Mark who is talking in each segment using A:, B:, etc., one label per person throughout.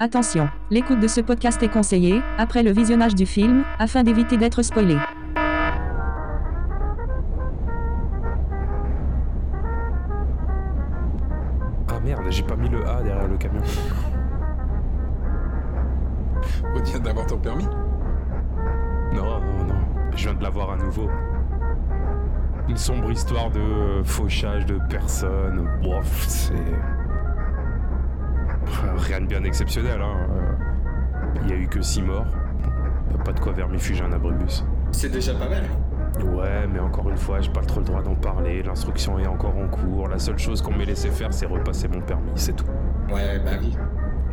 A: Attention, l'écoute de ce podcast est conseillée, après le visionnage du film, afin d'éviter d'être spoilé.
B: Ah merde, j'ai pas mis le A derrière le camion.
C: On vient d'avoir ton permis.
B: Non, non, non. Je viens de l'avoir à nouveau. Une sombre histoire de euh, fauchage de personnes. Bof, c'est. Rien de bien exceptionnel, hein. Euh, Il y a eu que 6 morts. Pas- Pas de quoi vermifuger un abribus.
C: C'est déjà pas mal.
B: Ouais, mais encore une fois, j'ai pas trop le droit d'en parler. L'instruction est encore en cours. La seule chose qu'on m'ait laissé faire, c'est repasser mon permis, c'est tout.
C: Ouais, bah oui.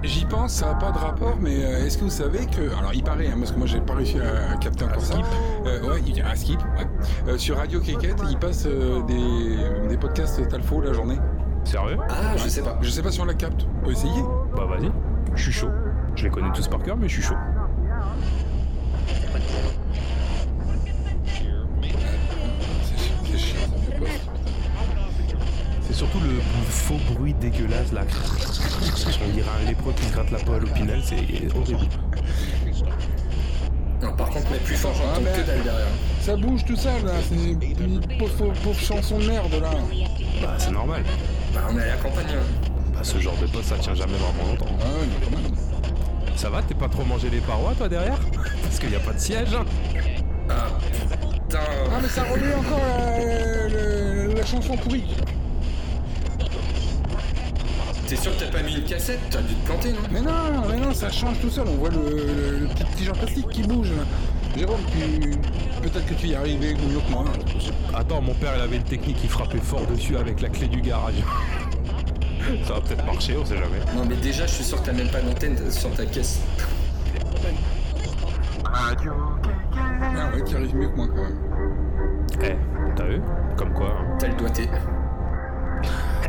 C: J'y pense, ça n'a pas de rapport, mais euh, est-ce que vous savez que. Alors, il paraît, hein, parce que moi, j'ai pas réussi à, à capter encore ça.
B: skip.
C: Euh, ouais, il y a un skip, ouais. Euh, sur Radio Kékette, il passe euh, des, des podcasts Talfo la journée.
B: Sérieux
C: Ah, je sais pas. Je sais pas si on la capte. On peut essayer.
B: Bah vas-y, je suis chaud. Je les connais tous par cœur, mais je suis chaud.
C: C'est- C'est chiant, ça fait peur.
B: C'est surtout le faux bruit dégueulasse là. On dirait un lépreux qui se gratte la poêle au pinel, c'est horrible.
D: Non, par contre, mais plus fort,
C: Ah,
D: j'entends
C: mais-
D: que dalle derrière.
C: Ça bouge tout ça, là. C'est une, une pauvre, pauvre chanson de merde, là. Ah
B: Bah c'est normal.
D: Bah, on est à la campagne. hein.
B: Bah ce genre de poste ça tient jamais vraiment longtemps.
C: Ah, ouais, mais quand même.
B: Ça va, t'es pas trop mangé les parois toi derrière Parce qu'il n'y a pas de siège. hein.
D: Ah, putain.
C: Ah, mais ça remet encore la, la- la chanson pourrie.
D: T'es sûr que t'as pas mis une cassette T'as dû te planter, non
C: Mais non, mais non, ça change tout seul. On voit le, le- le petit tige en plastique qui bouge. là. Jérôme, tu... peut-être que tu y arrivais mieux que moi. hein.
B: Attends, mon père il avait une technique, il frappait fort dessus avec la clé du garage. Ça va peut-être marcher, on sait jamais.
D: Non, mais déjà, je suis sûr que t'as même pas d'antenne sur ta caisse.
C: Ah ouais, tu arrives mieux que moi quand même.
B: Eh, t'as vu Comme quoi, hein.
D: T'as le doigté.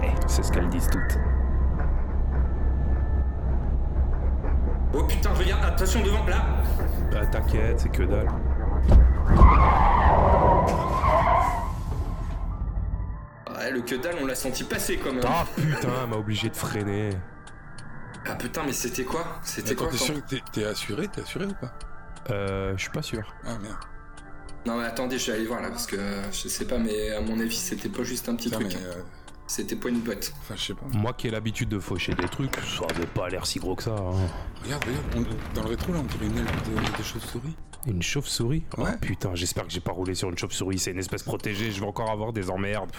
B: Eh, c'est ce qu'elles disent toutes.
D: Oh putain, regarde, attention devant, là
B: Bah t'inquiète, c'est que dalle.
D: Ouais, le que dalle, on l'a senti passer quand même.
B: Ah putain, elle m'a obligé de freiner.
D: Ah putain, mais c'était quoi C'était quoi
C: Attends, t'es
D: quand-
C: sûr que t'es- t'es assuré T'es assuré ou pas
B: Euh, je suis pas sûr.
C: Ah merde.
D: Non, mais attendez, je vais aller voir là, parce que euh, je sais pas, mais à mon avis, c'était pas juste un petit
C: Putain,
D: truc.
C: mais.
D: hein.
C: euh,
D: C'était pas une boîte.
C: Enfin, je sais pas.
B: Moi qui ai l'habitude de faucher des trucs, ça avait pas l'air si gros que ça. hein.
C: Regarde, regarde, on- dans le rétro là, on dirait une aile de, de chauve-souris.
B: Une chauve-souris
C: Ouais.
B: Oh putain, j'espère que j'ai pas roulé sur une chauve-souris, c'est une espèce protégée, je vais encore avoir des emmerdes.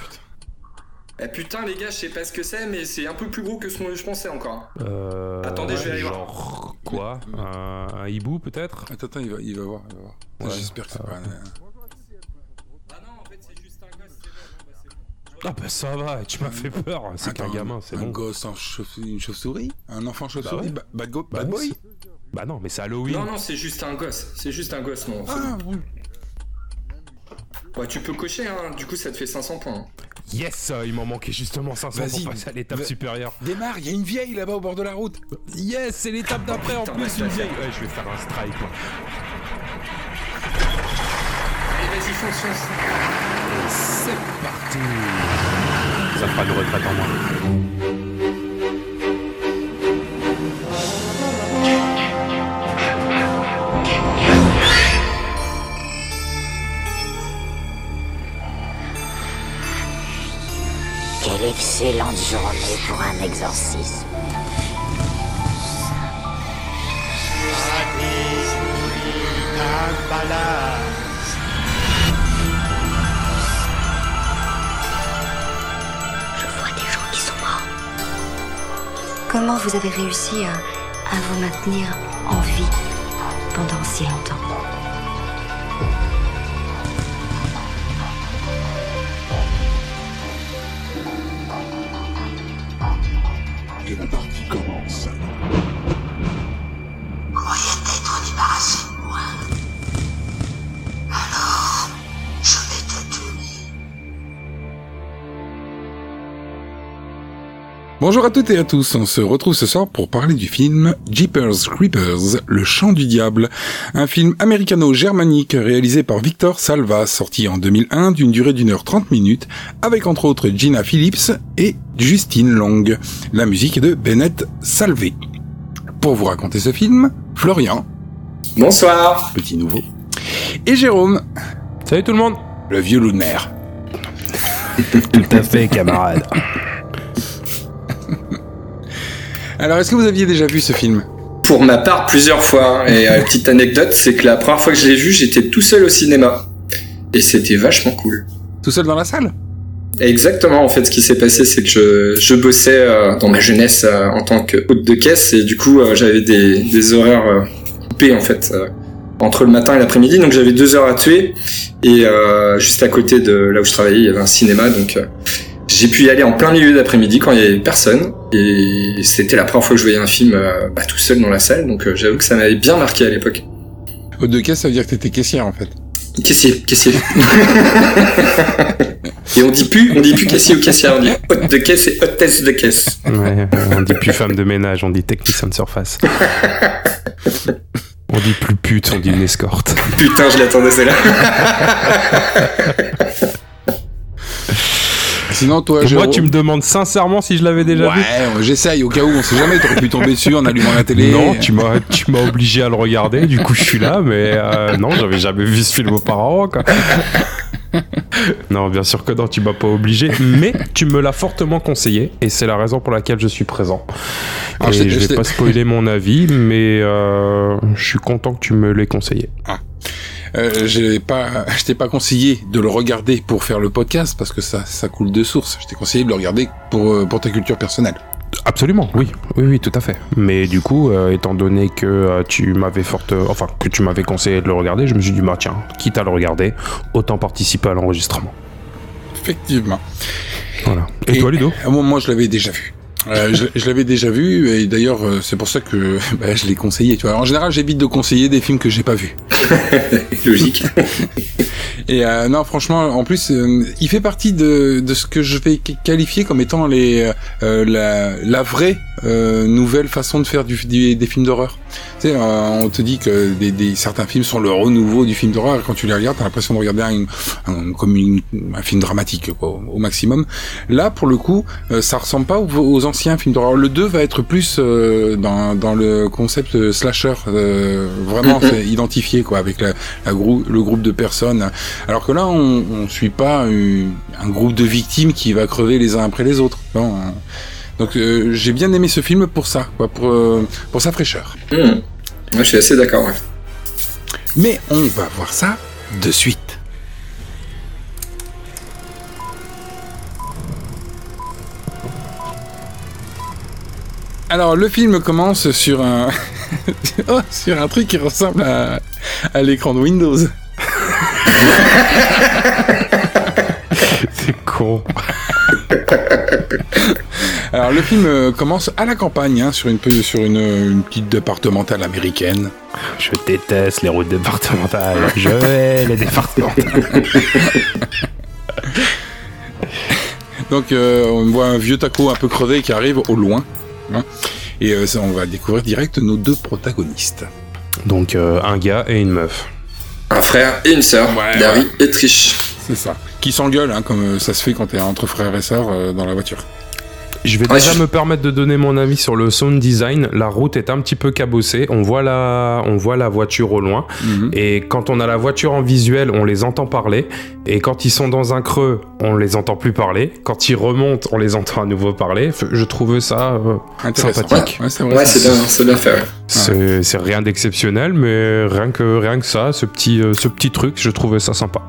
D: Eh putain, les gars, je sais pas ce que c'est, mais c'est un peu plus gros que ce que je pensais encore.
B: Euh,
D: Attendez, je vais aller voir.
B: Genre quoi un, un hibou peut-être
C: Attends, attends, il va, il va voir. il va voir. Putain,
B: Ouais.
C: J'espère que c'est pas. un-
D: Ah non, en fait, c'est juste un gosse, c'est bon, c'est bon.
B: Ah bah ça va, tu m'as fait peur, c'est
C: Attends,
B: qu'un gamin, c'est
C: un
B: bon.
C: gosse en chauve- une chauve-souris Bah Un enfant chauve-souris
B: ouais.
C: Ba- bad, go-
B: Bah
C: bad
B: oui,
C: boy
B: c'est- Bah non, mais c'est Halloween.
D: Non, non, c'est juste un gosse. C'est juste un gosse, non.
C: Ah, oui.
D: Ouais, tu peux cocher, hein. Du coup, ça te fait 500 points.
B: Yes, euh, il m'en manquait justement 500
C: Vas-y.
B: pour passer à l'étape
C: Va-
B: supérieure.
C: Démarre, il y a une vieille là-bas au bord de la route.
B: Yes, c'est l'étape d'après en
D: putain,
B: plus,
D: ouais,
B: une
D: je vais
B: vieille. Ouais, je vais faire un strike. moi.
D: Allez, vas-y, fonce, fonce.
B: C'est parti Ça fera une retraite en moins.
E: Quelle excellente journée pour un exorcisme. Je vois des gens qui sont morts.
F: Comment vous avez réussi à, à vous maintenir en vie pendant si longtemps
G: et la partie commence.
H: croyais t'être débarrassé de moi. Alors, je vais te tuer.
C: Bonjour à toutes et à tous, on se retrouve ce soir pour parler du film Jeepers Creepers, Le Chant du Diable, un film américano-germanique réalisé par Victor Salva, sorti en 2001 d'une durée d'une heure 30 minutes, avec entre autres Gina Phillips et Justine Long. La musique est de Bennett Salvé. pour vous raconter ce film, Florian,
D: Bonsoir.
C: petit nouveau, et Jérôme,
B: Salut tout le monde
C: le vieux loup de mer.
B: Tout à fait, camarade.
C: Alors, est-ce que vous aviez déjà vu ce film
D: Pour ma part, plusieurs fois. hein. Et euh, petite anecdote, c'est que la première fois que je l'ai vu, j'étais tout seul au cinéma. Et c'était vachement cool.
C: Tout seul dans la salle
D: Et exactement, en fait, ce qui s'est passé, c'est que je, je bossais euh, dans ma jeunesse euh, en tant que hôte de caisse. Et du coup, euh, j'avais des, des horaires euh, coupés, en fait. euh, entre le matin et l'après-midi, donc j'avais deux heures à tuer, et euh, juste à côté de là où je travaillais, il y avait un cinéma, donc euh, j'ai pu y aller en plein milieu d'après-midi quand il y avait personne, et c'était la première fois que je voyais un film euh, bah, tout seul dans la salle, donc euh, j'avoue que ça m'avait bien marqué à l'époque.
C: Au deux cas, ça veut dire que t'étais caissière en fait.
D: Caissier, caissier. et on dit plus, on dit plus caissier ou caissière, on dit hôte de caisse et hôtesse de caisse.
B: Ouais, on dit plus femme de ménage, on dit technicien de surface. On dit plus pute, on dit une escorte.
D: Putain, je l'attendais celle-là.
C: Sinon, toi, Jérôme.
B: Moi, tu me demandes sincèrement si je l'avais déjà vu.
C: Ouais, j'essaye au cas où, on sait jamais, t'aurais pu tomber dessus en allumant la télé.
B: Non, tu m'as, tu m'as obligé à le regarder, du coup je suis là, mais euh, non, j'avais jamais vu ce film auparavant. Quoi. Non, bien sûr que non, tu m'as pas obligé, mais tu me l'as fortement conseillé, et c'est la raison pour laquelle je suis présent.
C: Alors,
B: et
C: je t'ai-
B: je
C: je t'ai-
B: vais pas spoiler mon avis, mais euh, je suis content que tu me l'aies conseillé.
C: Euh, j'ai pas, je t'ai pas conseillé de le regarder pour faire le podcast parce que ça, ça coule de source. Je t'ai conseillé de le regarder pour, euh, pour ta culture personnelle.
B: Absolument, oui, oui, oui, tout à fait. Mais du coup, euh, étant donné que euh, tu m'avais forte, enfin que tu m'avais conseillé de le regarder, je me suis dit, bah tiens, quitte à le regarder, autant participer à l'enregistrement.
C: Effectivement.
B: Voilà. Et,
C: Et-
B: toi, Ludo
C: À un moment, je l'avais déjà vu. Euh, je je l'avais déjà vu et d'ailleurs euh, c'est pour ça que bah, je l'ai conseillé. Tu vois, en général j'évite de conseiller des films que j'ai pas vus.
D: Logique.
C: Et euh, non, franchement, en plus, euh, il fait partie de, de ce que je vais qu- qualifier comme étant les euh, la, la vraie euh, nouvelle façon de faire du, du- des films d'horreur. Tu sais, euh, on te dit que des, des- certains films sont le renouveau du film d'horreur. et Quand tu les regardes, t'as l'impression de regarder un, un- comme une- un film dramatique quoi, au, au maximum. Là, pour le coup, euh, ça ressemble pas aux, aux anciens films d'horreur. Le 2 va être plus euh, dans, dans le concept euh, slasher, euh, vraiment
D: Mhm.
C: c'est identifié quoi, avec la, la grou- le groupe de personnes alors que là, on ne suit pas une- un groupe de victimes qui va crever les uns après les autres. Non, hein. donc euh, j'ai bien aimé ce film pour ça, quoi, pour, euh, pour sa fraîcheur.
D: Hmm. Moi, je suis assez d'accord. ouais.
C: Mais on va voir ça de suite. Alors le film commence sur un oh, sur un truc qui ressemble à, à l'écran de Windows.
B: C'est con.
C: Alors le film euh, commence à la campagne, hein, sur une pe- sur une, euh, une petite départementale américaine.
B: Je déteste les routes départementales. Je vais les départementales.
C: Donc euh, on voit un vieux taco un peu crevé qui arrive au loin. hein. et euh, ça, on va découvrir direct nos deux protagonistes.
B: Donc, euh, un gars et une meuf.
D: Un frère et une sœur,
C: Ouais.
D: Larry et Trish.
C: C'est ça. Qui s'engueulent, hein, comme euh, ça se fait quand t'es entre frères et sœurs euh, dans la voiture.
B: Je vais
D: Ouais,
B: déjà
D: je-
B: me permettre de donner mon avis sur le sound design. La route est un petit peu cabossée. On voit la, on voit la voiture au loin.
C: Mhm.
B: Et quand on a la voiture en visuel, on les entend parler. Et quand ils sont dans un creux, on les entend plus parler. Quand ils remontent, on les entend à nouveau parler. F- Je trouve ça. euh,
C: Intéressant.
B: Sympathique.
C: Ouais, ouais, c'est vrai.
D: Ouais, c'est bien, c'est bien fait. ouais.
B: c'est c'est rien d'exceptionnel, mais rien que, rien que ça, ce petit, euh, ce petit truc, je trouvais ça sympa.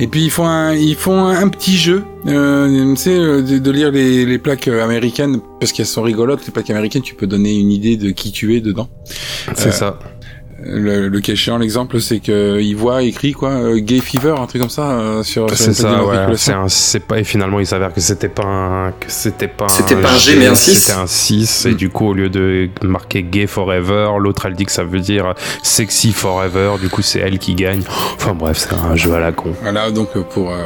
C: Et puis ils font un, ils font un, un petit jeu, euh, tu sais, euh, de, de lire les, les plaques euh, américaines parce qu'elles sont rigolotes. Les plaques américaines, tu peux donner une idée de qui tu es dedans.
B: C'est
C: Euh,
B: ça.
C: Le, le cas échéant, l'exemple, c'est que il voit écrit quoi, euh, Gay Fever, un truc comme ça euh, sur. sur
B: C'est
C: une plaque
B: ça, ouais.
C: d'immatriculation.
B: C'est un, c'est pas, et finalement, il s'avère que c'était pas un, que c'était pas
D: C'était pas un G, mais un six.
B: C'était un 6, et
C: Mm.
B: du coup, au lieu de marquer gay forever, l'autre, elle dit que ça veut dire sexy forever, du coup, c'est elle qui gagne. Enfin, bref, c'est un jeu à la con.
C: Voilà, donc euh, pour euh,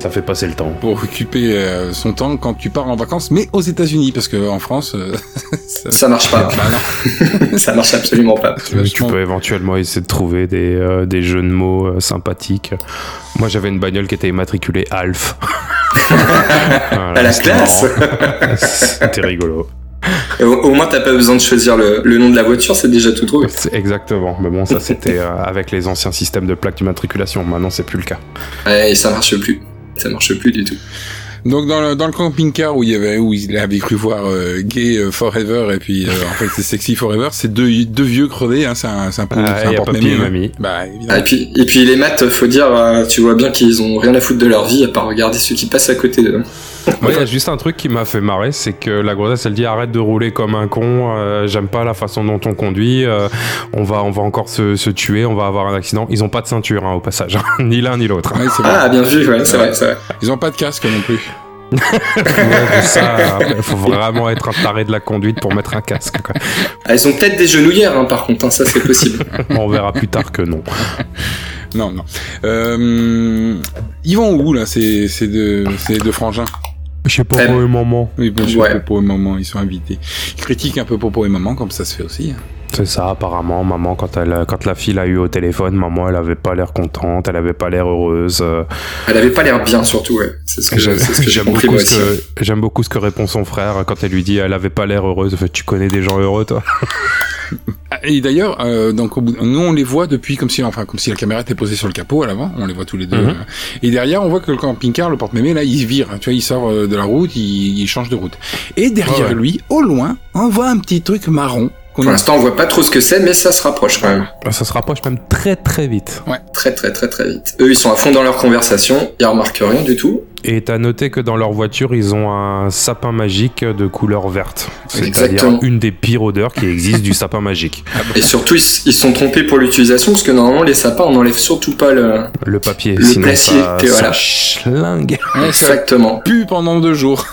B: Ça fait passer le temps.
C: pour occuper euh, son temps quand tu pars en vacances, mais aux États-Unis, parce que en France, euh, ça,
D: Ça marche pas.
C: bah non,
D: Ça marche absolument pas.
C: tu vas-
B: tu peux éventuellement essayer de trouver des, euh, des jeux de mots euh, sympathiques. Moi, j'avais une bagnole qui était immatriculée Alf. Voilà,
D: À la
B: c'était
D: classe.
B: marrant. C'était rigolo.
D: Et au, au moins, t'as pas besoin de choisir le, le nom de la voiture, c'est déjà tout trouvé.
B: C'est- Exactement. Mais bon, ça c'était euh, avec les anciens systèmes de plaques d'immatriculation. Maintenant, c'est plus le cas.
D: Ouais, et ça marche plus. Ça marche plus du tout.
C: Donc dans le, dans le camping-car où il y avait où il avait cru voir euh, Gay euh, Forever et puis euh, en fait c'est Sexy Forever, c'est deux deux vieux crevés hein, c'est un c'est un, peu-
B: Ah,
C: c'est un
B: y a
C: porte-manie,
B: papy et
C: hein.
B: mamie.
C: Bah
D: Ah,
C: évidemment.
D: et puis, et puis les maths, faut dire, euh, tu vois bien qu'ils ont rien à foutre de leur vie à part regarder ceux qui passent à côté d'eux.
B: Moi, il y a juste un truc qui m'a fait marrer, c'est que la grossesse, elle dit arrête de rouler comme un con, euh, j'aime pas la façon dont on conduit, euh, on, va, on va encore se, se tuer, on va avoir un accident. Ils ont pas de ceinture, hein, au passage, ni l'un ni l'autre.
C: Ouais, c'est vrai.
D: Ah, bien vu, ouais, c'est vrai, c'est vrai.
C: Ils ont pas de casque non plus.
B: Ouais, ça, après, faut vraiment être un taré de la conduite pour mettre un casque. quoi.
D: Ah, ils ont peut-être des genouillères, hein, par contre, hein, ça c'est possible.
B: On verra plus tard que non.
C: Non non. Euh, ils vont où là ces ces deux ces deux frangins
B: Je sais pas
D: Eh.
B: pour le moment.
C: Oui bien sûr
D: Ouais.
C: Popo et maman ils sont invités. Ils critiquent un peu Popo et maman comme ça se fait aussi. hein.
B: C'est ça, apparemment, maman, quand, elle, quand la fille l'a eu au téléphone, maman, elle avait pas l'air contente, elle avait pas l'air heureuse. euh,
D: Elle avait pas l'air bien, surtout, ouais. C'est ce que
B: J'aime
D: c'est ce que j'ai
B: j'aime
D: compris,
B: beaucoup,
D: moi
B: ce
D: aussi.
B: que- j'aime beaucoup ce que répond son frère quand elle lui dit elle avait pas l'air heureuse. En fait, tu connais des gens heureux, toi
C: Ah, Et d'ailleurs, euh, donc au bout- nous on les voit depuis comme si, enfin comme si la caméra était posée sur le capot à l'avant, on les voit tous les deux.
B: Mhm.
C: euh. Et derrière, on voit que le camping-car, le porte-mémé, là, il se vire. hein, tu vois, il sort euh, de la route, il, il change de route. Et derrière
B: Ouais, ouais.
C: lui, au loin, on voit un petit truc marron. qu'on
D: Pour
C: a-
D: l'instant, on voit pas trop ce que c'est, mais ça se rapproche quand même.
B: Bah, Ça se rapproche même très très vite.
D: Très, très, très, très vite. Eux, ils sont à fond dans leur conversation, ils remarquent rien du tout.
B: Et t'as noté que dans leur voiture, ils ont un sapin magique de couleur verte. C'est-à-dire
D: Exactement.
B: une des pires odeurs qui existe du sapin magique.
D: Et surtout, ils, s- ils sont trompés pour l'utilisation, parce que normalement, les sapins, on enlève surtout pas le.
B: Le papier,
D: Le
B: sinon
D: plastique,
B: ça,
D: que
B: ça
D: voilà.
B: schlingue.
C: Ouais, ça
D: Exactement.
C: pue pendant deux jours.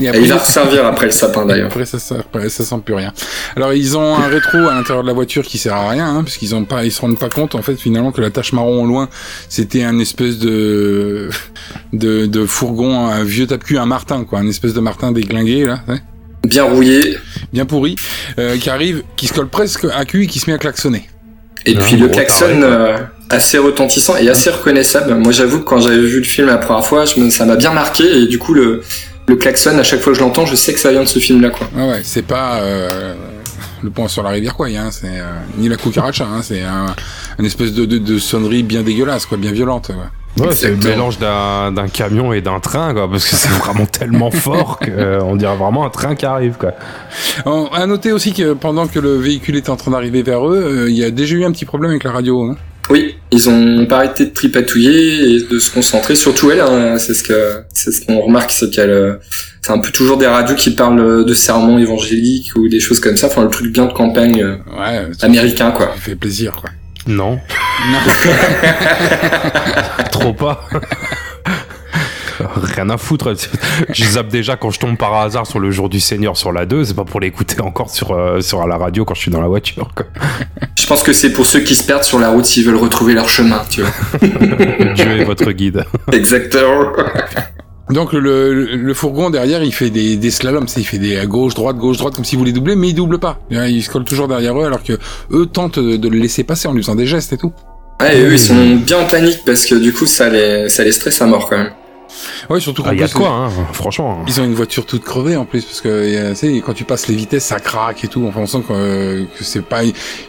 C: Et
D: Et il va resservir après le sapin, d'ailleurs.
C: Après ça, sert- après, ça sent plus rien. Alors ils ont un rétro à l'intérieur de la voiture qui sert à rien, hein, parce qu'ils ont pas, ils se rendent pas compte en fait finalement que la tache marron au loin, c'était un espèce de de, de fourgon, un vieux tape-cul, un Martin quoi, un espèce de Martin déglingué là, ouais,
D: Bien rouillé.
C: bien pourri, euh, qui arrive, qui se colle presque à cul et qui se met à klaxonner.
D: Et
B: Ouais,
D: puis
B: un
D: le
B: gros
D: klaxon
B: taré, quoi.
D: euh, assez retentissant et assez reconnaissable. Moi j'avoue que quand j'avais vu le film la première fois, je me- ça m'a bien marqué et du coup le, le klaxon à chaque fois que je l'entends, je sais que ça vient de ce film là quoi.
C: Ouais ouais, c'est pas euh, le point sur la rivière quoi, hein, c'est euh, ni la cucaracha, hein, c'est un, un espèce de, de, de sonnerie bien dégueulasse quoi, bien violente. ouais.
B: Ouais, c'est le
D: Exactement.
B: mélange d'un d'un camion et d'un train, quoi, parce que c'est vraiment tellement fort qu'on dirait vraiment un train qui arrive, quoi.
C: On- À noter aussi que pendant que le véhicule était en train d'arriver vers eux, euh, il y a déjà eu un petit problème avec la radio. hein.
D: Oui, ils ont pas arrêté de tripatouiller et de se concentrer. Surtout elle, hein, c'est ce que c'est ce qu'on remarque, c'est qu'elle euh, c'est un peu toujours des radios qui parlent de sermons évangéliques ou des choses comme ça. Enfin le truc bien de campagne euh,
C: Ouais, Ah, ça
D: américain quoi.
C: ça fait plaisir quoi.
B: Non. Trop pas. Rien à foutre. Je zappe déjà quand je tombe par hasard sur le jour du Seigneur sur la 2. C'est pas pour l'écouter encore sur, euh, sur la radio quand je suis dans la voiture. quoi.
D: Je pense que c'est pour ceux qui se perdent sur la route s'ils veulent retrouver leur chemin, tu vois.
B: Dieu est votre guide.
D: Exactement.
C: Donc le, le- le fourgon derrière, il fait des, des slaloms, c'est- il fait des à gauche, droite, gauche, droite, comme s'il voulait doubler, mais il double pas. Eh Il se colle toujours derrière eux, alors que eux tentent de, de le laisser passer en lui faisant des gestes et tout.
D: Ouais, Ah, et eux, ils sont bien en panique parce que du coup, ça les, ça les stresse à mort quand même.
C: Ouais, surtout
B: Il
C: qu'en
B: y a de
C: plus,
B: quoi, hein, franchement.
C: Ils ont une voiture toute crevée en plus parce que euh, tu sais quand tu passes les vitesses ça craque et tout. Enfin on sent que, euh, que c'est pas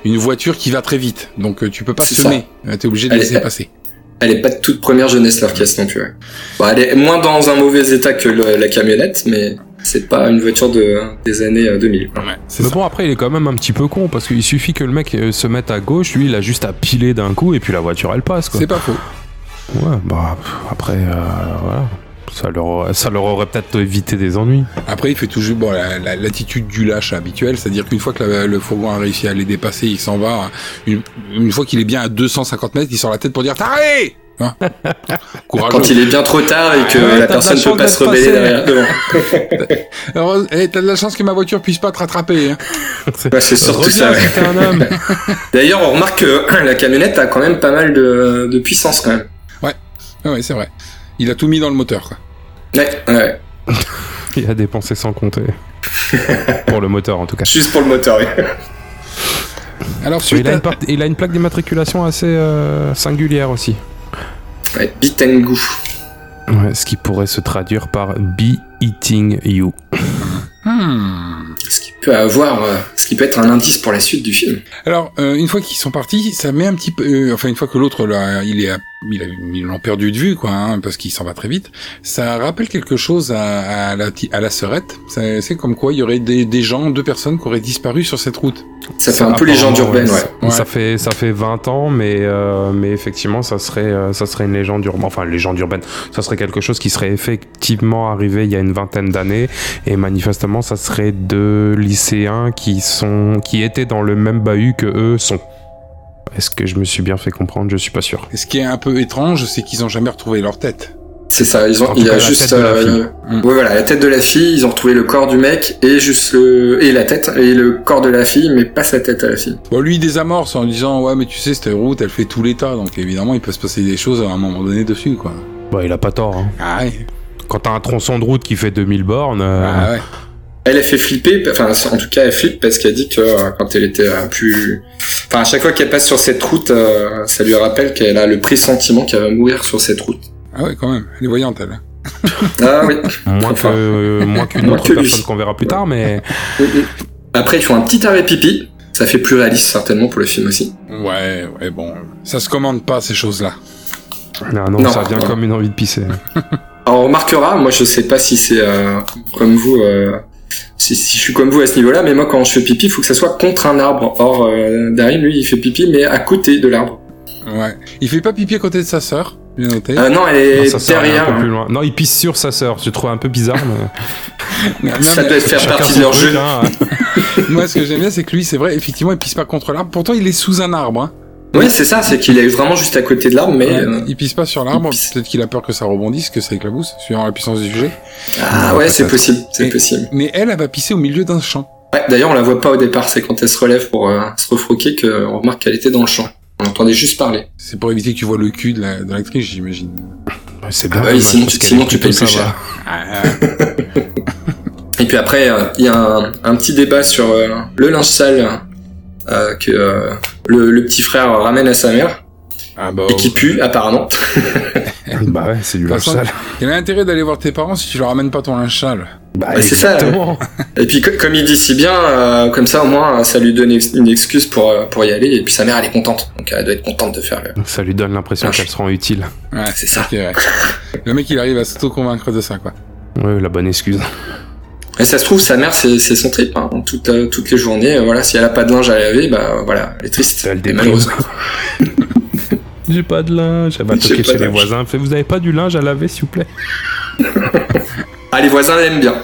C: une voiture qui va très vite donc euh, tu peux pas
D: C'est
C: semer. Euh, T'es obligé de
D: Elle
C: laisser
D: est-
C: passer.
D: Elle est pas de toute première jeunesse, leur caisse non plus. ouais. Bon, elle est moins dans un mauvais état que le- la camionnette, mais c'est pas une voiture de, des années euh, 2000. Quoi.
C: C'est
B: Mais
C: ça.
B: bon, après, il est quand même un petit peu con parce qu'il suffit que le mec euh, se mette à gauche. Lui, il a juste à piler d'un coup et puis la voiture, elle passe. Quoi.
C: C'est pas faux.
B: Ouais, bah pff, après, euh, voilà. Ça leur, ça leur aurait peut-être évité des ennuis.
C: Après, il fait toujours bon la- la- l'attitude du lâche habituelle, c'est-à-dire qu'une fois que la- le fourgon a réussi à les dépasser, il s'en va. Une, une fois qu'il est bien à 250 mètres, il sort la tête pour dire t'arrêtes. Hein
D: Quand
C: Courageux.
D: il est bien trop tard et que
B: Ouais, t'as
D: la
B: de la
D: personne
B: chance
D: peut pas
B: d'être
D: se rebeller
B: passé.
D: derrière. devant.
C: Heureuse- eh, T'as de la chance que ma voiture puisse pas te rattraper. hein.
D: Ouais, c'est surtout ça. ouais.
B: c'était un homme.
D: D'ailleurs, on remarque que la camionnette a quand même pas mal de, de puissance quand même.
C: Ah ouais, c'est vrai. Il a tout mis dans le moteur. Quoi.
D: Ouais, ouais.
B: Il a dépensé sans compter. Pour le moteur en tout cas.
D: Juste pour le moteur. ouais.
C: Alors
B: Mais
C: suite
B: il, a
C: à,
B: une part- il a une plaque d'immatriculation assez euh, singulière aussi.
D: Ouais, Beat and Goo.
B: Ouais, ce qui pourrait se traduire par Be Eating You.
C: Hmm.
D: Ce qui peut avoir, euh, ce qui peut être un indice pour la suite du film.
C: Alors, euh, une fois qu'ils sont partis, ça met un petit peu... euh, enfin, une fois que l'autre, là, il est... à- Il a, ils l'ont perdu de vue, quoi, hein, parce qu'il s'en va très vite. Ça rappelle quelque chose à, à la, ti- à la sœurette. Ça- C'est comme quoi il y aurait des, des gens, deux personnes qui auraient disparu sur cette route.
D: Ça fait un peu légende
B: apparemment,
D: urbaine, ouais.
B: ça-
C: ouais.
B: Ça fait ça fait 20 ans, mais euh, mais effectivement, ça serait euh, ça serait une légende urbaine. Enfin, légende urbaine. Ça serait quelque chose qui serait effectivement arrivé il y a une vingtaine d'années, et manifestement, ça serait deux lycéens qui sont qui étaient dans le même bahut que eux sont. Est-ce que je me suis bien fait comprendre Je suis pas sûr.
C: Et ce qui est un peu étrange, c'est qu'ils ont jamais retrouvé leur tête.
D: C'est ça, ils
B: En
D: ont,
B: tout
D: il y
B: cas,
D: a
B: la
D: juste,
B: tête de la
D: euh,
B: fille. Mm.
D: ouais, voilà, la tête de la fille, ils ont retrouvé le corps du mec et juste le, et la tête et le corps de la fille, mais pas sa tête à la fille.
C: Bon, lui, il désamorce en disant, ouais, mais tu sais, cette route, elle fait tout l'état, donc évidemment, il peut se passer des choses à un moment donné dessus, quoi.
B: Bah, il a pas tort. hein.
C: Ah ouais.
B: Quand t'as un tronçon de route qui fait 2000 bornes, euh,
C: Ah ouais.
D: Elle a fait flipper, enfin en tout cas elle flippe parce qu'elle dit que euh, quand elle était euh, plus, enfin à chaque fois qu'elle passe sur cette route, euh, ça lui rappelle qu'elle a le pressentiment qu'elle va mourir sur cette route.
C: Ah ouais, quand même. Elle est voyante, elle. hein.
D: Ah oui.
B: moins que
D: Enfin.
B: euh, moins qu'une
D: Moins
B: autre
D: que lui.
B: personne qu'on verra plus tard, mais
D: Mm, mm. Après ils font un petit arrêt pipi, ça fait plus réaliste certainement pour le film aussi.
C: Ouais, ouais, bon. Ça se commande pas, ces choses-là.
B: non, non,
D: Non.
B: ça vient comme une envie de pisser.
D: Alors on remarquera, moi je sais pas si c'est euh, comme vous, euh, si, si je suis comme vous à ce niveau-là, mais moi quand je fais pipi, il faut que ça soit contre un arbre. Or euh, Darim lui il fait pipi mais à côté de l'arbre.
C: Ouais. Il fait pas pipi à côté de sa sœur, bien noté.
D: Ah non elle est
B: Non, sa sœur, elle est
D: derrière.
B: un peu plus loin. hein. Non, il pisse sur sa sœur. Je trouve un peu bizarre. Mais...
C: Non,
D: hein. Ça
C: mais
D: doit faire
B: Chacun
D: partie
B: son
D: de leur
B: truc,
D: jeu.
B: hein.
C: moi, ce que j'aime bien, c'est que lui, c'est vrai, effectivement, il pisse pas contre l'arbre. Pourtant, il est sous un arbre, hein.
D: Oui, c'est ça, c'est qu'il est vraiment juste à côté de l'arbre, mais
C: Ouais,
D: euh,
C: Il pisse pas sur l'arbre.
D: il pisse.
C: Peut-être qu'il a peur que ça rebondisse, que ça éclabousse, suivant la puissance du sujet.
D: ah ouais, c'est possible, c'est
C: Et-
D: possible.
C: Mais elle, elle va pisser au milieu d'un champ.
D: Ouais, D'ailleurs, on la voit pas au départ, c'est quand elle se relève pour euh, se refroquer qu'on remarque qu'elle était dans le champ. On entendait juste parler.
C: C'est pour éviter que tu vois le cul de la- de l'actrice, j'imagine.
B: Bah, C'est bien.
D: Ah oui,
B: dommage,
D: sinon
B: parce
D: tu,
B: qu'elle
D: sinon
B: est
D: tu
B: plutôt
D: payes plus
B: sympa.
D: cher. Ah, Et puis après, euh, il y a un, un petit débat sur euh, le linge sale euh, que euh, le, le petit frère ramène à sa mère
C: Ah bah.
D: et qui pue
B: Oh.
D: apparemment.
B: Bah ouais, c'est du
C: De
B: linge
C: toute façon,
B: sale.
D: oh.
C: Il a intérêt d'aller voir tes parents si tu leur ramènes pas ton linge sale.
B: Bah,
D: Ouais, c'est ça,
B: exactement.
D: Et puis co- comme il dit si bien, euh, comme ça au moins euh, ça lui donne ex- une excuse pour euh, pour y aller. Et puis sa mère elle est contente, donc elle doit être contente de faire. le-
B: Ça lui donne l'impression
D: Linge.
B: qu'elles seront utiles.
C: Ouais.
D: C'est ça.
C: Ok, ouais. Le mec, il arrive à s'auto-convaincre de ça, quoi.
B: Ouais, la bonne excuse.
D: Et ça se trouve, sa mère, c'est c'est son trip. Hein. Toute, euh, toutes les journées, euh, voilà, si elle a pas de linge à laver, bah voilà, elle est triste.
B: Elle
D: et
B: déprime.
D: malheureuse.
B: J'ai pas de linge. Elle va
D: J'ai
B: toquer
D: pas
B: chez
D: de
B: les
D: linge.
B: voisins. Fait, vous avez pas du linge à laver, s'il vous plaît
D: Ah, les voisins l'aiment bien.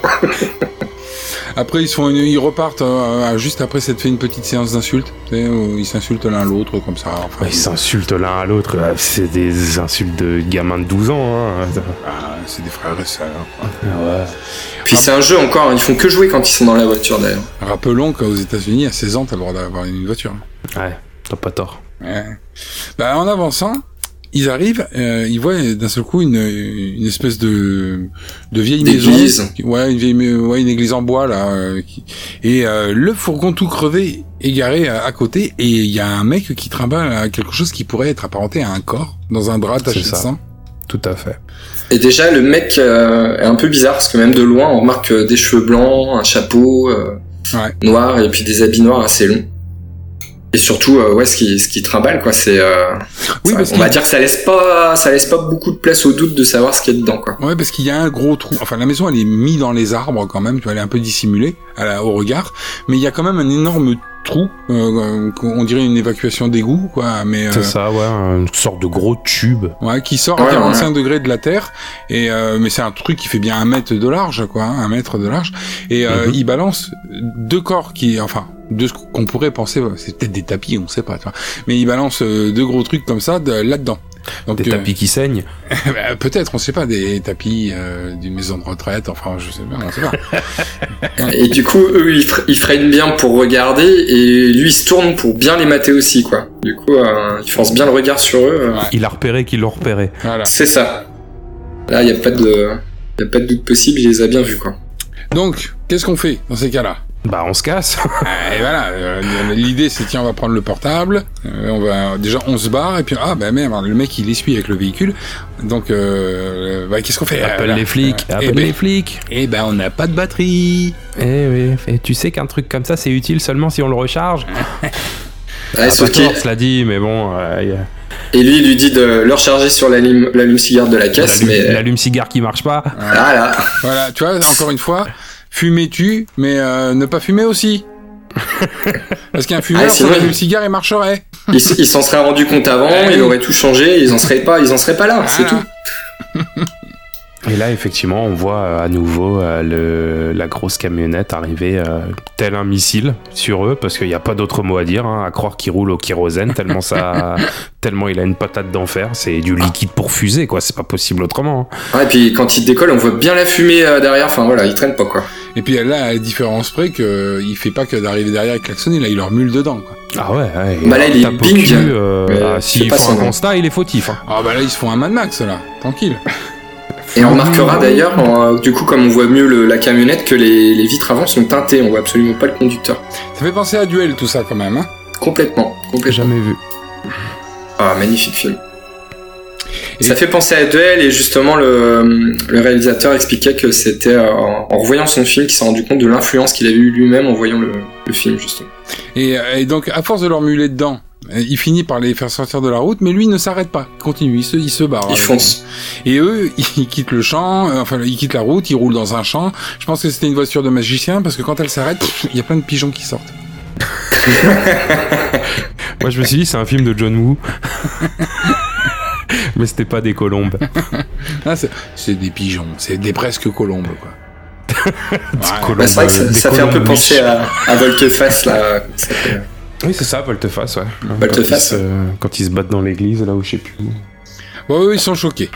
C: Après, ils, se font une- ils repartent, euh, juste après s'être fait une petite séance d'insultes, tu sais, où ils s'insultent l'un l'autre, comme ça. Enfin,
B: Ils s'insultent l'un à l'autre. euh, C'est des insultes de gamins de 12 ans. Hein.
C: ah, c'est des frères et sœurs.
B: Ah
D: Puis c'est un jeu encore, hein, ils font que jouer quand ils sont dans la voiture d'ailleurs.
C: Rappelons qu'aux États-Unis, à 16 ans, t'as le droit d'avoir une voiture.
B: Ouais, t'as pas tort.
C: Ouais. Bah, en avançant, ils arrivent, euh, ils voient euh, d'un seul coup une, une espèce de, de vieille maison.
D: D'église.
C: Ouais, une vieille, mais- ouais, une église en bois là. euh, qui- Et euh, le fourgon tout crevé égaré à, à côté, et il y a un mec qui trimballe euh, quelque chose qui pourrait être apparenté à un corps dans un drap taché de
B: C'est ça.
C: sang.
B: Tout à fait.
D: Et déjà, le mec euh, est un peu bizarre parce que même de loin, on remarque euh, des cheveux blancs, un chapeau euh,
C: Ouais.
D: noir et puis des habits noirs assez longs. Et surtout, euh, ouais, ce qui, ce qui trimballe, quoi, c'est. euh,
C: Oui,
D: ça-
C: parce
D: on va
C: qu'il
D: dire que ça laisse pas, ça laisse pas beaucoup de place au doute de savoir ce qu'il y a dedans, quoi.
C: ouais, parce qu'il y a un gros trou. Enfin, la maison elle est mise dans les arbres quand même. Tu vois, elle est un peu dissimulée à la- au regard, mais il y a quand même un énorme trou. euh, euh, on dirait une évacuation d'égout, quoi. Mais euh,
B: C'est ça, ouais. Une sorte de gros tube.
C: Ouais, qui sort à
D: Ouais,
C: 45 degrés de la Terre, et euh, mais c'est un truc qui fait bien un mètre de large, quoi, hein, un mètre de large, et euh,
B: Mhm.
C: il balance deux corps qui, enfin, de ce qu'on pourrait penser, euh, c'est peut-être des tapis, on sait pas, tu vois, mais il balance euh, deux gros trucs comme ça de- là-dedans. Donc
B: Des
C: euh,
B: tapis qui saignent.
C: bah, peut-être, on sait pas, des tapis euh, d'une maison de retraite, enfin, je sais pas, on sait pas.
D: Et du coup, eux, ils, fre- ils freinent bien pour regarder, et lui, il se tourne pour bien les mater aussi, quoi. Du coup, euh, il force bien le regard sur eux. euh.
C: Ouais.
B: Il a repéré qu'il l'ont repéré.
C: Voilà.
D: C'est ça. Là, il n'y a pas de... y a pas de doute possible, il les a bien vus, quoi.
C: Donc, qu'est-ce qu'on fait dans ces cas-là
B: Bah, on se casse.
C: Ah, Et voilà, euh, l'idée c'est tiens on va prendre le portable, euh, on va déjà on se barre et puis ah bah merde le mec il essuie avec le véhicule, donc euh, bah, qu'est-ce qu'on fait
B: Appelle
C: Voilà.
B: les flics.
C: Euh,
B: Appelle
C: eh ben-
B: les flics.
C: Eh ben on n'a pas de batterie.
B: Eh oui. Et tu sais qu'un truc comme ça, c'est utile seulement si on le recharge.
C: Ah,
D: Ouais,
C: Eh,
B: Pas
D: sauf qu'il-
B: tort, cela dit, mais bon, euh, y a-
D: Et lui, il lui dit de le recharger sur l'allume- l'allume-cigare de la caisse,
B: l'allume-
D: mais... euh,
B: l'allume-cigare qui marche pas.
D: Ah là
C: Voilà, tu vois encore une fois, fumer tu, mais euh, ne pas fumer aussi. Parce qu'un fumeur
D: Ah, c'est
C: s'aurait
D: vrai.
C: le cigare et marcherait.
D: Il s- il s'en serait rendu compte avant, il aurait tout changé, ils en seraient pas, ils en seraient pas là, c'est
C: Voilà.
D: tout.
B: Et là, effectivement, on voit euh, à nouveau euh, le, la grosse camionnette arriver euh, tel un missile sur eux, parce qu'il n'y a pas d'autre mot à dire, hein, à croire qu'il roule au kérosène, tellement, ça, tellement il a une patate d'enfer, c'est du liquide pour fusée, quoi, c'est pas possible autrement. hein.
D: Ah, et puis quand il décolle, on voit bien la fumée euh, derrière, enfin voilà, il traîne pas quoi.
C: Et puis là, à la différence près que il fait pas que d'arriver derrière et klaxonner, là il leur mule dedans. Quoi.
B: Ah ouais, ouais,
D: Bah là,
B: leur
D: il est
B: tape au
D: bing,
B: cul, euh,
D: mais
B: ah,
D: c'est
B: S'il
D: pas
B: faut
D: son
B: un
D: nom.
B: constat, il est fautif. hein.
C: Ah bah là ils se font un Mad Max là, tranquille.
D: Et on remarquera d'ailleurs, en, euh, du coup, comme on voit mieux le- la camionnette, que les, les vitres avant sont teintées, on voit absolument pas le conducteur.
C: Ça fait penser à duel tout ça quand même. Hein.
D: Complètement, complètement.
B: Jamais vu.
D: Ah, magnifique film.
C: Et-
D: Ça fait penser à Duel et justement le, le réalisateur expliquait que c'était euh, en, en revoyant son film qu'il s'est rendu compte de l'influence qu'il avait eu lui-même en voyant le, le film justement.
C: Et, euh, et donc, à force de leur muler dedans, euh, il finit par les faire sortir de la route, mais lui il ne s'arrête pas, il continue, il se, il se
B: Ah,
C: barre. hein,
D: Il fonce.
C: Et eux, ils quittent le champ, euh, enfin, ils quittent la route, ils roulent dans un champ. Je pense que c'était une voiture de magicien, parce que quand elle s'arrête, pff, il y a plein de pigeons qui sortent.
B: Moi, je me suis dit, c'est un film de John Woo. mais c'était pas des colombes.
C: Là, Ah, c'est- c'est des pigeons, c'est des presque colombes, quoi. Ouais.
B: Colombes, euh,
D: Bah, c'est vrai que ça,
B: des
D: ça fait un peu
B: colombes
D: penser
B: riches.
D: à, à Volteface là. comment ça s'appelle
B: Oui, c'est ça, Volteface, ouais.
D: Volteface.
B: Quand ils se- Quand ils se battent dans l'église, là où je sais plus. où.
C: Bon, eux, ils sont choqués.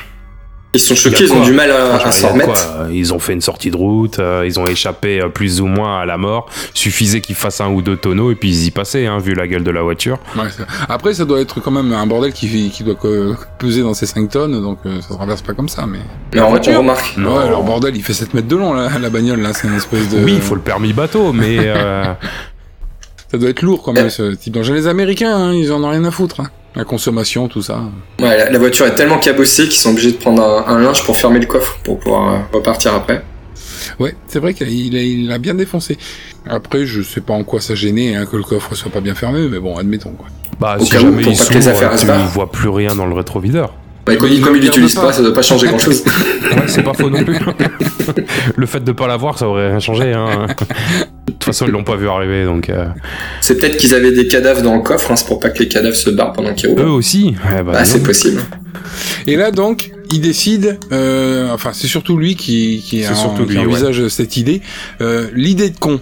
D: Ils sont
B: Il y a
D: choqués, ils ont
B: quoi
D: du mal à,
B: Franchement, Ah, il y
D: à s'en
B: a
D: remettre.
B: quoi euh, Ils ont fait une sortie de route, euh, ils ont échappé euh, plus ou moins à la mort. Suffisait qu'ils fassent un ou deux tonneaux et puis ils y passaient, hein, vu la gueule de la voiture.
C: Ouais, c'est- Après, ça doit être quand même un bordel qui, qui doit co- peser dans ces 5 tonnes, donc euh, ça se renverse pas comme ça, mais...
D: Mais on,
C: voiture
D: on remarque.
B: Non.
C: Ouais, leur bordel, il fait 7 mètres de long, là, la bagnole, là, c'est une espèce
D: euh,
C: de...
B: Oui, il faut le permis bateau, mais euh,
C: Ça doit être lourd quand même
D: Euh.
C: ce type d'engin. Les Américains, hein, ils en ont rien à foutre. hein. La consommation, tout ça.
D: Ouais, la, la voiture est tellement cabossée qu'ils sont obligés de prendre un, un linge pour fermer le coffre pour pouvoir euh, repartir après.
C: Ouais, c'est vrai qu'il a, il a bien défoncé. Après, je sais pas en quoi ça gênait hein, que le coffre soit pas bien fermé, mais bon, admettons quoi.
B: bah,
D: Au
B: si
D: cas où,
B: jamais
D: pour
B: ils
D: pas que les
B: s'ouvrent,
D: affaires se
B: tu
D: barrent.
B: vois plus rien dans le rétroviseur.
D: Ouais, Bah, comme, il- comme il
C: regarde
D: l'utilise
C: pas.
D: pas, ça doit pas changer grand chose.
B: Ouais, c'est pas faux non plus. le fait de pas l'avoir, ça aurait rien changé. hein. De toute façon, ils l'ont pas vu arriver, donc euh,
D: C'est peut-être qu'ils avaient des cadavres dans le coffre, hein, c'est pour pas que les cadavres se barrent pendant qu'ils
B: eux
D: roulent.
B: aussi. eh bah,
D: Ah,
B: non.
D: c'est possible.
C: Et là donc, il décide. euh, enfin, c'est surtout lui qui, qui,
B: C'est
C: en-
B: surtout
C: qui
B: lui,
C: envisage cette idée. Euh, L'idée de con.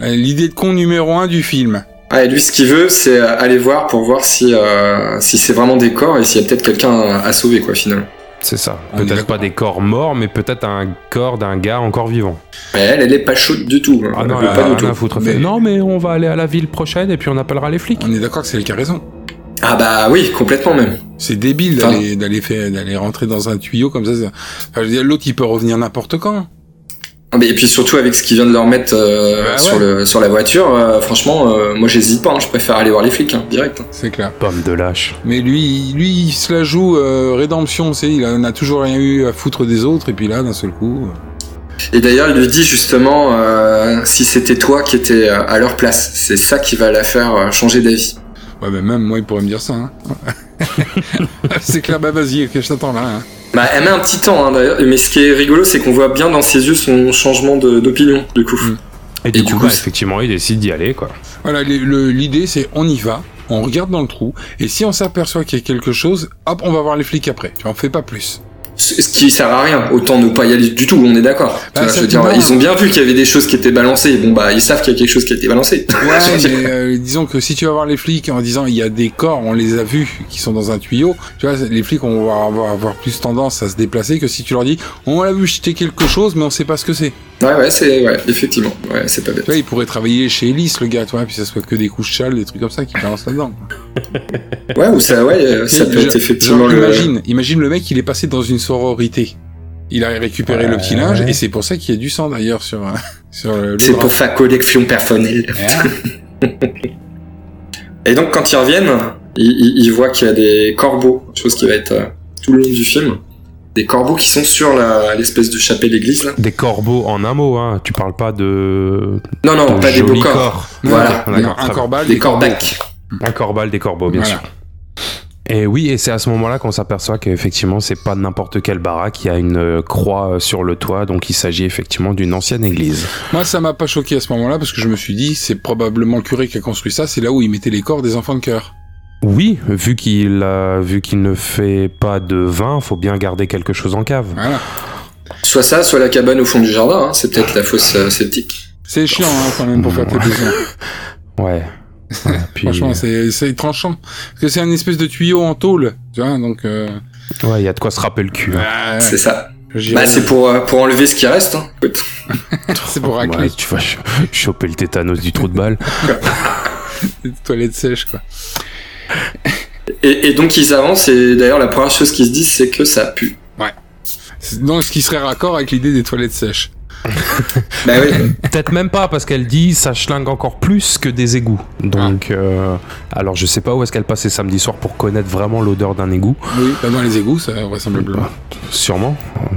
C: L'idée de con numéro un du film.
D: Ah, et lui, ce qu'il veut, c'est euh, aller voir pour voir si, euh, si c'est vraiment des corps et s'il y a peut-être quelqu'un à, à sauver, quoi, finalement.
B: C'est ça.
C: On est
B: Peut-être
C: d'accord.
B: pas des corps morts, mais peut-être un corps d'un gars encore vivant.
D: Mais elle, elle est pas chaude du tout. hein.
B: Ah
D: Elle
B: non,
D: veut
B: elle a
D: pas
B: rien
D: du tout.
B: à foutre.
C: Mais-
B: Non, mais on va aller à la ville prochaine et puis on appellera les flics.
C: On est d'accord que c'est le qui a raison.
D: Ah bah oui, complètement même.
C: C'est débile
D: Enfin.
C: d'aller d'aller faire d'aller rentrer dans un tuyau comme ça. ça- Enfin, je veux dire, l'autre il peut revenir n'importe quand.
D: Ah, mais Et puis surtout avec ce qu'ils viennent de leur mettre euh,
C: Bah ouais.
D: sur, le, sur la voiture, euh, franchement, euh, moi j'hésite pas, hein, je préfère aller voir les flics, hein, direct.
C: C'est clair.
B: Pomme de lâche.
C: Mais lui, lui, il se la joue euh, rédemption, c'est il en a toujours rien eu à foutre des autres et puis là d'un seul coup. euh,
D: Et d'ailleurs, il lui dit justement euh, si c'était toi qui étais euh, à leur place. C'est ça qui va la faire euh, changer d'avis.
C: Ouais, bah, même moi il pourrait me dire ça. Hein. c'est clair, bah vas-y, ok, je t'attends là. hein.
D: Bah, elle met un petit temps, hein, d'ailleurs. Mais ce qui est rigolo, c'est qu'on voit bien dans ses yeux son changement de- d'opinion, du coup.
C: Mm.
B: Et du
D: Et
B: coup,
D: du coup,
B: bah,
D: c'est-
B: effectivement, il décide d'y aller, quoi.
C: Voilà, les- le- l'idée c'est on y va, on regarde dans le trou et si on s'aperçoit qu'il y a quelque chose, hop, on va voir les flics après. Tu en fais pas plus.
D: Ce ce qui sert à rien, autant ne pas y aller du tout, on est d'accord. Tu
C: Bah,
D: vois,
C: ça
D: je veux dire,
C: dépend.
D: ils ont bien vu qu'il y avait des choses qui étaient balancées. Bon, bah, ils savent qu'il y a quelque chose qui a été balancé.
C: Ouais, mais euh, disons que si tu vas voir les flics en disant il y a des corps, on les a vus, qui sont dans un tuyau, tu vois, les flics on va avoir, avoir plus tendance à se déplacer que si tu leur dis on l'a vu jeter quelque chose mais on sait pas ce que c'est.
D: Ouais, ouais, c'est, ouais, effectivement. Ouais, c'est pas bête.
C: Tu vois, il pourrait travailler chez Elise, le gars, toi, puis ça soit que des couches châles, des trucs comme ça qui balancent là-dedans.
D: Ouais, ou ça, ouais, euh, ça
C: Tu sais,
D: peut
C: je-
D: être effectivement
C: genre,
D: le.
C: imagine, imagine le mec, il est passé dans une sororité. Il a récupéré le petit linge et c'est pour ça qu'il y a du sang d'ailleurs sur, euh, Sur le, le
D: C'est
C: bras.
D: pour faire collection personnelle.
I: Ah,
D: Et donc quand ils reviennent, ils, ils- ils voient qu'il y a des corbeaux, chose qui va être euh, tout le long du film. Des corbeaux qui sont sur la- l'espèce de chapelle église là.
B: Des corbeaux en un mot, hein. Tu parles pas de.
D: Non, non,
B: de
D: pas des beaux
B: jolis
D: corps.
C: Non,
D: Voilà.
C: non,
B: D'accord,
C: un
B: très
C: corbal,
D: Des
C: des corbeaux.
D: corbacs.
B: Un corbal des corbeaux, bien
C: Voilà.
B: sûr. Et oui, et c'est à ce moment-là qu'on s'aperçoit qu'effectivement, c'est pas n'importe quelle baraque, il y a une euh, croix euh, sur le toit, donc il s'agit effectivement d'une ancienne église.
C: Moi, ça m'a pas choqué à ce moment-là parce que je me suis dit, c'est probablement le curé qui a construit ça. C'est là où il mettait les corps des enfants de cœur.
B: Oui, vu qu'il a- vu qu'il ne fait pas de vin, faut bien garder quelque chose en cave.
C: Voilà.
D: Soit ça, soit la cabane au fond du jardin. hein. C'est peut-être la fosse euh, septique.
C: C'est chiant hein, quand même pour faire plaisir.
B: Ouais. Ouais, puis-
C: Franchement, c'est c'est tranchant parce que c'est un espèce de tuyau en tôle, tu vois. Donc, euh,
B: ouais, il y a de quoi se rappeler le cul. hein.
C: bah,
D: C'est ça.
C: j'irai-
D: Bah, c'est pour, euh, pour enlever ce qui reste. Hein. Écoute.
C: c'est pour racler
B: Ouais, tu vas ch- choper le tétanos du trou de balle.
C: les toilettes sèches, quoi.
D: Et, et donc ils avancent. Et d'ailleurs, la première chose qu'ils se disent, c'est que ça pue.
C: C'est- Donc, ce qui serait raccord avec l'idée des toilettes sèches.
D: Bah oui.
B: Peut-être même pas, parce qu'elle dit ça schlingue encore plus que des égouts.
C: Ah.
B: Donc, euh, alors je sais pas où est-ce qu'elle passait samedi soir pour connaître vraiment l'odeur d'un égout.
C: Oui, bah, dans les égouts, ça vraisemblablement.
B: Sûrement.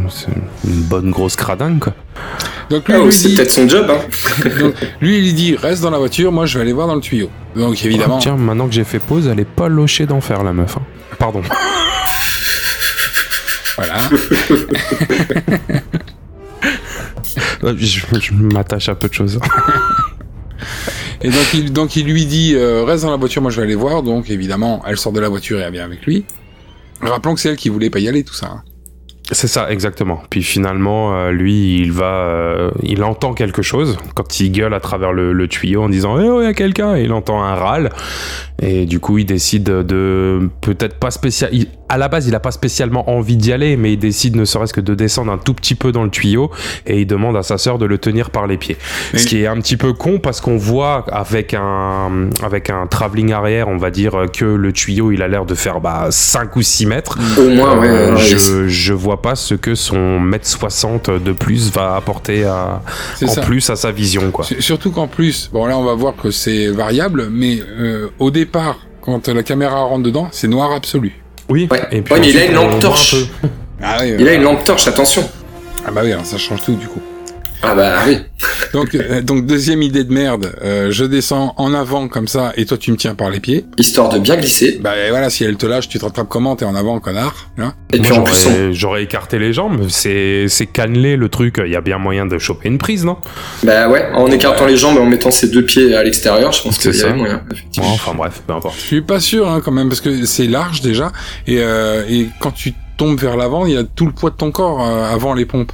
B: C'est une bonne grosse cradingue, quoi.
C: Donc lui,
D: Ah,
C: lui,
D: ou c'est
C: dit-
D: peut-être son job. Hein.
C: donc, lui, il lui dit reste dans la voiture, moi je vais aller voir dans le tuyau. Donc évidemment,
D: Oh,
B: Ah, tiens, maintenant que j'ai fait pause, elle est pas lochée d'enfer, la meuf. hein. Pardon.
C: voilà.
B: Euh, je je m'attache à peu de choses.
C: Et donc il, donc il lui dit euh, reste dans la voiture, moi je vais aller voir. Donc évidemment, elle sort de la voiture et elle vient avec lui. Rappelons que c'est elle qui voulait pas y aller, tout ça. hein.
B: C'est ça, exactement. Puis finalement, euh, lui, il va, euh, il entend quelque chose quand il gueule à travers le, le tuyau en disant "Eh oh, il y a quelqu'un." Et il entend un râle et du coup, il décide de peut-être pas spécial. il- à la base, il a pas spécialement envie d'y aller, mais il décide ne serait-ce que de descendre un tout petit peu dans le tuyau et il demande à sa sœur de le tenir par les pieds.
C: Oui.
B: Ce qui est un petit peu con parce qu'on voit avec un avec un travelling arrière, on va dire que le tuyau, il a l'air de faire bah 5 ou 6 mètres.
D: Au moins, Ah ouais.
B: Euh,
D: ouais, ouais.
B: je, je vois pas ce que son mètre 60 de plus va apporter à,
C: C'est
B: en
C: ça.
B: plus à sa vision quoi.
C: S- Surtout qu'en plus, bon là on va voir que c'est variable, mais euh, au départ, quand la caméra rentre dedans, c'est noir absolu.
B: Oui.
D: Ouais. Ouais, mais il a une lampe torche.
C: Ah oui,
D: Il a une lampe torche. Attention.
C: Ah bah oui, alors ça change tout du coup.
D: Ah bah oui.
C: Donc, euh, donc deuxième idée de merde, euh, je descends en avant comme ça et toi tu me tiens par les pieds.
D: Histoire de bien glisser.
C: Bah et voilà, si elle te lâche, tu te rattrapes comment T'es en avant, connard. hein
D: Et puis en plus, on-
B: j'aurais, j'aurais écarté les jambes. C'est, c'est cannelé le truc. Il y a bien moyen de choper une prise, non
D: Bah ouais, en écartant les jambes et en mettant ses deux pieds à l'extérieur, je pense
B: C'est
D: qu'il y
B: ça.
D: avait moyen.
B: Ouais, Enfin bref, peu importe.
C: Je suis pas sûr hein, quand même parce que c'est large déjà et, euh, et quand tu tombes vers l'avant, il y a tout le poids de ton corps euh, avant les pompes.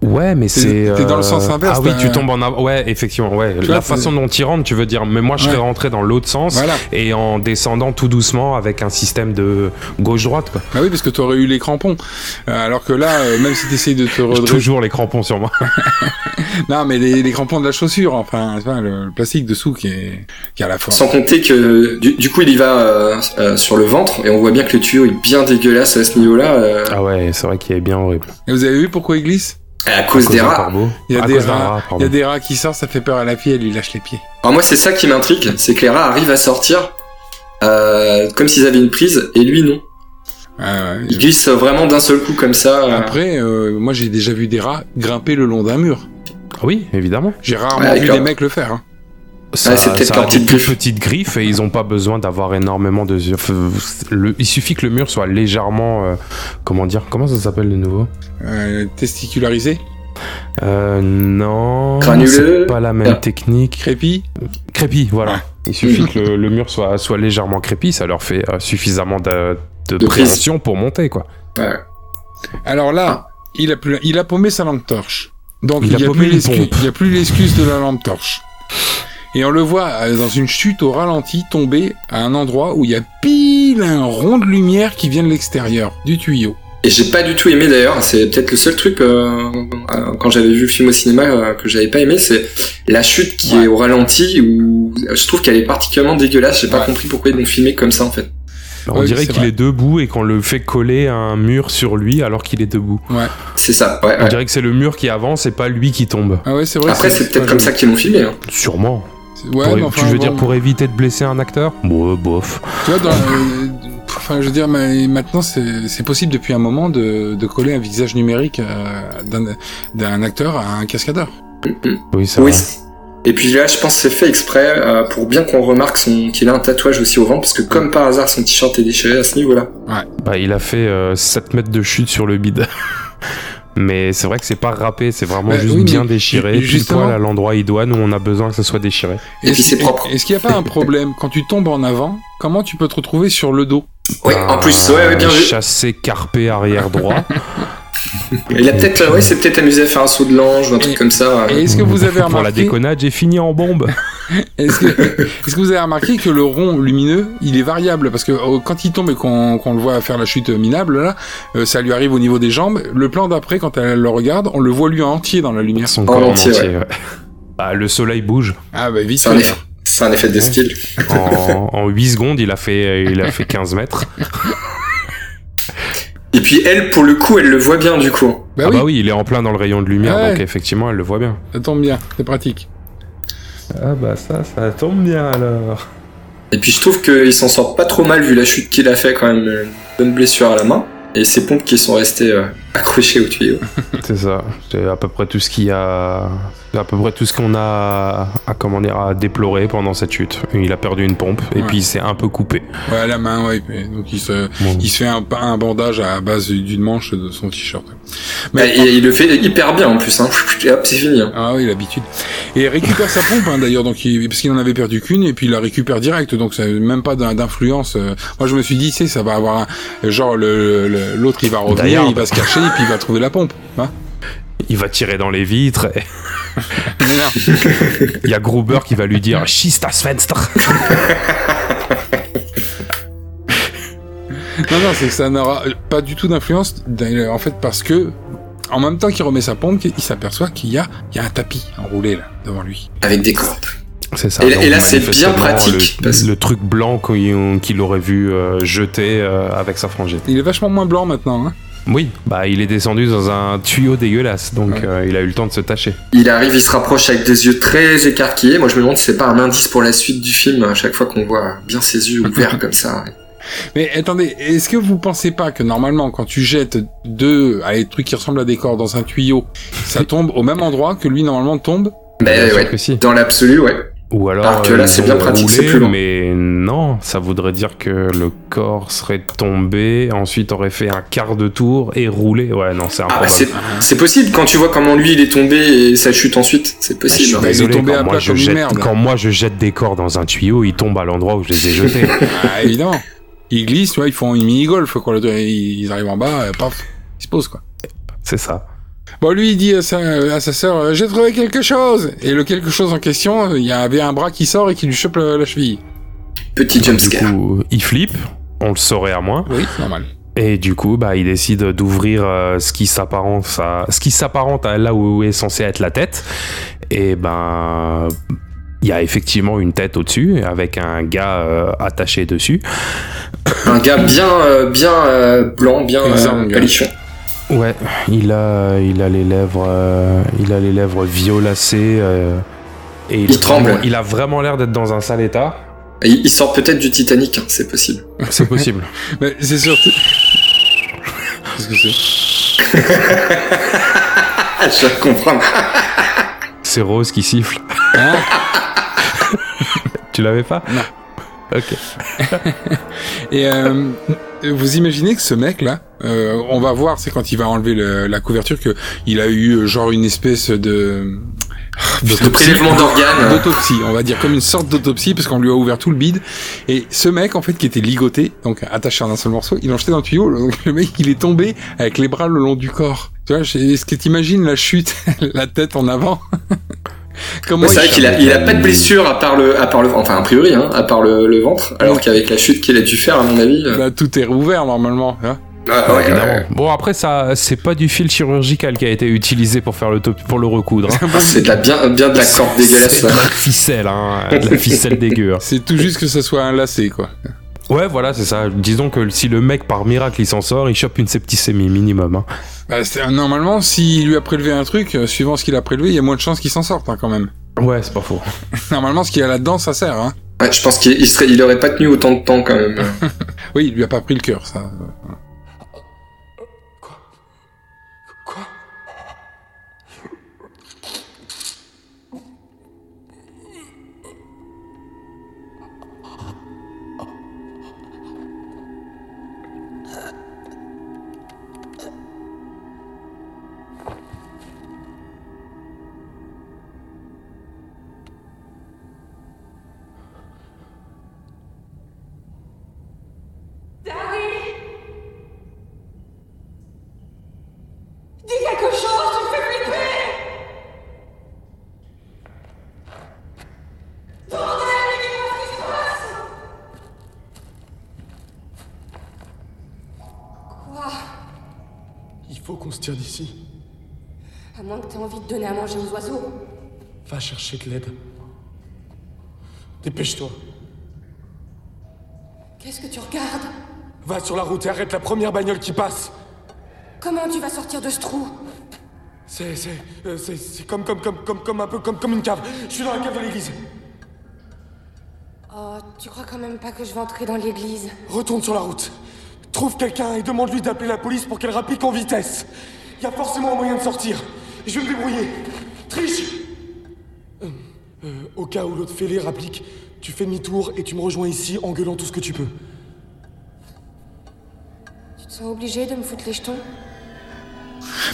B: Ouais, mais
C: T'es-
B: c'est.
C: t'es dans le sens inverse,
B: Ah oui,
C: t'as-
B: tu tombes en avant. Ouais, effectivement. Ouais.
C: Tu vois,
B: La
C: c'est-
B: façon dont il rentre, tu veux dire. Mais moi, je
C: Ouais.
B: serais rentré dans l'autre sens
C: Voilà.
B: et en descendant tout doucement avec un système de gauche-droite. quoi.
C: Bah oui, parce que tu aurais eu les crampons. Euh, alors que là, euh, même si tu essayes de te
B: J'ai
C: redresser,
B: toujours les crampons sur moi.
C: non mais les, les crampons de la chaussure, enfin, tu vois, le, le plastique dessous qui est qui est à la fois.
D: Sans compter que du, du coup, il y va euh, euh, sur le ventre et on voit bien que le tuyau est bien dégueulasse à ce niveau-là euh,
B: Ah ouais, c'est vrai qu'il est bien horrible.
C: Et vous avez vu pourquoi il glisse
D: Ah, à cause des
B: d'un
D: rats.
B: corbeau.
C: Il y a
B: À
C: des
B: cause d'un
C: rats.
B: rat,
C: Il y
B: pardon.
C: a des rats qui sortent, ça fait peur à la fille, elle lui lâche les pieds.
D: Alors moi, c'est ça qui m'intrigue, c'est que les rats arrivent à sortir euh, comme s'ils avaient une prise et lui non.
C: Ah ouais,
D: Il glisse vraiment d'un seul coup comme ça. euh,
C: Après, euh, moi j'ai déjà vu des rats grimper le long d'un mur.
B: Ah Oui, évidemment.
C: J'ai rarement
D: Ouais,
C: vu
D: d'accord.
C: des mecs le faire. hein.
B: Ça-
D: c'est peut-être
B: ça a
D: leur
B: des
D: petite
B: plus
D: griffe.
B: petites griffes et ils ont pas besoin d'avoir énormément de. le- Il suffit que le mur soit légèrement. euh, Comment dire Comment ça s'appelle de nouveau
C: Euh, testicularisé,
B: Euh, Non.
D: Granuleux.
B: C'est pas la même
D: Ah.
B: technique.
C: crépi,
B: Crépi, voilà. Il suffit que le, le mur soit, soit légèrement crépi, ça leur fait euh, suffisamment de, de
D: De prise.
B: préhension pour monter, quoi.
D: ouais.
C: Alors là, il a, plus, il a paumé sa lampe torche. Donc
B: Il
C: il
B: a
C: n'y a,
B: paumé
C: plus
B: une
C: l'excu-
B: pompe.
C: il y a plus l'excuse de la lampe torche. Et on le voit euh, dans une chute au ralenti tomber à un endroit où il y a pile un rond de lumière qui vient de l'extérieur, du tuyau.
D: Et j'ai pas du tout aimé d'ailleurs, c'est peut-être le seul truc euh, euh, quand j'avais vu le film au cinéma euh, que j'avais pas aimé, c'est la chute qui est au ralenti où je trouve qu'elle est particulièrement dégueulasse, j'ai pas
C: Ouais.
D: compris pourquoi ils l'ont filmé comme ça en fait.
B: On
C: Oui,
B: dirait
C: c'est
B: qu'il
C: vrai.
B: est debout et qu'on le fait coller à un mur sur lui alors qu'il est debout.
C: Ouais.
D: C'est ça, ouais.
B: On
D: ouais.
B: dirait que c'est le mur qui avance et pas lui qui tombe.
C: Ah ouais, c'est vrai.
D: Après, c'est peut-être
C: pas
D: comme
C: joli.
D: ça qu'ils l'ont filmé. hein.
B: Sûrement.
C: C'est- Ouais,
B: Pour-
C: mais enfin,
B: tu veux
C: bon,
B: dire pour éviter de blesser un acteur Bon, bof.
C: Tu vois, dans la- euh, Enfin, je veux dire, mais maintenant, c'est c'est possible depuis un moment de, de coller un visage numérique euh, d'un- d'un acteur à un cascadeur.
B: Oui, c'est vrai.
D: Oui. c'est- Et puis là, je pense que c'est fait exprès euh, pour bien qu'on remarque son... qu'il a un tatouage aussi au ventre, parce que comme par hasard, son t-shirt est déchiré à ce niveau-là.
B: Bah, il a fait euh, 7 mètres de chute sur le bide. Mais c'est vrai que c'est pas râpé, c'est vraiment
C: Bah,
B: juste
C: oui, mais-
B: bien déchiré,
C: mais
B: pile
C: justement-
B: poil à l'endroit idoine où on a besoin que ça soit déchiré.
D: Et puis, c'est
C: Est-ce-
D: propre.
C: Est-ce qu'il n'y a pas un problème quand tu tombes en avant Comment tu peux te retrouver sur le dos
D: Oui, en plus, ouais, ouais, bien vu.
B: Chassé, carpé, arrière droit.
D: Il a peut-être, euh, ouais, c'est peut-être amusé à faire un saut de l'ange ou un
C: Et-
D: truc comme ça.
C: Et est-ce que vous avez
B: Mmh, Pour la
C: remarqué
B: déconnade, j'ai fini en bombe.
C: Est-ce que, est-ce que vous avez remarqué que le rond lumineux, il est variable Parce que oh, quand il tombe et qu'on qu'on le voit faire la chute minable, là, euh, ça lui arrive au niveau des jambes. Le plan d'après, quand elle le regarde, on le voit lui en entier dans la lumière.
B: Son corps en
D: entier,
B: entier, ouais. Bah, le soleil bouge.
C: Ah bah vite.
D: C'est un effet. C'est un effet de style.
B: En, en 8 secondes, il a fait, il a fait 15 mètres.
D: Et puis elle, pour le coup, elle le voit bien du coup.
C: Bah
B: ah
C: oui,
B: bah oui, il est en plein dans le rayon de lumière,
C: Ouais.
B: donc effectivement, elle le voit bien.
C: ça tombe bien, c'est pratique.
B: Ah bah ça, ça tombe bien alors.
D: Et puis je trouve qu'il s'en sort pas trop mal vu la chute qu'il a fait quand même. euh, Une bonne blessure à la main. Et ses pompes qui sont restées euh, accrochées au tuyau.
B: C'est ça. C'est à peu près tout ce qu'il y a, c'est à peu près tout ce qu'on a, à, comment dire, à déplorer pendant cette chute. Il a perdu une pompe et
C: Ouais.
B: puis il s'est un peu coupé.
C: Ouais, à la main, ouais. mais Donc il se,
B: Bon.
C: il se fait un, un bandage à base d'une manche de son t-shirt.
D: Bah, Mais et il le fait hyper bien en plus. Hein. Et hop, c'est fini. hein.
C: Ah oui, l'habitude. Et il récupère sa pompe hein, d'ailleurs, donc il, parce qu'il en avait perdu qu'une et puis il la récupère direct, donc ça même pas d'in- d'influence. euh. Moi je me suis dit, c'est ça va avoir un, genre le- le- l'autre il va revenir,
B: D'ailleurs.
C: il va se cacher et puis il va trouver la pompe. Hein
B: Il va tirer dans les vitres. et
C: Mais non.
B: Il y a Gruber qui va lui dire Schieß das Fenster.
C: non, non, c'est que ça n'aura pas du tout d'influence. d'ailleurs, En fait, parce que en même temps qu'il remet sa pompe, il s'aperçoit qu'il y a, il y a un tapis enroulé là devant lui.
D: Avec des cordes.
B: C'est ça.
D: Et là-
B: Donc,
D: et là, c'est
B: manifestement,
D: bien pratique,
B: Le,
D: parce-
B: le truc blanc qu'on- qu'il aurait vu euh, jeter euh, avec sa frangine.
C: Il est vachement moins blanc maintenant. Hein
B: Oui, bah il est descendu dans un tuyau dégueulasse, donc euh, il a eu le temps de se tâcher.
D: Il arrive, il se rapproche avec des yeux très écarquillés. Moi je me demande si c'est pas un indice pour la suite du film à chaque fois qu'on voit bien ses yeux ouverts comme ça.
C: Mais attendez, est-ce que vous pensez pas que normalement, quand tu jettes deux allez, trucs qui ressemblent à des cordes dans un tuyau, ça tombe au même endroit que lui normalement tombe
D: Mais
B: Bien sûr
D: Eh Bah, ouais.
B: que si.
D: Dans l'absolu, ouais.
B: Ou alors. euh,
D: Alors que là,
B: ils
D: c'est
B: ont
D: bien pratique, c'est
B: roulé,
D: plus long.
B: Mais non, ça voudrait dire que le corps serait tombé, ensuite aurait fait un quart de tour et roulé. Ouais, non, c'est
D: Ah bah
B: improbable.
D: c'est c'est possible quand tu vois comment lui il est tombé et sa chute ensuite, c'est
B: Je suis
D: possible. hein.
C: bah, il est
B: désolé,
C: tombé
B: quand,
C: à
B: moi
C: plat
B: je
C: comme une
B: jette,
C: merde.
B: quand moi je jette des corps dans un tuyau, ils tombent à l'endroit où je les ai jetés.
C: Ah, évidemment. Ils glissent, tu vois, ils font une mini-golf, quoi. le- Ils arrivent en bas, euh, paf, ils se posent, quoi.
B: c'est ça.
C: Bon, lui, il dit à sa, à sa sœur, euh, j'ai trouvé quelque chose Et le quelque chose en question, euh, il y avait un bras qui sort et qui lui chope la, la cheville.
D: Petit
B: Du
D: jumpscare.
B: coup, il flippe, on le saurait à moins.
C: Oui, c'est normal.
B: Et du coup, bah, il décide d'ouvrir euh, ce qui s'apparente à ce qui s'apparente à là où est censé être la tête. Et ben, il y a effectivement une tête au-dessus avec un gars euh, attaché dessus.
D: Un gars bien euh, bien euh, blanc, bien euh,
C: Exsangue.
D: palichon.
B: Ouais, il a, il a les lèvres, euh, il a les lèvres violacées. euh, et il,
D: Il
B: a vraiment-
D: tremble.
B: il a vraiment l'air d'être dans un sale état.
D: Et Il il sort peut-être du Titanic, hein, c'est possible.
B: C'est possible.
C: Mais c'est surtout... Qu'est-ce que c'est
D: Ah, je comprends.
B: C'est Rose qui siffle.
C: Hein
B: Tu l'avais pas
C: Non.
B: Ok.
C: Et euh, vous imaginez que ce mec là, euh, on va voir, c'est quand il va enlever le- la couverture que il a eu euh, genre une espèce de
D: Ah, Le euh. prélèvement d'organes.
C: d'autopsie, on va dire comme une sorte d'autopsie parce qu'on lui a ouvert tout le bide. Et ce mec en fait qui était ligoté, donc attaché en un seul morceau, il l'ont jeté dans le tuyau. Donc le mec il est tombé avec les bras le long du corps. Tu vois, je- est-ce que t'imagines la chute, la tête en avant Comment
D: Ouais, c'est vrai
C: il-
D: qu'il a, il a pas de blessure à part le, à part le, enfin a priori, hein, à part le, le ventre, alors qu'avec la chute qu'il a dû faire, à mon avis. euh,
C: Bah, tout est rouvert normalement. hein.
D: ah, ouais,
B: Évidemment.
D: ouais.
B: Bon après ça c'est pas du fil chirurgical qui a été utilisé pour faire le top- pour le recoudre. hein.
D: Ah, c'est de la bien, bien de la corde dégueulasse.
B: C'est de la ficelle hein, de la ficelle dégueu. hein.
C: C'est tout juste que ça soit un lacet quoi.
B: Ouais, voilà, c'est ça. Disons que si le mec, par miracle, il s'en sort, il chope une septicémie minimum. hein.
C: Bah, c'est- normalement, s'il lui a prélevé un truc, euh, suivant ce qu'il a prélevé, il y a moins de chances qu'il s'en sorte hein, quand même.
B: Ouais, c'est pas faux.
C: Normalement, ce qu'il y a là-dedans, ça sert. Hein.
D: Ouais, je pense qu'il il serait, il aurait pas tenu autant de temps quand même.
C: Oui, il lui a pas pris le cœur, ça.
G: Quoi
I: Dis quelque chose, tu me fais flipper Bordel, mais qu'est-ce qui se passe Quoi
G: Il faut qu'on se tire d'ici.
I: À moins que t'aies envie de donner à manger aux oiseaux.
G: Va chercher de l'aide. Dépêche-toi.
I: Qu'est-ce que tu regardes
G: Va sur la route et arrête la première bagnole qui passe.
I: Comment tu vas sortir de ce trou
G: C'est c'est euh, c'est c'est comme comme comme comme comme un peu comme comme une cave. Je suis dans la cave de l'église.
I: Oh, tu crois quand même pas que je vais entrer dans l'église
G: Retourne sur la route. Trouve quelqu'un et demande-lui d'appeler la police pour qu'elle rapplique en vitesse. Il y a forcément un moyen de sortir. Je vais me débrouiller. Triche Euh, euh, Au cas où l'autre fêlé rapplique, tu fais demi-tour et tu me rejoins ici en gueulant tout ce que tu peux.
I: Tu te sens obligé de me foutre les jetons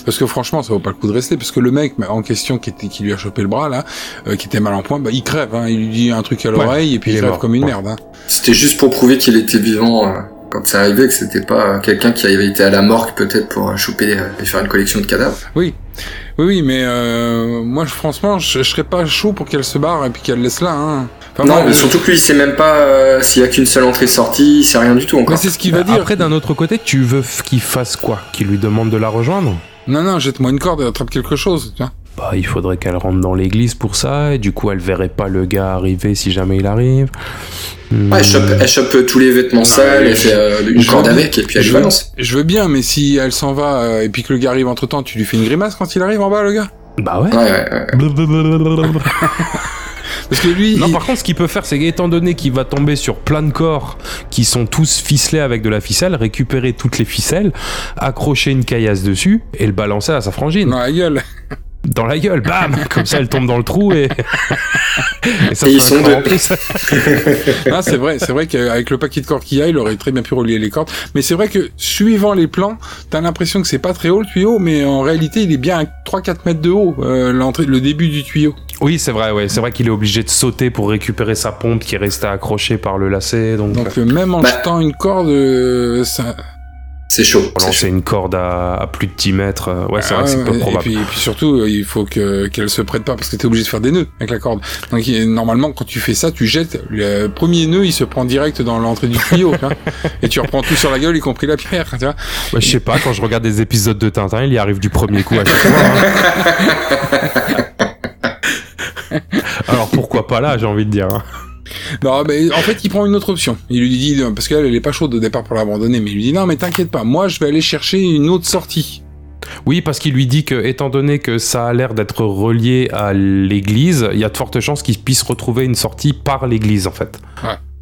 C: Parce que franchement, ça vaut pas le coup de rester, parce que le mec bah, en question qui, était, qui lui a chopé le bras, là, euh, qui était mal en point, bah, il crève, hein, il lui dit un truc à l'oreille, et puis
B: il
C: il,
B: est
C: crève
B: mort,
C: comme une
B: ouais.
C: merde. Hein.
D: C'était juste pour prouver qu'il était vivant euh, quand c'est arrivé, que c'était pas euh, quelqu'un qui avait été à la morgue peut-être pour euh, choper euh, et faire une collection de cadavres.
C: Oui. Oui, oui, mais euh, moi, je- franchement, je, je serais pas chaud pour qu'elle se barre et puis qu'elle laisse là. Hein. Enfin,
D: non,
C: moi,
D: mais
C: je-
D: surtout que lui, il sait même pas euh, s'il y a qu'une seule entrée-sortie, il sait rien du tout
C: Mais
D: encore.
C: c'est ce qu'il va
B: Bah,
C: dire.
B: Après, d'un autre côté, tu veux f- qu'il fasse quoi Qu'il lui demande de la rejoindre
C: Non, non, jette-moi une corde, attrape quelque chose, tu vois.
B: Bah, il faudrait qu'elle rentre dans l'église pour ça, et du coup, elle verrait pas le gars arriver si jamais il arrive. Hmm.
D: Ouais, elle chope, elle chope, euh, tous les vêtements sales, elle fait euh, une
C: je
D: corde
C: veux bien-
D: avec et puis elle
C: je
D: le
C: veux-
D: balance.
C: Je veux bien, mais si elle s'en va euh, et puis que le gars arrive entre temps, tu lui fais une grimace quand il arrive en bas, le gars
B: Bah ouais.
D: Ouais, ouais, ouais.
C: Parce que lui,
B: Non,
C: il-
B: par contre, ce qu'il peut faire, c'est qu'étant donné qu'il va tomber sur plein de corps qui sont tous ficelés avec de la ficelle, récupérer toutes les ficelles, accrocher une caillasse dessus et le balancer à sa frangine.
C: dans la gueule.
B: Dans la gueule, bam Comme ça, elle tombe dans le trou et. et ça
D: Et
B: fait un
D: ils sont
B: corps en
D: deux.
B: plus.
C: Ah, c'est vrai, c'est vrai qu'avec le paquet de cordes qu'il y a, il aurait très bien pu relier les cordes. Mais c'est vrai que suivant les plans, t'as l'impression que c'est pas très haut le tuyau, mais en réalité, il est bien à 3-4 mètres de haut, euh, l'entrée, le début du tuyau.
B: Oui, c'est vrai, ouais. C'est vrai qu'il est obligé de sauter pour récupérer sa pompe qui est restée accrochée par le lacet. Donc,
C: Donc euh, même en
D: Bah.
C: jetant une corde, euh, ça.
D: C'est chaud.
B: pour
D: c'est chaud.
B: lancer une corde à, à plus de 10 mètres. euh, Ouais, c'est vrai,
C: Ah
B: c'est
C: ouais,
B: peu
C: ouais.
B: probable.
C: Et puis, et puis surtout, euh, il faut que qu'elle se prête pas parce que t'es obligé de faire des nœuds avec la corde. Donc il- normalement, quand tu fais ça, tu jettes le premier nœud, il se prend direct dans l'entrée du tuyau, tu vois. Et tu reprends tout sur la gueule, y compris la pierre, tu vois.
B: Bah, je sais pas, quand je regarde des épisodes de Tintin, il y arrive du premier coup à chaque fois. hein. Alors pourquoi pas là, j'ai envie de dire. hein.
C: Non, mais en fait, il prend une autre option. Il lui dit, parce qu'elle, elle est pas chaude au départ pour l'abandonner, mais il lui dit, non, mais t'inquiète pas, moi, je vais aller chercher une autre sortie.
B: Oui, parce qu'il lui dit que, étant donné que ça a l'air d'être relié à l'église, il y a de fortes chances qu'il puisse retrouver une sortie par l'église en fait.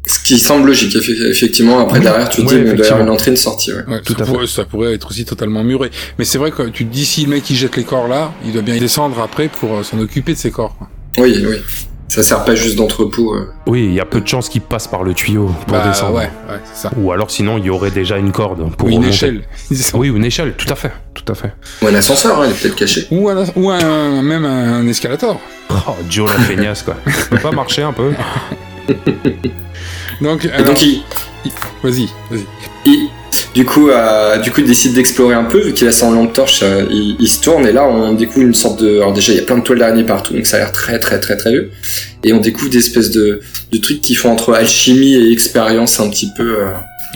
D: Ce qui semble logique, effe- effectivement. Après,
B: Oui.
D: derrière, tu te
B: Ouais,
D: dis, mais il doit y avoir
B: effectivement.
D: une entrée, une sortie, ouais.
C: Ouais,
B: Tout
C: ça,
B: à fait.
C: pourrait, ça pourrait être aussi totalement muré. Mais c'est vrai que tu te dis, si le mec, il jette les corps là, il doit bien y descendre après pour euh, s'en occuper de ses corps. quoi.
D: Oui, oui. Ça sert pas juste d'entrepôt. euh.
B: Oui, il y a peu de chances qu'il passe par le tuyau pour
C: Bah,
B: descendre.
C: ouais, ouais, c'est ça.
B: Ou alors sinon, il y aurait déjà une corde pour
C: Ou une
B: remonter.
C: échelle. Ils descendent.
B: Oui, ou une échelle, tout à fait, tout à fait.
D: Ou un ascenseur, hein, il est peut-être caché.
C: Ou, un, ou un- même un escalator.
B: Oh, Joe la feignasse quoi. Ça peut pas marcher un peu
C: Donc,
D: Et
C: alors-
D: donc, il,
C: vas-y, vas-y.
D: Il- du coup, euh, du coup, il décide d'explorer un peu, vu qu'il a son lampe torche, euh, il, il se tourne et là, on découvre une sorte de. Alors déjà, il y a plein de toiles d'araignée partout, donc ça a l'air très, très, très, très vieux. Et on découvre des espèces de, de trucs qui font entre alchimie et expérience un petit peu. euh.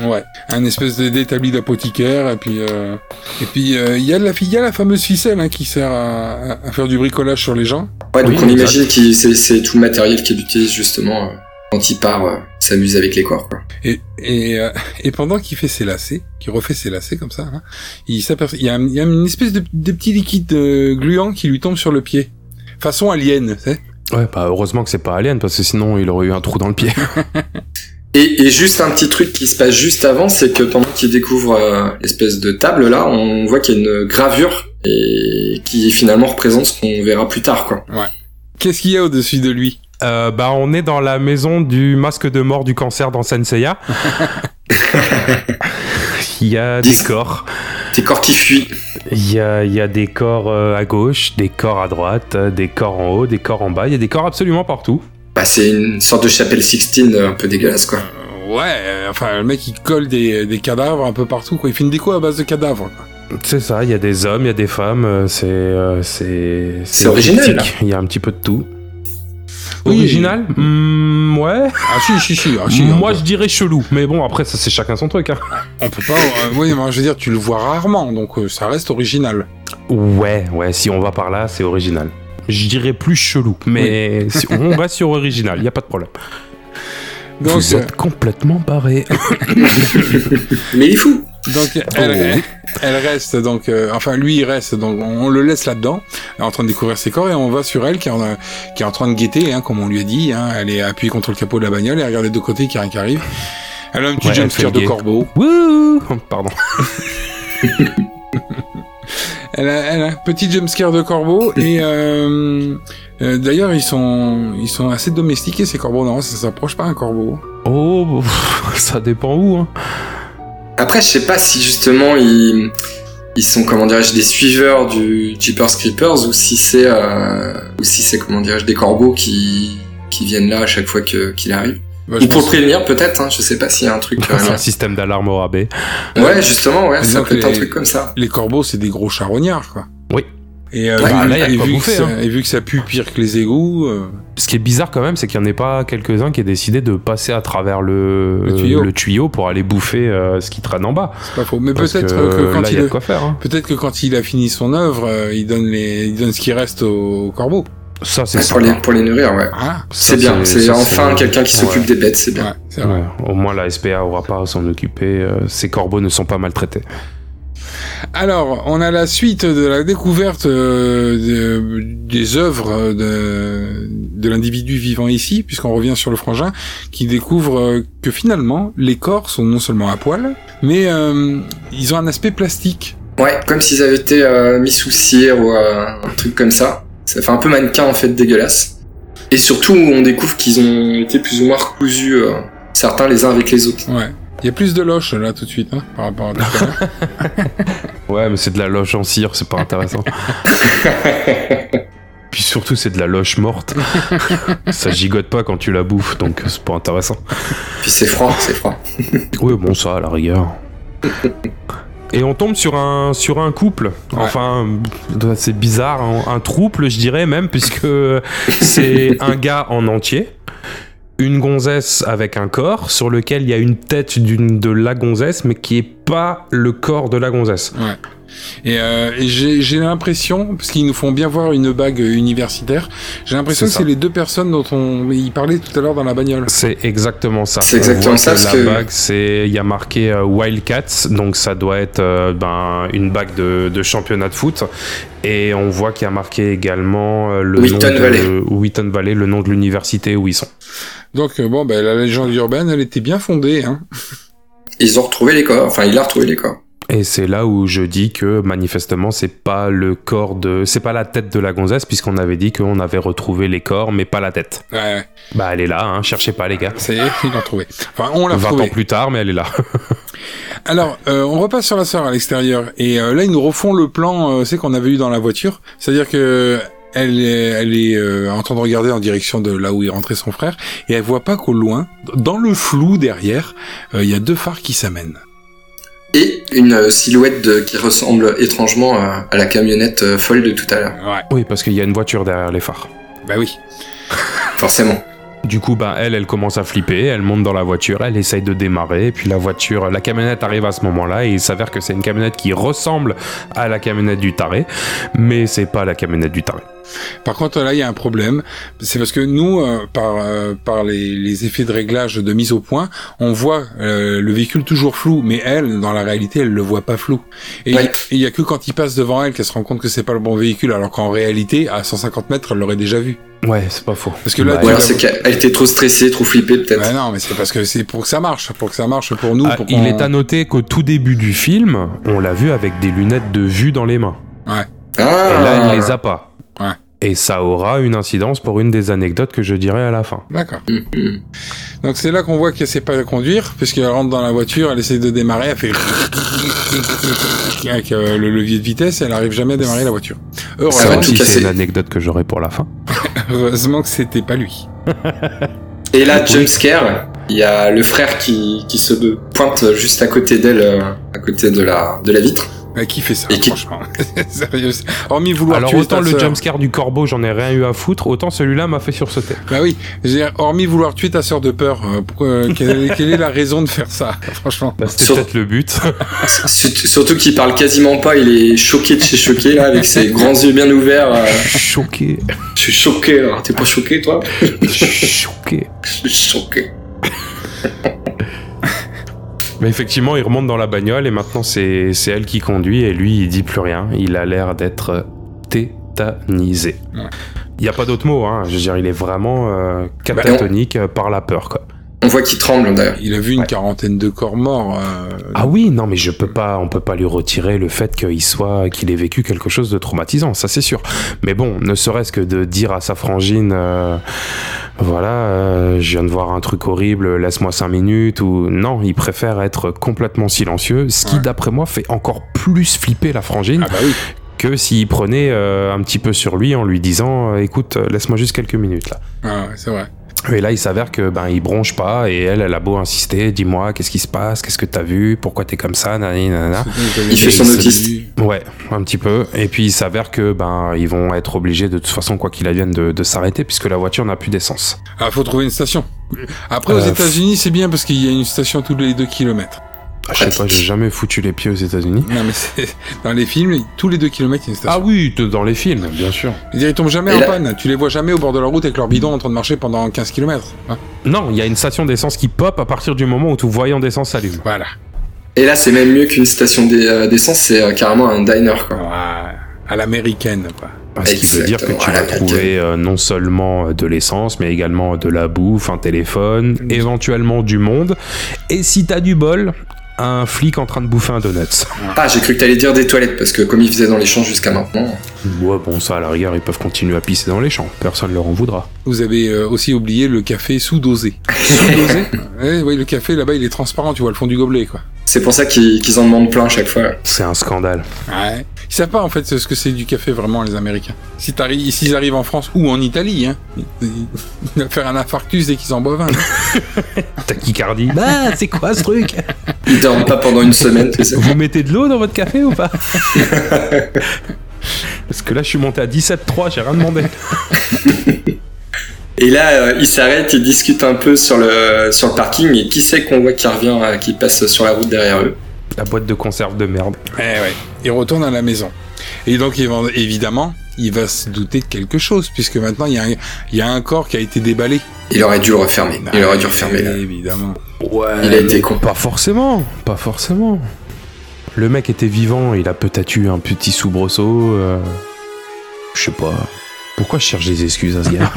C: Ouais, un espèce de- d'établi d'apothicaire et puis euh, et puis euh, il y a de la fi- il y a la fameuse ficelle hein, qui sert à, à- à faire du bricolage sur les gens.
D: Ouais, donc
B: Oui,
D: on
B: exact.
D: imagine que c'est c'est tout le matériel qu'il utilise justement euh, quand il part euh, s'amuse avec les corps. Quoi.
C: Et, et, euh, et pendant qu'il fait ses lacets, qu'il refait ses lacets comme ça, hein, il s'aperçoit, il y, a un- il y a une espèce de, de petit liquide euh, gluant qui lui tombe sur le pied. Façon alien, tu sais.
B: Ouais, bah heureusement que c'est pas Alien, parce que sinon il aurait eu un trou dans le pied.
D: Et, et juste un petit truc qui se passe juste avant, c'est que pendant qu'il découvre euh, l'espèce de table là, on voit qu'il y a une gravure et qui finalement représente ce qu'on verra plus tard. Quoi.
C: Qu'est-ce qu'il y a au-dessus de lui
B: Euh, bah on est dans la maison du masque de mort du cancer dans Senseiya. Il y a des
D: Dis-
B: corps.
D: Des corps qui fuient.
B: Il y a, il y a des corps euh, à gauche, des corps à droite, euh, des corps en haut, des corps en bas. Il y a des corps absolument partout.
D: Bah, c'est une sorte de chapelle Sixtine euh, un peu dégueulasse quoi.
C: Euh, Ouais, euh, enfin le mec il colle des, des cadavres un peu partout quoi. Il fait une déco à base de cadavres. quoi.
B: C'est ça, il y a des hommes, il y a des femmes. euh, c'est euh, c'est
D: C'est original,
B: éclectique. Il y a un petit peu de tout.
C: Oui.
B: Original Hmm, Ouais.
C: Ah si si si. ah, si,
B: Moi
C: on
B: je dirais chelou, mais bon après ça c'est chacun son truc. Hein.
C: peut, on peut pas. euh, oui, mais je veux dire tu le vois rarement donc euh, ça reste original.
B: Ouais, ouais, si on va par là, c'est original. Je dirais plus chelou, mais si on va sur original, il y a pas de problème.
C: Donc,
B: Vous
C: euh,
B: êtes complètement barré.
D: Mais il est fou.
C: euh, Donc elle, elle- elle reste donc euh, enfin lui il reste donc on, on le laisse là-dedans en train de découvrir ses corps et on va sur elle qui est en, euh, qui est en train de guetter hein, comme on lui a dit hein, elle est appuyée contre le capot de la bagnole et elle regarde de côté qu'il y a rien qui arrive. Elle a un petit
B: Ouais, elle fait
C: jumpscare
B: le
C: de
B: guet.
C: corbeau.
B: Wouh Pardon.
C: Elle a, elle a un petit jumpscare de corbeau et euh, euh, d'ailleurs ils sont ils sont assez domestiqués ces corbeaux non ça s'approche pas un corbeau.
B: Oh, ça dépend où. Hein.
D: Après, je sais pas si justement ils, ils sont, comment dirais-je, des suiveurs du Jeepers Creepers ou si c'est, euh, ou si c'est, comment dirais-je, des corbeaux qui, qui viennent là à chaque fois que, qu'il arrive.
C: Bah, je
D: Ou pour le
C: pense-
D: prévenir, peut-être, hein, je sais pas s'il y a un truc. euh,
B: C'est
D: là.
B: un système d'alarme au rabais.
D: ouais, justement, ouais,
C: Mais
D: ça
C: donc,
D: peut être un
C: les-
D: truc comme ça.
C: les corbeaux c'est des gros charognards quoi.
B: Oui.
C: Et, euh,
B: Bah,
C: vu-
B: là, y a de
C: et
B: quoi
C: vu que
B: bouffer,
C: ça,
B: hein.
C: et vu que ça pue pire que les égouts. euh,
B: Ce qui est bizarre quand même, c'est qu'il n'y en ait pas quelques-uns qui aient décidé de passer à travers le,
C: Le tuyau.
B: pour aller bouffer euh, ce qui traîne en bas.
C: C'est pas faux. Mais
B: Parce
C: peut-être que,
B: que
C: quand
B: là, il
C: il
B: y a
C: a...
B: de quoi faire. hein.
C: peut-être que quand il a fini son œuvre, euh, il donne les, il donne ce qui reste au, au corbeau.
B: Ça, c'est
D: pour,
B: sympa.
D: les, pour les nourrir, ouais.
C: Ah,
B: Ça,
D: C'est bien, c'est
B: ça,
D: enfin quelqu'un qui
B: Ouais.
D: s'occupe des bêtes, c'est bien.
C: ouais, c'est vrai.
B: Ouais, au moins la SPA aura pas à s'en occuper, euh, ces corbeaux ne sont pas maltraités.
C: Alors, on a la suite de la découverte euh, de- des œuvres euh, de, de l'individu vivant ici, puisqu'on revient sur le frangin, qui découvre euh, que finalement, les corps sont non seulement à poil, mais euh, ils ont un aspect plastique.
D: Ouais, comme s'ils avaient été euh, mis sous cire ou euh, un truc comme ça. Ça fait un peu mannequin en fait dégueulasse. Et surtout, on découvre qu'ils ont été plus ou moins recousus, euh, certains les uns avec les autres.
C: Ouais. Il y a plus de loches là tout de suite hein, par rapport à tout à l'heure.
B: Ouais, mais c'est de la loche en cire, c'est pas intéressant. Puis surtout, c'est de la loche morte. ça gigote pas quand tu la bouffes, donc c'est pas intéressant.
D: Puis c'est froid, c'est froid.
B: Oui, bon, ça, à la rigueur. Et on tombe sur un, sur un couple. Enfin, c'est bizarre, hein. un, un trouble, je dirais même, puisque c'est un gars en entier, une gonzesse avec un corps, sur lequel il y a une tête d'une de la gonzesse, mais qui est pas le corps de la gonzesse.
C: Et, euh, et j'ai j'ai l'impression, parce qu'ils nous font bien voir une bague universitaire, j'ai l'impression
B: C'est
C: que
B: ça.
C: c'est les deux personnes dont on il parlait tout à l'heure dans la bagnole.
B: C'est exactement ça.
D: C'est
B: On
D: exactement
B: voit
D: ça,
B: que
D: parce
B: la
D: que-
B: bague, c'est, il y a marqué euh, Wildcats, donc ça doit être euh, ben, une bague de, de championnat de foot. Et on voit qu'il y a marqué également euh, le
D: Wheaton
B: nom de
D: Valley.
B: Wheaton Valley, le nom de l'université où ils sont.
C: Donc euh, bon, ben la légende urbaine, elle était bien fondée. Hein.
D: Ils ont retrouvé les corps, enfin il a retrouvé les corps.
B: Et c'est là où je dis que manifestement c'est pas le corps de, c'est pas la tête de la gonzesse puisqu'on avait dit qu'on avait retrouvé les corps mais pas la tête.
C: Ouais, ouais,
B: Bah elle est là, hein, cherchez pas les gars.
C: ça y est, ils l'ont trouvée. Enfin, on l'a
B: 20 ans
C: trouvée.
B: plus tard mais elle est là.
C: Alors, euh, on repasse sur la sœur à l'extérieur et euh, là ils nous refont le plan, euh, c'est qu'on avait eu dans la voiture, c'est-à-dire que elle est, elle est euh, en train de regarder en direction de là où est rentré son frère et elle voit pas qu'au loin, dans le flou derrière, euh, il y a deux phares qui s'amènent.
D: Et une euh, silhouette de- qui ressemble étrangement euh, à la camionnette euh, folle de tout à l'heure.
C: Ouais,
B: oui parce qu'il y a une voiture derrière les phares.
C: bah oui.
D: Forcément.
B: Du coup, ben, elle, elle commence à flipper, elle monte dans la voiture, elle essaye de démarrer, et puis la voiture, la camionnette arrive à ce moment-là, et il s'avère que c'est une camionnette qui ressemble à la camionnette du taré, mais c'est pas la camionnette du taré.
C: Par contre, là, il y a un problème. C'est parce que nous, euh, par, euh, par les, les effets de réglage de mise au point, on voit euh, le véhicule toujours flou, mais elle, dans la réalité, elle le voit pas flou. Et il y a-
D: Ouais.
C: il y a que quand il passe devant elle qu'elle se rend compte que c'est pas le bon véhicule, alors qu'en réalité, à 150 mètres, elle l'aurait déjà vu.
B: Ouais, c'est pas faux.
C: Parce que là,
B: Ouais.
D: Ou
C: tu
D: alors
C: vas-
D: c'est qu'elle elle était trop stressée, trop flippée peut-être.
C: Ouais, non, mais c'est parce que c'est pour que ça marche, pour que ça marche pour nous.
B: Ah,
C: pour qu'on-
B: il est à noter qu'au tout début du film, on l'a vu avec des lunettes de vue dans les mains.
D: Ah,
B: Et là, il les a pas.
C: Ouais.
B: Et ça aura une incidence pour une des anecdotes que je dirai à la fin.
C: D'accord. Mm, Donc c'est là qu'on voit qu'elle sait pas conduire, puisqu'elle rentre dans la voiture, elle essaie de démarrer, elle fait avec euh, le levier de vitesse, et elle arrive jamais à démarrer la voiture.
D: Ça va
C: Heureusement,
D: Ah tout
B: si c'est
D: casser.
B: une anecdote que j'aurai pour la fin.
C: heureusement que c'était pas lui.
D: Et là, jumpscare, il y a le frère qui, qui se pointe juste à côté d'elle, euh, à côté de la, de la vitre.
C: Mais Bah, qui fait ça,
D: Et qui-
C: franchement Sérieux. Hormis vouloir
B: Alors
C: tuer
B: autant
C: ta
B: le
C: sœur.
B: jumpscare du corbeau, j'en ai rien eu à foutre, autant celui-là m'a fait sursauter.
C: Bah oui, je veux dire, hormis vouloir tuer ta sœur de peur, euh, pourquoi- euh, quelle, quelle est la raison de faire ça, franchement
B: Bah, C'était
D: Sur-
B: peut-être le but.
D: Surt- Surtout qu'il parle quasiment pas, il est choqué de chez choqué, là, avec ses grands yeux bien ouverts. euh,
B: Je suis choqué.
D: je suis choqué, là. T'es pas choqué, toi
B: Je suis choqué.
D: Je suis choqué.
B: Mais effectivement, il remonte dans la bagnole et maintenant c'est c'est elle qui conduit et lui il dit plus rien. Il a l'air d'être euh, tétanisé. Il
C: Ouais.
B: n'y a pas d'autre mot, hein. je veux dire, il est vraiment euh,
D: non.
B: catatonique euh, par la peur. Quoi.
D: On voit qu'il tremble, hein, d'ailleurs.
C: Il a vu une quarantaine de corps morts. euh,
B: Ah oui, non mais je peux pas, on peut pas lui retirer le fait qu'il soit, qu'il ait vécu quelque chose de traumatisant, ça c'est sûr. Mais bon, ne serait-ce que de dire à sa frangine, euh, voilà, euh, je viens de voir un truc horrible, laisse-moi cinq minutes ou non, il préfère être complètement silencieux, ce qui
C: Ouais.
B: d'après moi fait encore plus flipper la frangine
C: Ah bah oui.
B: que s'il prenait euh, un petit peu sur lui en lui disant, euh, écoute, euh, laisse-moi juste quelques minutes là.
C: Ah ouais, c'est vrai.
B: Et là, il s'avère que ben il bronche pas et elle, elle a beau insister, dis-moi, qu'est-ce qui se passe, qu'est-ce que t'as vu, pourquoi t'es comme ça, nanani, nanana.
D: Ah. Il fait son autiste.
B: Ouais, un petit peu. Et puis il s'avère que ben ils vont être obligés de toute façon quoi qu'il advienne de, de s'arrêter puisque la voiture n'a plus d'essence.
C: Ah, faut trouver une station. Après, aux
B: Euh,
C: États-Unis, c'est bien parce qu'il y a une station tous les deux kilomètres.
B: Ah, Je sais pas, j'ai jamais foutu les pieds aux États-Unis.
C: Non, mais c'est- dans les films, tous les deux kilomètres, il y a une
B: Ah
C: station.
B: oui, de- dans les films, bien sûr.
C: Je veux dire, ils tombent jamais
D: Et
C: en
D: là-
C: panne. Tu les vois jamais au bord de la route avec leur bidon en train de marcher pendant 15 kilomètres. hein.
B: Non, il y a une station d'essence qui pop à partir du moment où tout voyant d'essence s'allume.
C: Voilà.
D: Et là, c'est même mieux qu'une station d'e- euh, d'essence, c'est euh, carrément un diner, quoi.
C: Ah, À l'américaine, quoi.
B: Ah, Ce qui veut dire que tu
D: Exactement, à
B: vas
D: la
B: trouver euh, non seulement euh, de l'essence, mais également euh, de la bouffe, un téléphone, éventuellement du monde. Et si t'as du bol, un flic en train de bouffer un donut.
D: Ah, j'ai cru que t'allais dire des toilettes, parce que comme il faisait dans les champs jusqu'à maintenant.
B: Ouais, bon, ça, à la rigueur, ils peuvent continuer à pisser dans les champs. Personne leur en voudra.
C: Vous avez euh, aussi oublié le café sous-dosé. Sous-dosé ouais, ouais, le café, là-bas, il est transparent. Tu vois le fond du gobelet, quoi.
D: C'est pour ça qu'ils qu'ils en demandent plein à chaque fois.
B: C'est un scandale.
C: Ouais. Ils savent pas, en fait, ce que c'est du café, vraiment, les Américains. Si t'arri- S'ils arrivent en France ou en Italie, hein, ils- ils vont faire un infarctus dès qu'ils en boivent un.
B: Tachycardie. Bah, c'est quoi ce truc
D: Ils dorment pas pendant une semaine, tu sais.
B: Vous mettez de l'eau dans votre café ou pas Parce que là, je suis monté à 17,3, j'ai rien demandé.
D: Et là, euh, ils s'arrêtent, ils discutent un peu sur le, sur le parking, et qui c'est qu'on voit qui revient, euh, qui passe sur la route derrière eux
B: La boîte de conserve de merde.
C: Eh ouais. Il retourne à la maison. Et donc, il va- évidemment, il va se douter de quelque chose, puisque maintenant, il y a un, il y a un corps qui a été déballé.
D: Il aurait dû le refermer. Il aurait dû refermer, là.
C: Évidemment.
B: Ouais.
C: Euh,
D: Il a été con.
B: Pas forcément, pas forcément. Le mec était vivant, il a peut-être eu un petit soubresaut. euh, Je sais pas. Pourquoi je cherche des excuses à ce gars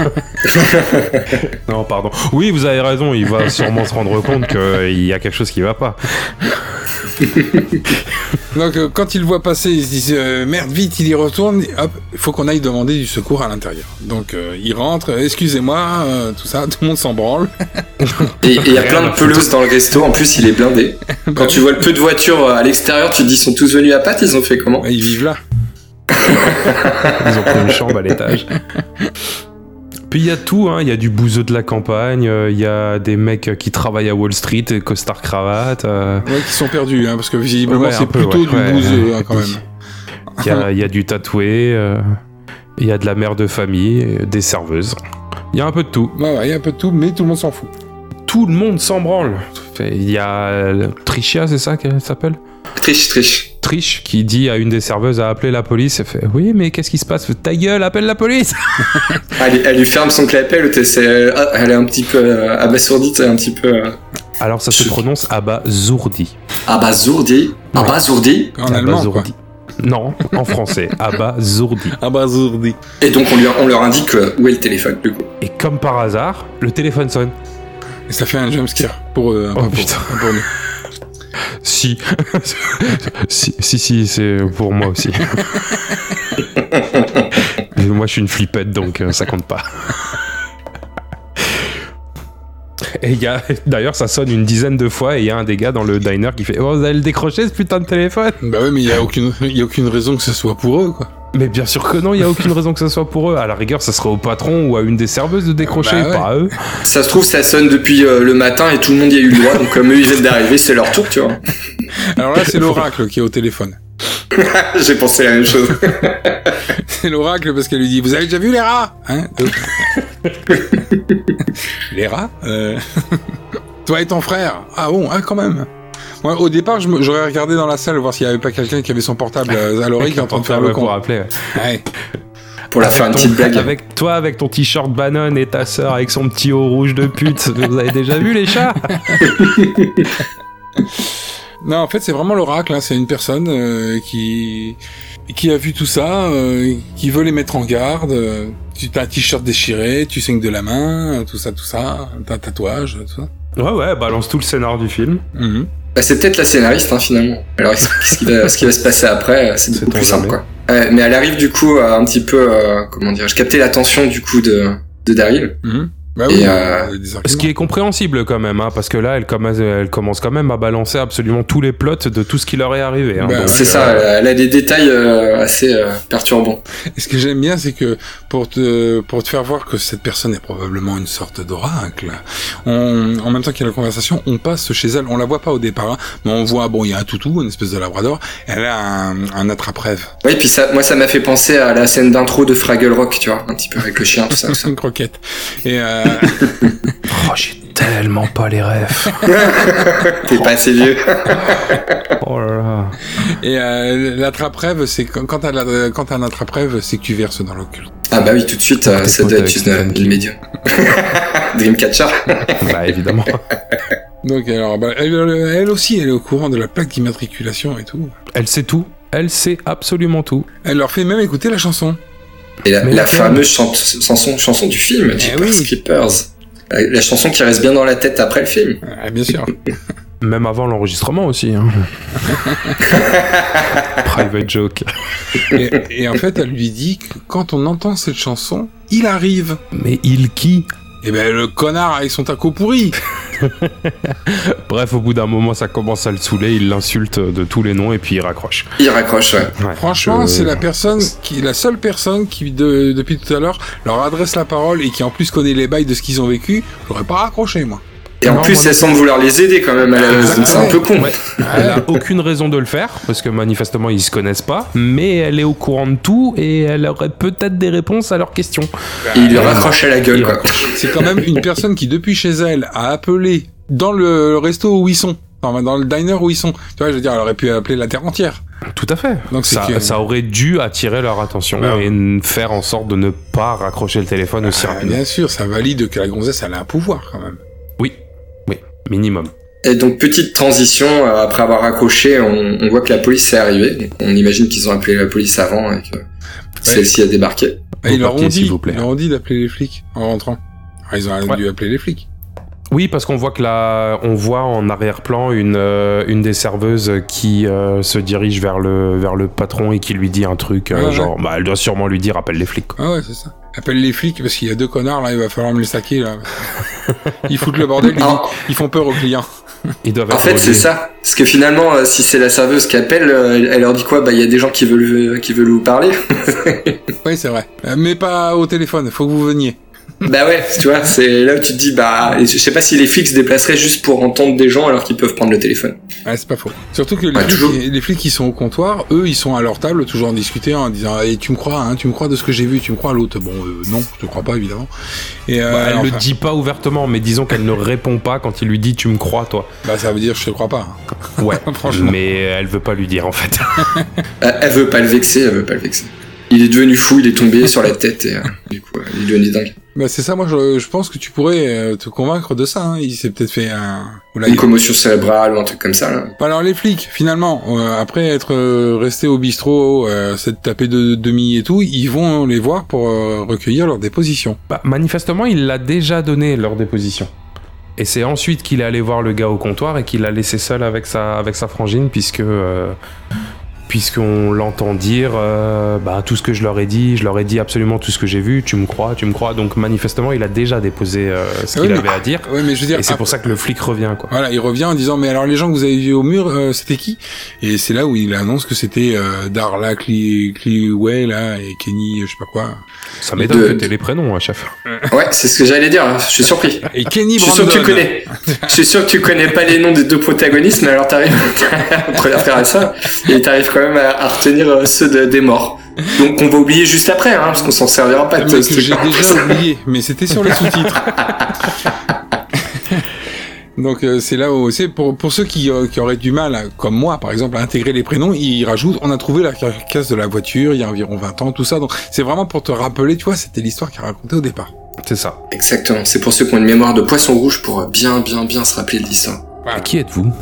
B: Non, pardon. Oui, vous avez raison, il va sûrement se rendre compte qu'il y a quelque chose qui va pas.
C: Donc, euh, quand il le voit passer, il se dit euh, merde, vite, il y retourne. Hop, il faut qu'on aille demander du secours à l'intérieur. Donc, euh, il rentre, euh, excusez-moi, euh, tout ça, tout le monde s'en branle.
D: Et et il y a
B: Rien Bah
D: plein
B: à
D: de
B: foutre.
D: pelouses dans le resto, en plus, il est blindé. Quand tu vois le peu de voitures euh, à l'extérieur, tu te dis, ils sont tous venus à pattes, ils ont fait comment
C: Et ils vivent là.
B: Ils ont pris une chambre à l'étage. Puis il y a tout, hein. il y a du bouseux de la campagne, euh, il y a des mecs qui travaillent à Wall Street, et costard cravate. euh,
C: Ouais, qui sont perdus, hein, parce que visiblement,
B: Ouais, un
C: c'est
B: peu,
C: plutôt
B: ouais,
C: du
B: ouais.
C: bouseux, hein, quand même.
B: Il y a, il y a du tatoué, euh, il y a de la mère de famille, euh, des serveuses. Il y a un peu de tout.
C: Ouais, ouais, il y a un peu de tout, mais tout le monde s'en fout.
B: Tout le monde s'en branle. Il y a euh, Trichia, c'est ça qu'elle s'appelle
D: Triche, triche.
B: Triche qui dit à une des serveuses à appeler la police. Elle fait Oui, mais qu'est-ce qui se passe Ta gueule, appelle la police
D: Elle, elle lui ferme son clapet, l'autre, elle, s'est- ah, elle est un petit peu euh, abasourdie, t'sais, un petit peu. euh,
B: Alors ça se
D: Je-
B: prononce Abba Zourdi.
D: Abasourdie Abasourdie
C: En allemand, quoi.
B: Zourdi. Non, en français, Abba Zourdi.
C: Abasourdi.
D: Et donc on, lui, on leur indique euh, où est le téléphone, du coup.
B: Et comme par hasard, le téléphone sonne.
C: Et ça fait un jumpscare pour eux, hein,
B: Oh,
C: pas pour-
B: putain.
C: pas pour nous.
B: Si. si, si, si, c'est pour moi aussi. Mais moi, je suis une flippette, donc euh, ça compte pas. Et il y a, d'ailleurs, ça sonne une dizaine de fois et il y a un des gars dans le diner qui fait Oh, vous allez le décrocher ce putain de téléphone
C: Bah ouais, mais il y a aucune, il y a aucune raison que ce soit pour eux, quoi.
B: Mais bien sûr que non, il y a aucune raison que ça soit pour eux. À la rigueur, ça serait au patron ou à une des serveuses de décrocher,
C: Bah ouais.
B: pas à eux.
D: Ça se trouve, ça sonne depuis euh, le matin et tout le monde y a eu le droit, donc comme eux ils viennent d'arriver, c'est leur tour, tu vois.
C: Alors là, c'est l'oracle qui est au téléphone.
D: J'ai pensé la même chose.
C: C'est l'oracle parce qu'elle lui dit, vous avez déjà vu les rats Hein Euh. Les rats Euh, Toi et ton frère. Ah bon, ah, quand même. Moi, au départ, je me- j'aurais regardé dans la salle voir s'il y avait pas quelqu'un qui avait son portable euh, à l'oreille qui est en train de faire le
B: pour
C: con.
B: rappeler.
C: Ouais.
D: Pour la faire une petite blague.
B: Avec toi, avec ton t-shirt banane et ta sœur avec son petit haut rouge de pute. Vous avez déjà vu les chats
C: Non, en fait, c'est vraiment l'oracle. hein. C'est une personne euh, qui qui a vu tout ça, euh, qui veut les mettre en garde. euh, Tu as un t-shirt déchiré, tu saignes de la main, euh, tout ça, tout ça. T'as un tatouage, tout ça.
B: Ouais, ouais, balance tout le scénar du film.
C: Mhm.
D: Bah, c'est peut-être la scénariste, hein, finalement. Alors, qu'est-ce qui va, ce qui va se passer après, euh, c'est beaucoup
B: ton
D: plus simple,
B: jamais.
D: quoi. Ouais, mais elle arrive, du coup, à un petit peu, euh, comment dire, je captais l'attention, du coup, de, de Daryl.
C: Mhm. Bah
D: Et,
C: oui.
D: euh,
C: euh, des
B: Ce
C: arguments.
B: qui est compréhensible quand même, hein, parce que là, elle, commen- elle commence quand même à balancer absolument tous les plots de tout ce qui leur est arrivé. hein.
C: Bah,
B: Donc,
C: ouais.
D: c'est ça, elle a- elle a des détails euh, assez euh, perturbants.
C: Et ce que j'aime bien, c'est que pour te pour te faire voir que cette personne est probablement une sorte d'oracle, on, en même temps qu'il y a la conversation, on passe chez elle. On la voit pas au départ, hein, mais on voit bon, il y a un toutou, une espèce de labrador. Elle a un, un attrape-rêve,
D: Oui, puis ça, moi, ça m'a fait penser à la scène d'intro de Fraggle Rock, tu vois, un petit peu avec le chien, tout ça. tout ça.
C: une croquette. Et euh,
B: Oh, j'ai tellement pas les rêves.
D: T'es pas assez vieux.
B: Oh là là.
C: Et euh, l'attrape-rêve, c'est quand quand t'as la- quand t'as un attrape-rêve, c'est que tu verses dans le cul.
D: Ah bah oui, tout de suite, euh,
B: T'es
D: ça
B: pote
D: doit
B: avec
D: être une,
B: Stephen
D: une médium. Dreamcatcher.
B: bah, évidemment.
C: Donc alors, bah, elle, elle aussi, elle est au courant de la plaque d'immatriculation et tout.
B: Elle sait tout. Elle sait absolument tout.
C: Elle leur fait même écouter la chanson.
D: Et la,
B: Mais
D: la
B: laquelle
D: fameuse chan- chanson, chanson du film, Jeepers
C: oui.
D: Creepers. La, la chanson qui reste bien dans la tête après le film.
C: Ah, bien sûr.
B: Même avant l'enregistrement aussi. hein. Private joke.
C: et, et en fait, elle lui dit que quand on entend cette chanson, il arrive.
B: Mais il qui
C: Et ben le connard avec son taco pourri.
B: Bref, au bout d'un moment, ça commence à le saouler, il l'insulte de tous les noms et puis il raccroche.
D: Il raccroche, ouais.
C: Franchement,
B: Je-
C: c'est la personne qui, la seule personne qui de- depuis tout à l'heure leur adresse la parole et qui en plus connaît les bails de ce qu'ils ont vécu. J'aurais pas raccroché moi.
D: Et en
B: Non,
D: plus,
B: moi,
D: elle semble vouloir les aider quand même à la base, donc c'est un peu con.
B: Ouais. Elle a aucune raison de le faire, parce que manifestement, ils se connaissent pas, mais elle est au courant de tout et elle aurait peut-être des réponses à leurs questions.
D: Et il lui raccroche à la gueule,
B: Il
D: quoi.
C: C'est quand même une personne qui, depuis chez elle, a appelé dans le, le resto où ils sont. Enfin, dans le diner où ils sont. Tu vois, je veux dire, elle aurait pu appeler la terre entière.
B: Tout à fait.
C: Donc, c'est
B: ça,
C: que-
B: ça aurait dû attirer leur attention
C: Bah ouais.
B: et n- faire en sorte de ne pas raccrocher le téléphone aussi
C: Ah,
B: rapidement.
C: bien sûr, ça valide que la gonzesse, elle a un pouvoir quand même.
B: Oui, oui, minimum.
D: Et donc, petite transition, euh, après avoir raccroché, on, on voit que la police est arrivée. Donc, on imagine qu'ils ont appelé la police avant et que celle-ci a débarqué.
C: Et ils leur
B: papiers,
C: ont
B: s'il
C: dit,
B: vous plaît.
C: ils leur ont dit d'appeler les flics en rentrant. Ah, ils ont
B: Ouais.
C: dû appeler les flics.
B: Oui, parce qu'on voit que là, on voit en arrière-plan une, euh, une des serveuses qui euh, se dirige vers le, vers le patron et qui lui dit un truc, euh,
C: Ouais, ouais.
B: genre, bah, elle doit sûrement lui dire appelle les flics. quoi.
C: Ah ouais, c'est ça. Appelle les flics parce qu'il y a deux connards là, il va falloir me les saquer là. Ils foutent le bordel, ils,
B: Ah.
D: Alors-
C: ils font peur aux clients.
B: Ils doivent
D: En
B: être
D: fait,
B: reliés.
D: c'est ça. Parce que finalement, euh, si c'est la serveuse qui appelle, euh, elle- elle leur dit quoi Bah, il y a des gens qui veulent, qui veulent vous parler.
C: Oui, c'est vrai. Euh, Mais pas au téléphone, faut que vous veniez.
D: Bah ouais, tu vois, c'est là où tu te dis, bah, je sais pas si les flics se déplaceraient juste pour entendre des gens alors qu'ils peuvent prendre le téléphone.
C: Ouais, Ah, c'est pas faux. Surtout que les,
D: Ouais, toujours.
C: flics, les flics qui sont au comptoir, eux, ils sont à leur table, toujours en discutant, en disant et tu me crois, hein, tu me crois de ce que j'ai vu, tu me crois l'autre Bon, euh, non, je te crois pas, évidemment. Et euh,
B: Bah, elle le
C: enfin,
B: dit pas ouvertement, mais disons qu'elle ne répond pas quand il lui dit tu me crois toi.
C: bah, ça veut dire je te crois pas.
B: Ouais,
C: Franchement.
B: mais elle veut pas lui dire en fait.
D: Euh, Elle veut pas le vexer, elle veut pas le vexer. Il est devenu fou, il est tombé sur la tête et euh, du coup, euh, il est devenu dingue.
C: Bah, c'est ça, moi, je, je pense que tu pourrais euh, te convaincre de ça. hein. Il s'est peut-être fait un. ou là,
D: Une
C: Bah, il-
D: commotion cérébrale ou un truc comme ça, là.
C: Bah alors les flics, finalement, euh, après être euh, restés au bistrot, euh, s'être tapés de demi et tout, ils vont les voir pour euh, recueillir leur déposition.
B: Bah, manifestement, il l'a déjà donné leur déposition. Et c'est ensuite qu'il est allé voir le gars au comptoir et qu'il l'a laissé seul avec sa, avec sa frangine, puisque. euh, Puisqu'on l'entend dire euh, bah, tout ce que je leur ai dit, je leur ai dit absolument tout ce que j'ai vu, tu me crois, tu me crois. Donc manifestement, il a déjà déposé euh, ce
C: Ah
B: qu'il
C: oui,
B: avait à dire.
C: Ouais, mais je veux dire,
B: Et c'est
C: ah,
B: pour ça que le flic revient, quoi.
C: voilà, il revient en disant mais alors les gens que vous avez vus au mur, euh, c'était qui Et c'est là où il annonce que c'était euh, Darla Clee- Cleeway là et Kenny, euh, je sais pas quoi.
B: Ça m'étonne
D: De-
B: que t'aies les prénoms, hein, chef.
D: Ouais, c'est ce que j'allais dire, hein, je suis surpris.
C: Et Kenny
D: Je suis sûr que tu
C: Brandon.
D: connais. Je suis sûr que tu connais pas les noms des deux protagonistes, mais alors t'arrives entre la frère et ça, et t'arrives quand même à, à retenir euh, ceux de- des morts. Donc on va oublier juste après, hein, parce qu'on s'en servira pas.
C: Ah, Mais
D: de ce
C: que j'ai
D: truc-là.
C: déjà oublié, mais c'était sur les sous-titres. Donc euh, c'est là où c'est pour pour ceux qui, euh, qui auraient du mal, à- comme moi par exemple, à intégrer les prénoms, ils rajoutent on a trouvé la carcasse de la voiture il y a environ 20 ans, tout ça. Donc c'est vraiment pour te rappeler, tu vois, c'était l'histoire qu'il racontait au départ.
B: C'est ça.
D: Exactement. C'est pour ceux qui ont une mémoire de poisson rouge pour euh, bien, bien, bien se rappeler de l'histoire.
B: À qui êtes-vous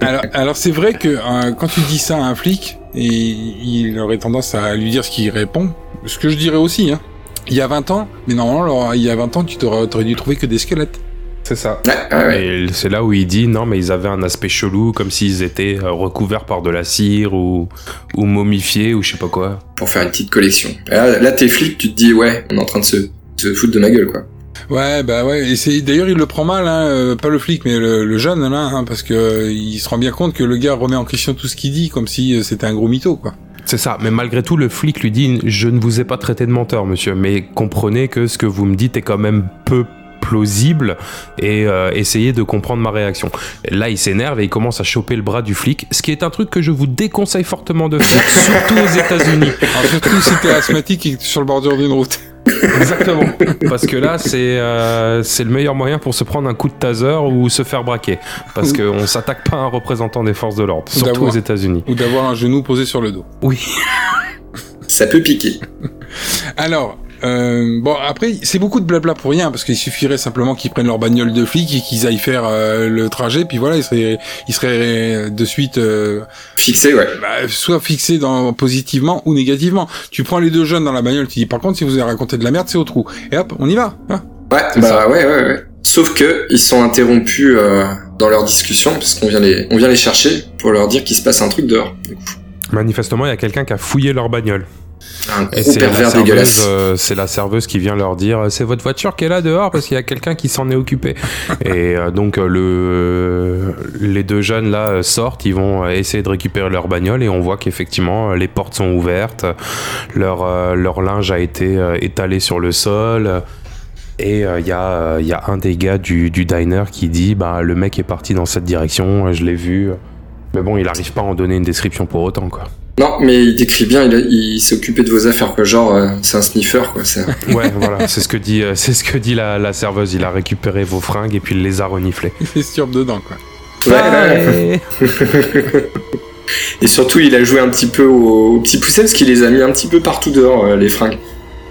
C: Alors alors c'est vrai que euh, quand tu dis ça à un flic, et il aurait tendance à lui dire ce qu'il répond, ce que je dirais aussi. Hein. Il y a 20 ans, mais normalement alors, il y a 20 ans tu t'aurais t'aurais dû trouver que des squelettes.
B: C'est ça.
D: Ouais, ouais, ouais.
B: Et c'est là où il dit non, mais ils avaient un aspect chelou, comme s'ils étaient euh, recouverts par de la cire ou, ou momifiés ou je sais pas quoi.
D: Pour faire une petite collection. Là, là, t'es flic, tu te dis, ouais, on est en train de se, se foutre de ma gueule, quoi.
C: Ouais, bah ouais. Et c'est d'ailleurs il le prend mal, hein, euh, pas le flic, mais le, le jeune là, hein, parce que euh, il se rend bien compte que le gars remet en question tout ce qu'il dit, comme si euh, c'était un gros mytho, quoi.
B: C'est ça. Mais malgré tout, le flic lui dit je ne vous ai pas traité de menteur, monsieur, mais comprenez que ce que vous me dites est quand même peu plausible et euh, essayez de comprendre ma réaction. Là, il s'énerve et il commence à choper le bras du flic, ce qui est un truc que je vous déconseille fortement de faire, surtout aux États-Unis.
C: Alors, surtout si t'es asthmatique et que t'es sur le bordure d'une route.
B: Exactement. Parce que là, c'est euh, c'est le meilleur moyen pour se prendre un coup de taser ou se faire braquer. Parce qu'on s'attaque pas à un représentant des forces de l'ordre, surtout
C: D'avoir.
B: aux États-Unis.
C: Ou d'avoir un genou posé sur le dos.
D: Ça peut piquer.
C: Alors. Euh, bon après c'est beaucoup de blabla pour rien parce qu'il suffirait simplement qu'ils prennent leur bagnole de flic et qu'ils aillent faire euh, le trajet puis voilà ils seraient ils seraient de suite euh,
D: Fixé, ouais.
C: bah, soit fixé dans, positivement ou négativement. Tu prends les deux jeunes dans la bagnole, tu dis par contre si vous avez raconté de la merde, c'est au trou. Et hop, on y va. hein.
D: Ouais, bah ouais, ouais, ouais. Sauf que ils sont interrompus euh, dans leur discussion parce qu'on vient les, on vient les chercher pour leur dire qu'il se passe un truc dehors.
B: Manifestement, il y a quelqu'un qui a fouillé leur bagnole.
D: Un
B: Et
D: gros
B: c'est la,
D: pervers
B: serveuse,
D: dégueulasse.
B: euh, c'est la serveuse qui vient leur dire euh, c'est votre voiture qui est là dehors parce qu'il y a quelqu'un qui s'en est occupé. Et euh, donc euh, le les deux jeunes là euh, sortent, ils vont euh, essayer de récupérer leur bagnole et on voit qu'effectivement euh, les portes sont ouvertes, leur euh, leur linge a été euh, étalé sur le sol. Et il y, a, euh, y a un des gars du, du diner qui dit bah le mec est parti dans cette direction, je l'ai vu. Mais bon, il n'arrive pas à en donner une description pour autant quoi.
D: Non, mais il décrit bien, il, il s'est occupé de vos affaires, quoi. Genre, euh, c'est un sniffer, quoi. C'est
B: Ouais, voilà, c'est ce que dit, euh, c'est ce que dit la, la serveuse. Il a récupéré vos fringues et puis il les a reniflées.
C: Il fait sturbe dedans quoi.
D: Ouais, ouais, ouais. Et surtout, il a joué un petit peu au, au petit poucet parce qu'il les a mis un petit peu partout dehors, euh, les fringues.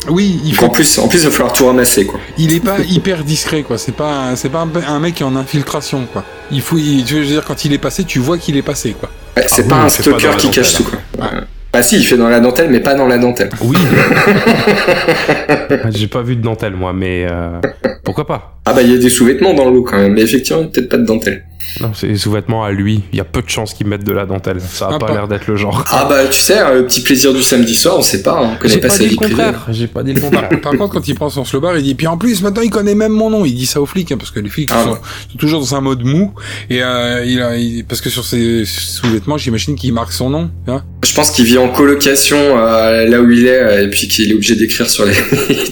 C: Oui, il,
D: Donc,
C: faut-
D: en plus, en plus, il va falloir tout ramasser, quoi.
C: il est pas hyper discret quoi. C'est pas un- c'est pas un, un mec qui est en infiltration quoi. Il faut il- tu veux dire quand il est passé, tu vois qu'il est passé quoi.
D: Ouais,
B: Ah
D: c'est
B: oui,
D: pas un
B: il fait pas dans
D: stalker
B: la
D: qui cache tout,
B: dentelle,
D: quoi. Ouais. Bah si, il fait dans la dentelle, mais pas dans la dentelle.
B: Oui. J'ai pas vu de dentelle moi, mais euh, pourquoi pas
D: Ah bah, il y a des sous-vêtements dans l'eau, quand même. Mais effectivement, peut-être pas de dentelle.
B: Non, c'est les sous-vêtements à lui. Il y a peu de chances qu'ils mettent de la dentelle. Ça a
C: Ah,
B: pas
C: pas-
B: l'air d'être le genre.
D: Ah bah tu sais, hein, le petit plaisir du samedi soir, on sait pas, hein, on connaît
B: J'ai
D: pas,
B: pas
D: sa
B: dit
D: vie
B: le
D: privée.
B: contraire. J'ai pas dit le contraire.
C: Par contre, quand il prend son slobard, il dit, puis en plus, maintenant, il connaît même mon nom. Il dit ça aux flics, hein, parce que les flics
D: Ah
C: sont,
D: ouais.
C: sont toujours dans un mode mou. Et euh, il a, il- parce que sur ses sous-vêtements, j'imagine qu'il marque son nom. Hein.
D: Je pense qu'il vit en colocation euh, là où il est euh, et puis qu'il est obligé d'écrire sur les.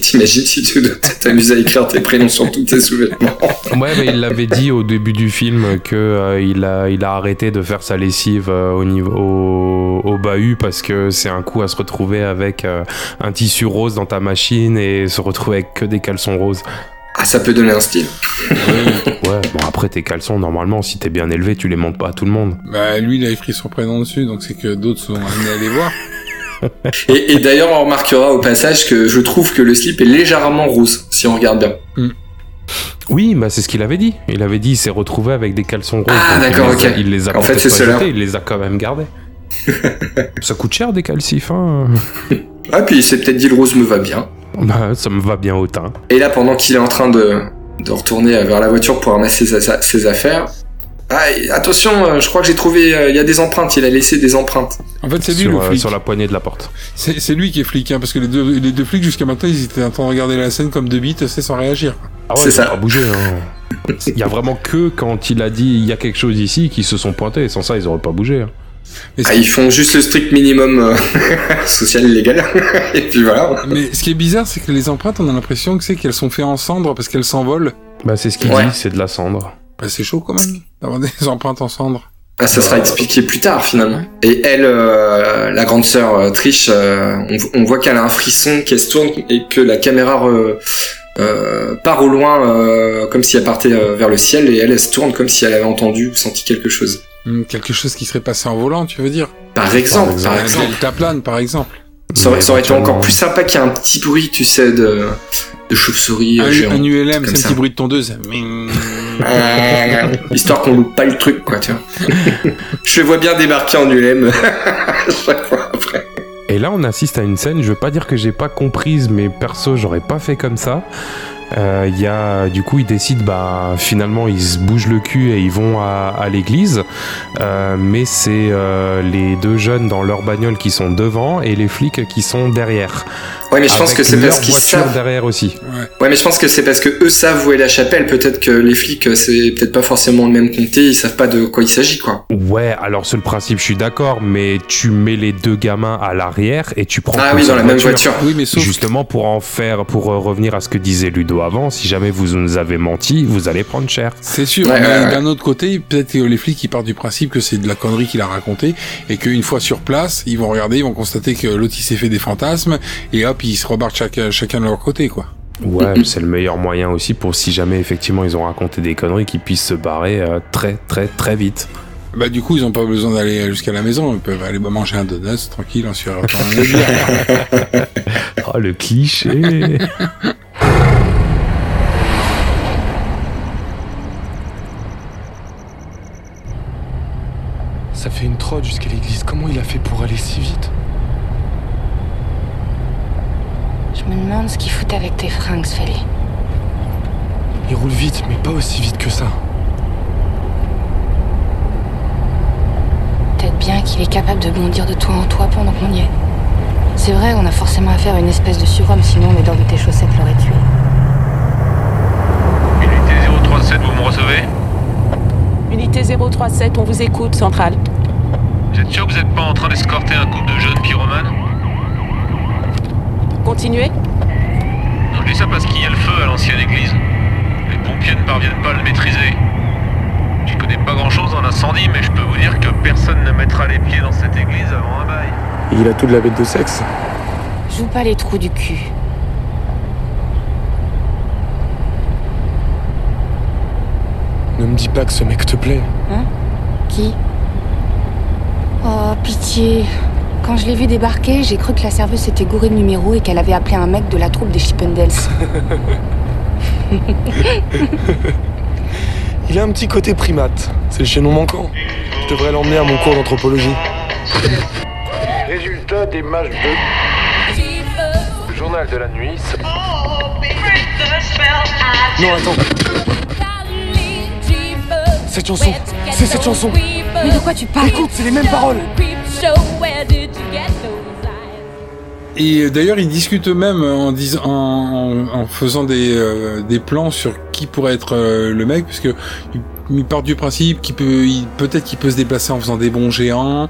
D: T'imagines si tu dois t'amuser à écrire tes prénoms sur tous tes sous-vêtements.
B: Ouais, mais il l'avait dit au début du film que euh, il, a, il a arrêté de faire sa lessive euh, au, niveau, au, au bahut parce que c'est un coup à se retrouver avec euh, un tissu rose dans ta machine et se retrouver avec que des caleçons roses.
D: Ah ça peut donner un style.
B: Ouais, bon après tes caleçons, normalement, si t'es bien élevé, tu les montes pas à tout le monde.
C: Bah, lui, il a écrit son prénom dessus, donc c'est que d'autres sont amenés à les voir.
D: Et, et d'ailleurs on remarquera au passage que je trouve que le slip est légèrement rose si on regarde bien.
B: Oui, bah c'est ce qu'il avait dit. Il avait dit il s'est retrouvé avec des caleçons roses.
D: Ah,
B: donc il
D: d'accord,
B: les a-
D: ok.
B: Il les a
D: En fait,
B: peut-être
D: c'est
B: pas
D: ceux-là.
B: jetés, il les a quand même gardés. Ça coûte cher des calcifs, hein.
D: Ah puis il s'est peut-être dit le rose me va bien.
B: Bah, ça me va bien au teint.
D: Et là pendant qu'il est en train de, de retourner vers la voiture pour ramasser sa- sa- ses affaires. Ah et attention, euh, je crois que j'ai trouvé, euh, il y a des empreintes, il a laissé des empreintes.
C: En fait, c'est lui
B: sur,
C: le
B: euh,
C: flic.
B: sur la poignée de la porte.
C: C'est c'est lui qui est flic, hein, parce que les deux, les deux flics, jusqu'à maintenant, ils étaient en train de regarder la scène comme deux bites, c'est sans réagir.
B: Ah ouais,
D: C'est
B: ils ont
D: ça.
B: pas bougé. hein. Il y a vraiment que quand il a dit il y a quelque chose ici qu'ils se sont pointés. Sans ça, ils auraient pas bougé. hein.
C: Mais, ce
D: Ah,
C: qui-
D: ils font juste le strict minimum euh, social et légal. et puis voilà.
C: mais ce qui est bizarre, c'est que les empreintes, on a l'impression que c'est qu'elles sont faites en cendres parce qu'elles s'envolent.
B: Bah, c'est ce qu'il
D: Ouais.
B: dit, c'est de la cendre.
C: Bah, c'est chaud quand même d'avoir des empreintes en cendres.
D: Ah, ça sera expliqué plus tard finalement. Et elle, euh, la grande sœur euh, Trish, euh, on, on voit qu'elle a un frisson, qu'elle se tourne et que la caméra re- euh, part au loin euh, comme si elle partait euh, vers le ciel et elle, elle se tourne comme si elle avait entendu ou senti quelque chose.
C: Hum, quelque chose qui serait passé en volant, tu veux dire
D: Par exemple, par exemple.
C: Un deltaplane, par exemple.
D: Ça, aurait- ça aurait été
B: Éventuellement,
D: encore plus sympa qu'il y ait un petit bruit, tu sais, de, de chauve-souris euh,
C: Un,
D: géant.
C: un ULM,
D: comme
C: c'est
D: ça.
C: un petit bruit de tondeuse. Ming.
D: Euh, Histoire qu'on loupe pas le truc, quoi, tu vois. Je le vois bien débarquer en ULM chaque fois après.
B: Et là, on assiste à une scène, je veux pas dire que j'ai pas comprise, mais perso, j'aurais pas fait comme ça. Euh, Il y a, du coup, ils décident, bah, finalement, ils se bougent le cul et ils vont à, à l'église. Euh, mais c'est euh, les deux jeunes dans leur bagnole qui sont devant et les flics qui sont derrière.
D: Ouais, mais je pense
B: Avec
D: que c'est parce
B: leur
D: qu'ils
B: voiture
D: savent.
B: derrière aussi.
D: Ouais, mais je pense que c'est parce que eux savent où est la chapelle. Peut-être que les flics, euh, c'est peut-être pas forcément le même comté. Ils savent pas de quoi il s'agit, quoi.
B: Ouais, alors sur le principe, je suis d'accord, mais tu mets les deux gamins à l'arrière et tu prends.
D: Ah
B: que
D: oui,
B: sa
D: dans la même voiture.
C: oui, mais sauf
B: Justement pour en faire, pour euh, revenir à ce que disait Ludo avant, si jamais vous nous avez menti, vous allez prendre cher.
C: C'est sûr,
D: Ouais,
C: mais
D: ouais, ouais.
C: d'un autre côté, peut-être que les flics ils partent du principe que c'est de la connerie qu'il a raconté et qu'une fois sur place, ils vont regarder, ils vont constater que l'autre il s'est fait des fantasmes et hop, ils se rebarrent chaque- chacun de leur côté quoi.
B: Ouais, c'est le meilleur moyen aussi pour si jamais effectivement ils ont raconté des conneries, qu'ils puissent se barrer euh, très très très vite.
C: Bah du coup, ils ont pas besoin d'aller jusqu'à la maison, ils peuvent aller manger un donut tranquille en sur
B: Oh le cliché
G: Ça fait une trotte jusqu'à l'église. Comment il a fait pour aller si vite
F: Je me demande ce qu'ils foutent avec tes fringues, Sfeli.
G: Il roule vite, mais pas aussi vite que ça.
F: Peut-être bien qu'il est capable de bondir de toi en toi pendant qu'on y est. C'est vrai, on a forcément affaire à une espèce de surhomme, sinon on est dans de tes chaussettes l'aurait tué.
J: Unité 037, vous me recevez
I: Unité 037, on vous écoute, centrale.
J: Vous êtes sûr que vous n'êtes pas en train d'escorter un couple de jeunes pyromanes
I: Continuez
J: Non, je dis ça parce qu'il y a le feu à l'ancienne église. Les pompiers ne parviennent pas à le maîtriser. Je connais pas grand chose en incendie, mais je peux vous dire que personne ne mettra les pieds dans cette église avant un bail.
G: il a tout de la bête de sexe.
F: Joue pas les trous du cul.
G: Ne me dis pas que ce mec te plaît.
F: Qui Oh, pitié. Quand je l'ai vu débarquer, j'ai cru que la serveuse s'était gourée de numéro et qu'elle avait appelé un mec de la troupe des Chippendales.
G: Il a un petit côté primate. C'est le chaînon manquant. Je devrais l'emmener à mon cours d'anthropologie.
J: Résultat des matchs de. Journal de la nuit.
G: Non, attends. Cette chanson, c'est cette chanson.
F: Mais de quoi tu parles
G: Écoute, c'est les mêmes paroles.
C: Et d'ailleurs, ils discutent eux-mêmes en, dis- en, en- en faisant des, euh, des plans sur qui pourrait être euh, le mec, puisque ils- ils partent du principe qu'il peut, il- peut-être qu'il peut se déplacer en faisant des bons géants,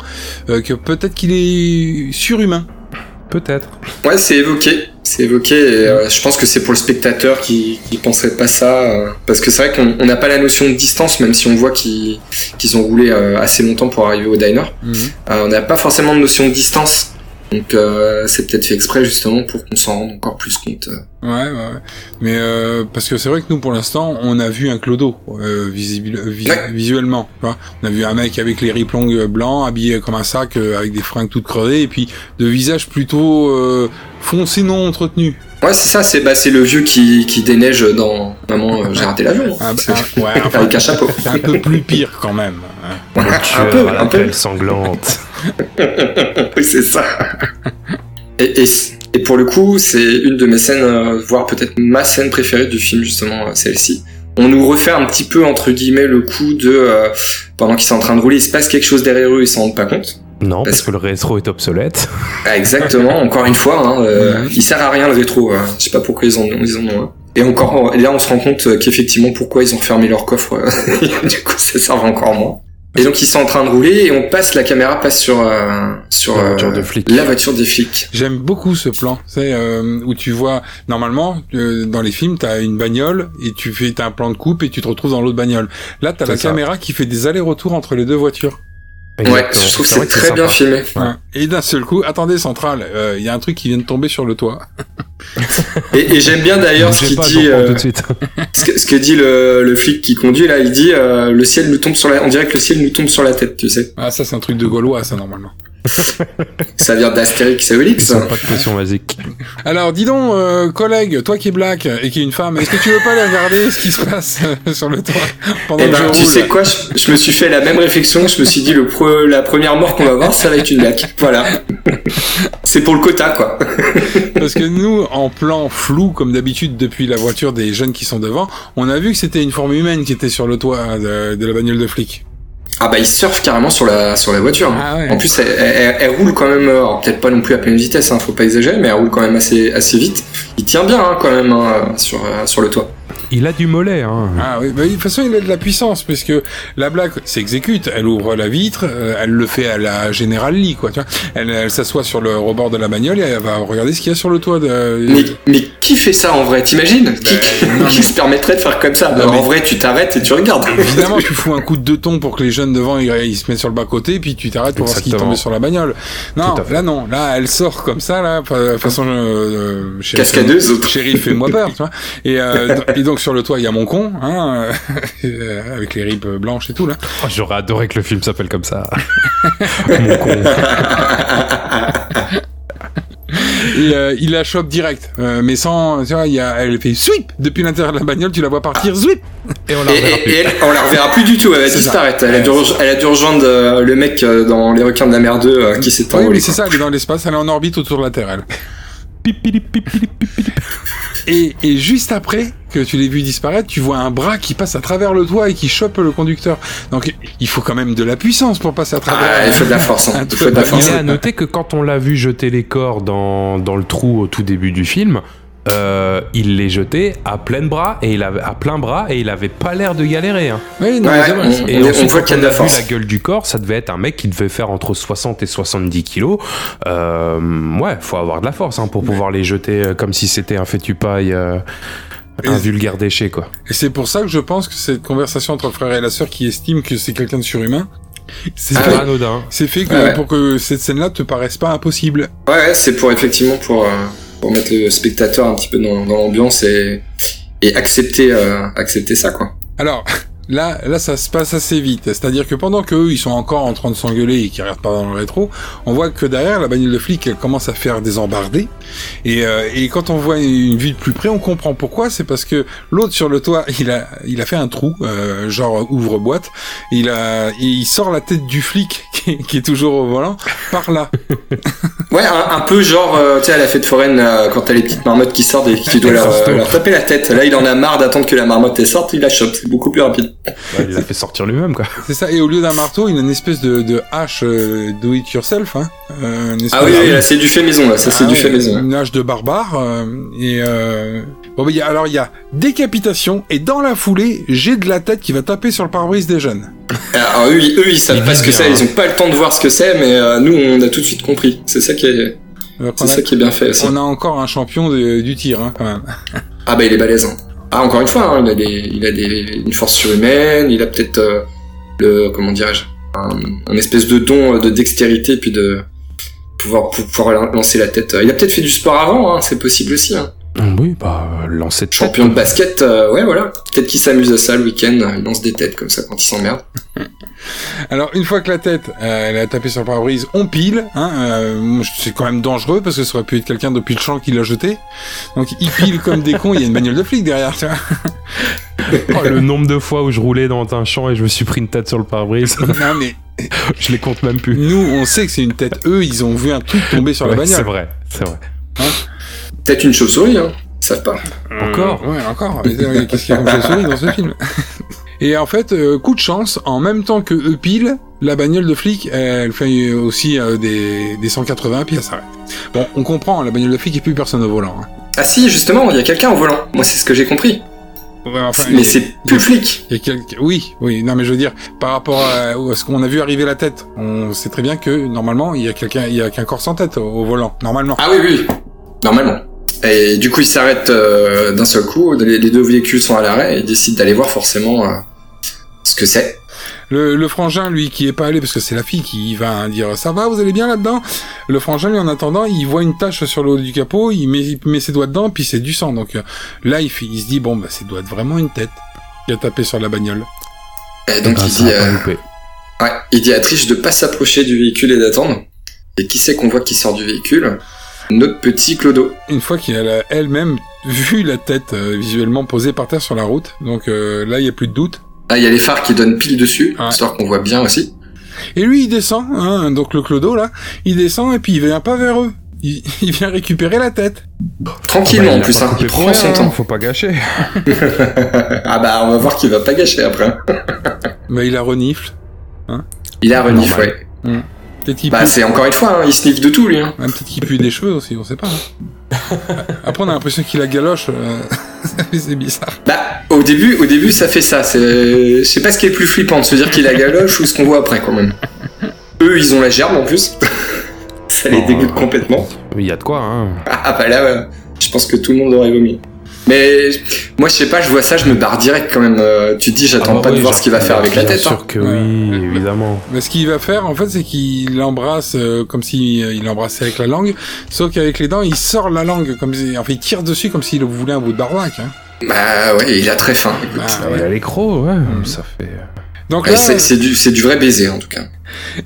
C: euh, que peut-être qu'il est surhumain.
B: Peut-être.
D: Ouais, c'est évoqué. C'est évoqué. et, euh, je pense que c'est pour le spectateur qui, qui penserait pas ça. euh, parce que c'est vrai qu'on on n'a pas la notion de distance, même si on voit qu'ils qu'ils ont roulé euh, assez longtemps pour arriver au diner. Euh, on n'a pas forcément de notion de distance. Donc euh, c'est peut-être fait exprès justement pour qu'on s'en rende encore plus compte. euh.
C: Ouais, ouais, ouais. Mais euh, parce que c'est vrai que nous, pour l'instant, on a vu un clodo euh, visible, vis-
D: Ouais.
C: visuellement. tu vois. On a vu un mec avec les riplongs euh, blancs, habillé comme un sac, euh, avec des fringues toutes crevées, et puis de visage plutôt euh, foncé non entretenu.
D: Ouais, c'est ça. C'est bah, c'est le vieux qui, qui déneige dans Maman, euh, j'ai raté l'avion.
C: Un, un- Ah, ouais, enfin,
D: Avec un chapeau.
C: un peu plus pire quand même. hein.
D: un
B: Tueur
D: peu,
B: à
D: un
B: la
D: peu.
B: pelle sanglante.
D: Oui, c'est ça. Et, et, et pour le coup, c'est une de mes scènes, euh, voire peut-être ma scène préférée du film, justement, euh, celle-ci. On nous refait un petit peu, entre guillemets, le coup de... euh, pendant qu'ils sont en train de rouler, il se passe quelque chose derrière eux, ils s'en rendent pas compte.
B: Non, parce
D: Parce-
B: que le rétro est obsolète.
D: Ah, exactement, encore une fois, hein, euh, il sert à rien le rétro. euh, je sais pas pourquoi ils en, ils en ont un. Et encore, et là, on se rend compte euh, qu'effectivement, pourquoi ils ont fermé leur coffre, euh, du coup, ça sert encore moins. Et donc, ils sont en train de rouler et on passe, la caméra passe sur, euh, sur
B: La voiture
D: euh,
B: de flic.
D: la voiture des flics.
C: J'aime beaucoup ce plan, c'est euh, où tu vois normalement euh, dans les films t'as une bagnole et tu fais t'as un plan de coupe et tu te retrouves dans l'autre bagnole. Là t'as
B: C'est
C: la
B: ça.
C: caméra qui fait des allers-retours entre les deux voitures.
D: Ouais,
B: Exactement.
D: je trouve que
B: euh, vrai
D: c'est très bien
B: sympa.
D: filmé.
B: Ouais.
C: Hein. Et d'un seul coup, attendez centrale, il y a un truc qui vient de tomber sur le toit.
D: Et, et j'aime bien d'ailleurs
B: Je sais
D: ce qu'il
B: pas,
D: dit,
B: j'en prends
D: euh,
B: tout de suite.
D: ce que, ce que dit le, le flic qui conduit là. Il dit euh, le ciel nous tombe sur la, on dirait que le ciel nous tombe sur la tête, tu sais.
C: Ah ça c'est un truc de gaulois ça normalement.
D: Ça vient d'Astérix et Obélix. hein.
B: Ils ont pas de potion magique.
C: Alors dis donc euh, collègue, toi qui es black et qui est une femme, est-ce que tu veux pas aller regarder ce qui se passe euh, sur le toit pendant
D: Et
C: que
D: ben,
C: je
D: tu
C: roule
D: sais quoi, je, je me suis fait la même réflexion. Je me suis dit le pre- la première mort qu'on va voir, ça va être une laque. Voilà. c'est pour le quota, quoi.
C: Parce que nous, en plan flou, comme d'habitude, depuis la voiture des jeunes qui sont devant, on a vu que c'était une forme humaine qui était sur le toit de, de la bagnole de flic.
D: Ah bah, il surfe carrément sur la sur la voiture. hein.
C: Ah ouais.
D: En plus, elle, elle- elle- elle roule quand même, euh, alors peut-être pas non plus à pleine vitesse, hein, faut pas exagérer, mais elle roule quand même assez assez vite. Il tient bien hein, quand même hein, sur euh, sur le toit.
B: Il a du mollet, hein.
C: Ah oui, bah, de toute façon, il a de la puissance, puisque la blague s'exécute, elle ouvre la vitre, euh, elle le fait à la General Lee, quoi, tu vois. Elle, elle s'assoit sur le rebord de la bagnole et elle va regarder ce qu'il y a sur le toit de...
D: Mais, mais qui fait ça en vrai T'imagines qui, qui se permettrait de faire comme ça
C: Euh, Non, mais-
D: En vrai, tu t'arrêtes et tu regardes.
C: Évidemment, tu fous un coup de deux tons pour que les jeunes devant ils, ils se mettent sur le bas côté, puis tu t'arrêtes pour voir ce qui est
B: Exactement.
C: tombé sur la bagnole. Non,
B: Tout à fait.
C: là non, là elle sort comme ça, là, fa- façon euh, euh, shérif-
D: Cascadeuse.
C: Shérif, fais-moi peur, tu vois. Et, euh, et donc sur le toit, il y a mon con, hein, euh, avec les ripes blanches et tout là.
B: Oh, J'aurais adoré que le film s'appelle comme ça. Mon con.
C: Et euh, il la chope direct, euh, mais sans, tu vois, il y a, elle fait sweep depuis l'intérieur de la bagnole, tu la vois partir sweep.
B: Et on la
D: Et,
B: reverra
D: et-
B: plus.
D: et elle, on la reverra plus du tout, elle va
C: C'est
D: disparaître. Elle, a
C: Ouais,
D: dû re- elle a dû rejoindre euh, le mec euh, dans Les requins de la mer 2 euh, qui s'est
C: Ah Oui,
D: envolé,
C: oui, c'est ça,
D: quoi.
C: elle est dans l'espace, elle est en orbite autour de la Terre, elle.
B: Pipili, pipili, pipili.
C: Et, et juste après que tu l'aies vu disparaître, tu vois un bras qui passe à travers le toit et qui chope le conducteur. Donc il faut quand même de la puissance pour passer à travers.
D: Ah, il faut de la force. hein. Il faut de la force.
B: Il est à noter que quand on l'a vu jeter les corps dans, dans le trou au tout début du film, euh, il les jetait à plein bras et il avait à plein bras et il avait pas l'air de galérer. hein.
C: Oui, non,
D: Ouais,
C: mais c'est vrai.
D: on-
B: Et
D: on,
B: ensuite,
D: voit
B: quand
D: qu'il y a de
B: on a
D: la
B: vu
D: force.
B: la gueule du corps, ça devait être un mec qui devait faire entre 60 et 70 kilos. Euh, ouais, faut avoir de la force hein, pour pouvoir les jeter euh, comme si c'était un fétu paille, euh, un
C: Et-
B: vulgaire déchet quoi.
C: Et c'est pour ça que je pense que cette conversation entre le frère et la sœur qui estime que c'est quelqu'un de surhumain, c'est
D: Ah
C: fait,
D: oui.
B: Pas anodin. hein.
C: c'est fait que,
D: Ouais, ouais.
C: pour que cette scène-là te paraisse pas impossible.
D: Ouais, ouais, c'est pour effectivement pour, euh, pour mettre le spectateur un petit peu dans, dans l'ambiance et, et accepter, euh, accepter ça, quoi.
C: Alors. Là, là, ça se passe assez vite. C'est-à-dire que pendant que eux, ils sont encore en train de s'engueuler et qu'ils regardent pas dans le rétro, on voit que derrière, la bagnole de flic, elle commence à faire des embardées. Et, euh, et quand on voit une vue de plus près, on comprend pourquoi. C'est parce que l'autre sur le toit, il a, il a fait un trou, euh, genre ouvre-boîte. Il a, il sort la tête du flic qui est, qui est toujours au volant par là.
D: Ouais, un, un peu genre, euh, tu sais, à la fête foraine, euh, quand t'as les petites marmottes qui sortent et qui doivent leur,
B: Exactement.
D: leur taper la tête. Là, il en a marre d'attendre que la marmotte elle sorte, il la chope. C'est beaucoup plus rapide.
B: Ouais, il l'a fait sortir lui-même, quoi.
C: C'est ça, et au lieu d'un marteau, il a une espèce de, de hache euh, do it yourself. Hein, euh, une espèce-
D: Ah oui, oui, là, c'est du fait maison, là. Ça, c'est
C: Ah
D: du
C: ouais,
D: fait maison.
C: Une hache de barbare. euh, et euh, bon, bah, il y a- alors il y a décapitation, et dans la foulée, j'ai de la tête qui va taper sur le pare-brise des jeunes.
D: Alors, eux, ils- eux, ils savent
B: Ils
D: pas ce que
B: viennent
D: c'est,
B: bien,
D: ils ont pas le temps de voir ce que c'est, mais euh, nous, on a tout de suite compris. C'est ça qui est,
C: Alors qu'on
D: c'est ça
C: a-
D: qui est bien fait aussi.
C: On a encore un champion de- du tir, hein, quand même.
D: Ah bah il est balèze. hein. Ah encore une fois, hein, il a, des, il a des, une force surhumaine, il a peut-être euh, le comment dirais-je, un, un espèce de don euh, de dextérité et puis de pouvoir pou- pouvoir lan- lancer la tête. euh, Il a peut-être fait du sport avant, hein, c'est possible aussi. hein.
B: Oui, bah, euh, lancer de tête.
D: Champion de basket, euh, ouais voilà. Peut-être qu'il s'amuse à ça le week-end, euh, il lance des têtes comme ça quand il s'emmerde.
C: Alors une fois que la tête euh, elle a tapé sur le pare-brise, on pile. Hein, euh, moi, je- c'est quand même dangereux parce que ça aurait pu être quelqu'un depuis le champ qui l'a jeté. Donc il pile comme des cons. Il y a une bagnole de flic derrière. Tu vois
B: Oh, le nombre de fois où je roulais dans un champ et je me suis pris une tête sur le pare-brise,
C: non mais
B: je les compte même plus.
C: nous on sait que c'est une tête. Eux ils ont vu un truc tomber sur la
B: Ouais, c'est
C: bagnole.
B: vrai, c'est vrai.
D: Peut-être une chauve-souris, hein. Ils savent pas.
B: Encore
C: Ouais encore. Mais, euh, Qu'est-ce qu'il y a comme chauve-souris dans ce film Et en fait euh, coup de chance, en même temps que eux pile, la bagnole de flic euh, elle fait aussi euh, des, des 180 puis elle s'arrête. Bon on comprend la bagnole de flic et plus personne au volant. hein.
D: Ah si justement, il y a quelqu'un au volant. Moi c'est ce que j'ai compris.
C: Ouais, enfin,
D: Mais
C: il-
D: c'est plus le flic.
C: Il y a quelques- Oui, oui, non mais je veux dire, par rapport à, à ce qu'on a vu arriver la tête, on sait très bien que normalement il y a quelqu'un, il y a qu'un corps sans tête au, au volant, normalement.
D: Ah oui oui. Normalement. Et du coup, ils s'arrêtent euh, d'un seul coup. Les, les deux véhicules sont à l'arrêt et ils décident d'aller voir forcément euh, ce que c'est.
C: Le, le frangin, lui, qui est pas allé parce que c'est la fille qui va hein, dire ça va, vous allez bien là-dedans. Le frangin, lui, en attendant, il voit une tache sur le haut du capot, il met, il met ses doigts dedans, puis c'est du sang. Donc euh, là, il, fait- il se dit bon, bah, c'est doit être vraiment une tête qui a tapé sur la bagnole.
D: Et donc,
B: Ah,
D: il
B: ça
D: dit,
B: a pas
D: euh,
B: loupé.
D: ouais, il dit à Trish de pas s'approcher du véhicule et d'attendre. Et qui c'est qu'on voit qui sort du véhicule Notre petit Clodo.
C: Une fois qu'il a la- elle-même vu la tête euh, visuellement posée par terre sur la route, donc euh, là, il y a plus de doute.
D: Ah, il y a les phares qui donnent pile dessus,
C: Ouais.
D: histoire qu'on voit bien aussi.
C: Et lui, il descend, hein, donc le clodo, là, il descend et puis il vient pas vers eux. Il, il vient récupérer la tête.
D: Tranquillement
B: Ah bah, il
D: en
B: a
D: plus,
B: pas
D: hein.
B: coupé
D: il prend
B: frais,
D: son
B: hein,
D: temps.
B: Faut pas gâcher.
D: ah bah, on va voir qu'il va pas gâcher après. hein.
C: Bah, il la renifle.
D: Il a renifle,
B: Normal.
D: ouais.
C: Peut-être qu'il
D: Bah,
C: pue.
D: c'est encore une fois, hein, il sniffe de tout lui. Hein.
C: Ah, peut-être qu'il pue des cheveux aussi, on sait pas. hein. Après, on a l'impression qu'il la galoche. euh, c'est bizarre.
D: Bah, au début, au début, ça fait ça. C'est, euh, je sais pas ce qui est plus flippant, de se dire qu'il a galoche ou ce qu'on voit après, quand même. Eux, ils ont la gerbe en plus. ça les
B: Oh.
D: dégoûte complètement.
B: Il y a de quoi, hein.
D: Ah bah là, ouais, je pense que tout le monde aurait vomi. Mais moi, je sais pas, je vois ça, je me barre direct quand même. Euh, Tu te dis, j'attends
B: Ah bah
D: pas de
B: oui,
D: voir ce qu'il va faire avec la
B: Bien
D: tête.
B: sûr
D: hein.
B: que oui, évidemment.
C: Mais ce qu'il va faire, en fait, c'est qu'il l'embrasse euh, comme s'il euh, il l'embrassait avec la langue. Sauf qu'avec les dents, il sort la langue. comme si, En fait, il tire dessus comme s'il voulait un bout de barbac. hein.
D: Bah ouais, il a très faim. écoute.
C: Ah,
B: Ah,
C: ouais. Ah
B: Il a les crocs, ouais.
D: Hmm.
B: Ça fait.
C: Donc
D: Ouais,
C: là,
D: c'est, c'est du, c'est du vrai baiser en tout cas.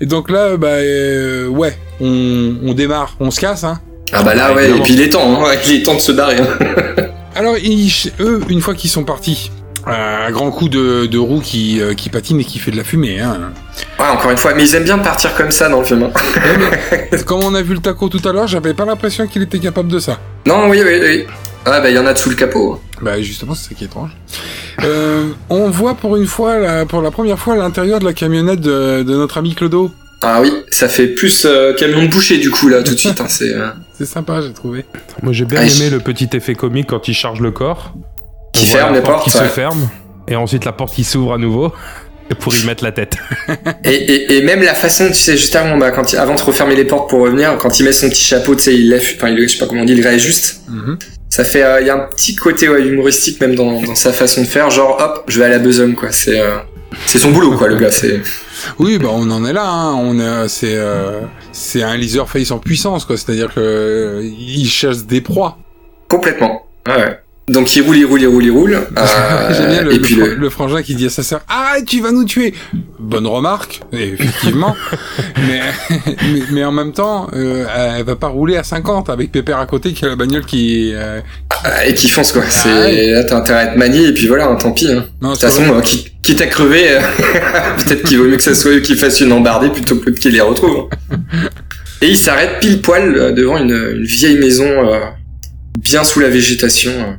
C: et donc là bah, euh, ouais, on, on démarre, on se casse. Hein.
D: Ah bah là,
B: Ouais,
D: ouais, et
B: évidemment.
D: puis il est temps, hein, ouais, il est temps de se barrer. hein.
C: Alors, ils- eux, une fois qu'ils sont partis, euh, un grand coup de, de roue qui, euh, qui patine et qui fait de la fumée. Hein.
D: Ouais, encore une fois, mais ils aiment bien partir comme ça dans le film. hein.
C: Ouais, mais comme on a vu le taco tout à l'heure, j'avais pas l'impression qu'il était capable de ça.
D: Non, oui, oui, oui. Ah bah, il y en a sous le capot.
C: Bah justement, c'est ça qui est étrange. Euh, on voit pour une fois, la, pour la première fois, l'intérieur de la camionnette de, de notre ami Clodo.
D: Ah oui, ça fait plus euh, camion de boucher du coup là tout de suite. Hein, c'est euh,
C: C'est sympa, j'ai trouvé.
B: Moi, j'ai bien
D: Ah,
B: aimé
D: je-
B: le petit effet comique quand il charge le corps.
D: qui
B: On voit
D: ferme
B: la
D: les portes.
B: Qui se
D: ouais.
B: ferme. Et ensuite, la porte qui s'ouvre à nouveau. Pour y mettre la tête.
D: Et, et, et même la façon, tu sais, juste avant, bah, quand il- avant de refermer les portes pour revenir, quand il met son petit chapeau, tu sais, il lève, enfin, il, je sais pas comment on dit, il réajuste.
C: Mhm.
D: Ça fait, euh, il y a un petit côté ouais, humoristique même dans, dans sa façon de faire, genre hop, je vais à la besogne quoi. C'est euh, c'est son boulot quoi, le gars. C'est
C: Oui, bah on en est là. Hein. On est, c'est, euh, c'est un laser face en puissance, quoi. C'est-à-dire que euh, il chasse des proies.
D: complètement. Ouais, ouais. Donc il roule, il roule, il roule, il roule. euh,
C: J'aime bien le,
D: et
C: le
D: puis
C: fran-
D: le,
C: le frangin qui dit à sa sœur Ah, tu vas nous tuer Bonne remarque, effectivement. mais, mais, mais en même temps, euh, elle va pas rouler à 50 avec Pépère à côté qui a la bagnole qui. euh,
D: ah, et qui fonce quoi. C'est
C: Ah ouais.
D: là t'as intérêt à être manié et puis voilà, hein, tant pis. Hein.
C: Non,
D: De toute façon, euh, qui- quitte à crever, euh, peut-être qu'il vaut mieux que ça soit eux qui fassent une embardée plutôt que qu'ils les retrouvent. Et il s'arrête pile poil euh, devant une, une vieille maison euh, bien sous la végétation. euh.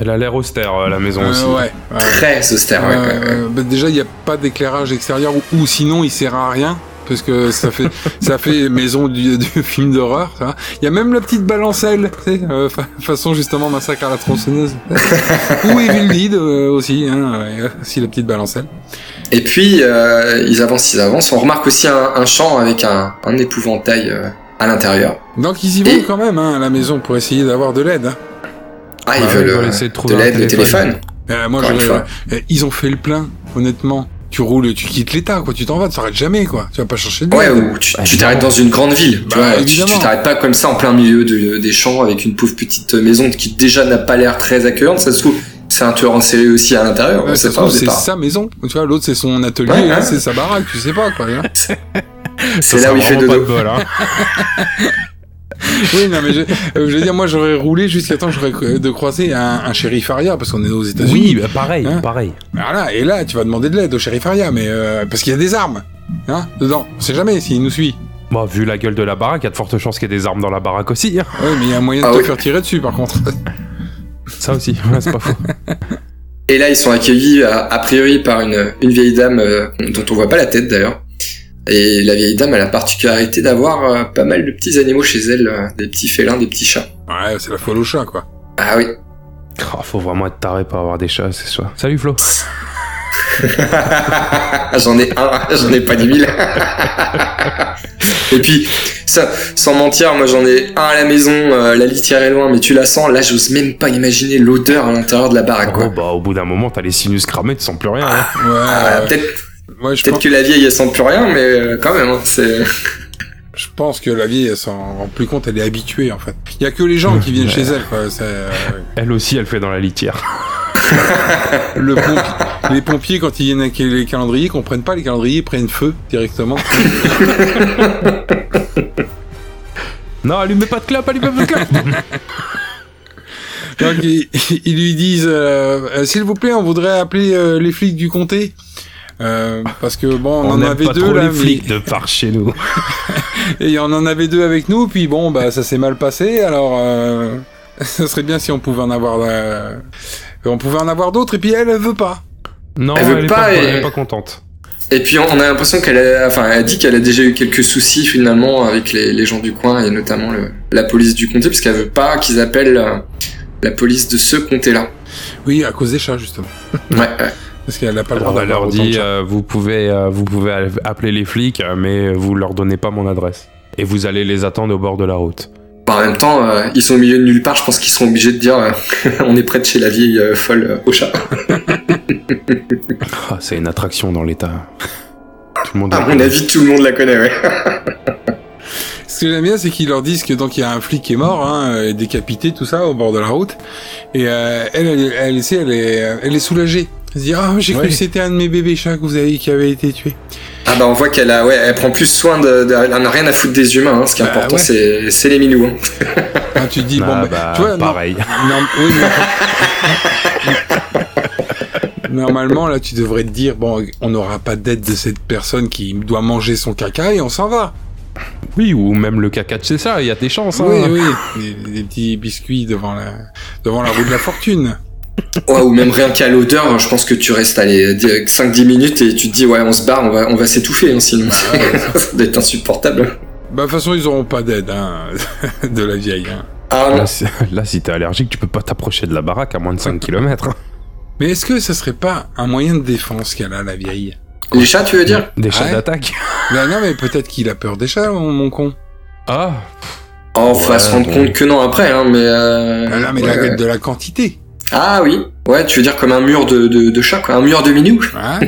B: Elle a l'air austère, euh, la
D: Ah
B: maison
C: Euh,
B: aussi.
C: ouais, ouais.
D: Très austère, Ah ouais,
C: Euh,
D: quand même,
C: bah, déjà, il n'y a pas d'éclairage extérieur ou, ou sinon il sert à rien. Parce que ça fait, ça fait maison du, du film d'horreur. ça. Il y a même la petite balancelle, tu sais, euh, fa- façon justement massacre à la tronçonneuse. ou Evil Dead euh, aussi, hein, ouais, euh, aussi la petite balancelle.
D: Et puis, euh, ils avancent, ils avancent. On remarque aussi un, un champ avec un, un épouvantail euh, à l'intérieur.
C: Donc ils y vont
D: Et-
C: quand même hein, à la maison pour essayer d'avoir de l'aide. hein.
D: Ah, ils
B: Bah Ouais,
D: veulent
B: ils veulent
D: euh,
B: essayer de
D: de
B: trouver un
D: l'aide, le
B: téléphone.
D: téléphone.
C: Euh, moi,
D: Encore une
C: j'aurais-
D: fois.
C: euh, ils ont fait le plein, honnêtement. Tu roules, tu quittes l'État, quoi. Tu t'en vas, tu t'arrêtes jamais, quoi. Tu vas pas chercher de
D: Ouais,
C: l'aide.
D: ou tu tu t'arrêtes dans une grande ville. tu
C: Bah,
D: vois, tu-
C: évidemment.
D: tu t'arrêtes pas comme ça en plein milieu de- des champs avec une pauvre petite maison qui déjà n'a pas l'air très accueillante. Ça se trouve, c'est un tueur en série aussi à l'intérieur.
C: Ouais,
D: on
C: ça
D: sait
C: se
D: pas au
C: trouve, c'est
D: départ.
C: sa maison. Tu vois, l'autre, c'est son atelier,
D: Ouais,
C: là,
D: ouais.
C: c'est sa baraque, tu sais pas, quoi. hein.
D: C'est là où il fait
B: de
D: dodo.
B: bol. hein.
C: Oui, non, mais je, euh, je veux dire, moi, j'aurais roulé jusqu'à temps que j'aurais cro- de croiser un, un shérif Aria, parce qu'on est aux États-Unis.
B: Oui, bah, pareil,
C: Hein
B: pareil.
C: Voilà, et là, tu vas demander de l'aide au shérif Aria, mais euh, parce qu'il y a des armes, hein, dedans. On sait jamais s'il nous suit.
B: Bon, vu la gueule de la baraque, il y a de fortes chances qu'il y ait des armes dans la baraque aussi. hein.
C: Oui, mais il y a un moyen
D: Ah
C: de te
D: oui.
C: faire tirer dessus, par contre.
B: Ça aussi, ouais, c'est pas faux.
D: Et là, ils sont accueillis à- a priori par une, une vieille dame euh, dont on voit pas la tête d'ailleurs. Et la vieille dame a la particularité d'avoir euh, pas mal de petits animaux chez elle, euh, des petits félins, des petits chats.
C: Ouais, c'est la folle au chat, quoi.
D: Ah oui.
B: Oh, faut vraiment être taré pour avoir des chats, c'est ça. Salut Flo.
D: j'en ai un, j'en ai pas dix mille. Et puis, ça, sans mentir, moi j'en ai un à la maison, euh, la litière est loin, mais tu la sens, là j'ose même pas imaginer l'odeur à l'intérieur de la baraque.
B: Oh,
D: Quoi.
B: bah, au bout d'un moment, t'as les sinus cramés, tu sens plus rien. hein.
C: Ouais,
D: Ah,
C: ouais.
D: peut-être
C: Ouais, je,
D: peut-être
C: pense,
D: que la vieille elle sent plus rien, mais euh, quand même, hein, c'est...
C: je pense que la vieille, elle s'en rend plus compte, elle est habituée, en fait. Il y a que les gens qui viennent chez elle, quoi. C'est, euh,
B: Elle aussi, elle fait dans la litière.
C: le pompi- les pompiers, quand ils viennent avec les calendriers, comprennent pas les calendriers, ils prennent feu directement.
B: Non, allumez pas de clap, allumez pas de clap.
C: Donc ils, ils lui disent euh, Euh, s'il vous plaît, on voudrait appeler euh, les flics du comté. Euh, parce que bon, on, en
B: aime
C: avait
B: pas
C: deux
B: trop
C: là,
B: les
C: mais-
B: flics de par chez nous.
C: et on en avait deux avec nous. Puis bon, bah ça s'est mal passé. Alors, euh, ça serait bien si on pouvait en avoir, euh, on pouvait en avoir d'autres. Et puis elle, elle veut pas.
B: Non,
D: Elle veut
B: elle, est
D: pas,
B: pas,
D: et-
B: elle est pas contente.
D: Et puis on on a l'impression qu'elle a, enfin, elle dit qu'elle a déjà eu quelques soucis finalement avec les, les gens du coin et notamment le- la police du comté, parce qu'elle veut pas qu'ils appellent euh, la police de ce comté-là.
C: Oui, à cause des chats justement.
D: Ouais, ouais.
C: Parce qu'elle n'a pas le droit
B: Alors, elle
C: d'avoir
B: leur
C: autant de
B: dit
C: chats.
B: euh, vous, pouvez, euh, vous pouvez a- appeler les flics, euh, mais vous leur donnez pas mon adresse. Et vous allez les attendre au bord de la route.
D: Bah, en même temps, euh, ils sont au milieu de nulle part, je pense qu'ils sont obligés de dire euh, on est près de chez la vieille euh, folle euh, au chat.
B: Ah, c'est une attraction dans l'état. Tout le monde.
D: À
B: la
D: mon
B: connaît.
D: avis, tout le monde Ah, la connaît, ouais.
C: Ce que j'aime bien, c'est qu'ils leur disent que donc il y a un flic qui est mort, hein, euh, décapité, tout ça, au bord de la route. Et euh, elle, elle, elle, tu sais, elle est, euh, elle est soulagée. Elle se dit ah j'ai cru
B: Ouais.
C: que c'était un de mes bébés chats que vous avez qui avait été tué.
D: Ah bah on voit qu'elle a, ouais, elle prend plus soin de, de- elle en a rien à foutre des humains. hein. Ce qui est
C: Bah,
D: important,
C: ouais.
D: c'est c'est les minous. hein.
C: Ah, tu te dis
B: Ah,
C: bon, bah,
B: bah,
C: tu vois, non-
B: pareil.
C: non, oui, mais- normalement là, tu devrais te dire bon, on n'aura pas d'aide de cette personne qui doit manger son caca et on s'en va.
B: Oui, ou même le caca, c'est ça, il y a des chances.
C: Oui,
B: hein.
C: oui, des, des petits biscuits devant la, devant la roue de la fortune.
D: Ouais, ou même rien qu'à l'odeur, je pense que tu restes allez 5-10 minutes et tu te dis ouais on se barre, on va, on va s'étouffer hein, sinon ça doit être insupportable.
C: Bah, de toute façon, ils auront pas d'aide hein, de la vieille. Hein.
D: Ah non.
B: Là, si- là, si t'es allergique, tu peux pas t'approcher de la baraque à moins de hein. 5 km.
C: Mais est-ce que ça serait pas un moyen de défense qu'elle a, la vieille
D: Les chats tu veux dire
B: Des chats
C: Ouais.
B: d'attaque.
C: Non, non, mais peut-être qu'il a peur des chats, mon, mon con.
B: Ah,
D: Oh faut
B: Ouais,
D: se rendre
B: bon.
D: compte que non après hein mais euh...
C: Ah, non, mais
D: ouais,
C: la
D: ouais.
C: de la quantité.
D: Ah oui, ouais tu veux dire comme un mur de, de, de chat quoi, un mur de minous
C: Hein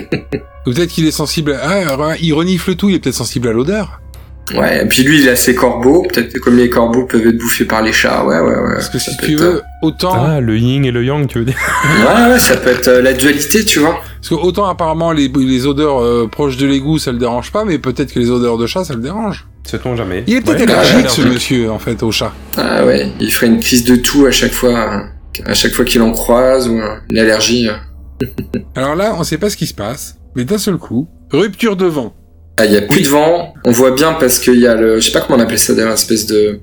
C: Ou peut-être qu'il est sensible à... Ah, alors, il renifle tout, il est peut-être sensible à l'odeur.
D: Ah, Ouais, et puis lui il a ses corbeaux, peut-être que comme les corbeaux peuvent être bouffés par les chats, ouais ouais ouais.
C: Parce que si
D: Ça peut
C: tu
D: être,
C: veux, autant...
B: ah, le yin et le yang, tu veux dire
D: euh, Ouais ouais ça peut être euh, la dualité tu vois.
C: Parce que autant apparemment les, les odeurs euh, proches de l'égout, ça le dérange pas, mais peut-être que les odeurs de chat, ça le dérange.
B: Sait-on jamais
C: Il est peut-être
B: Ouais,
C: allergique, ce
B: allergique.
C: monsieur, en fait, au chat.
D: Ah ouais, il ferait une crise de tout à chaque fois, hein, à chaque fois qu'il en croise ou euh, une allergie. hein.
C: Alors là, on sait pas ce qui se passe, mais d'un seul coup, rupture de vent.
D: Ah, il y a plus de vent. On voit bien parce qu'il y a le, je sais pas comment on appelait ça d'ailleurs, une espèce de,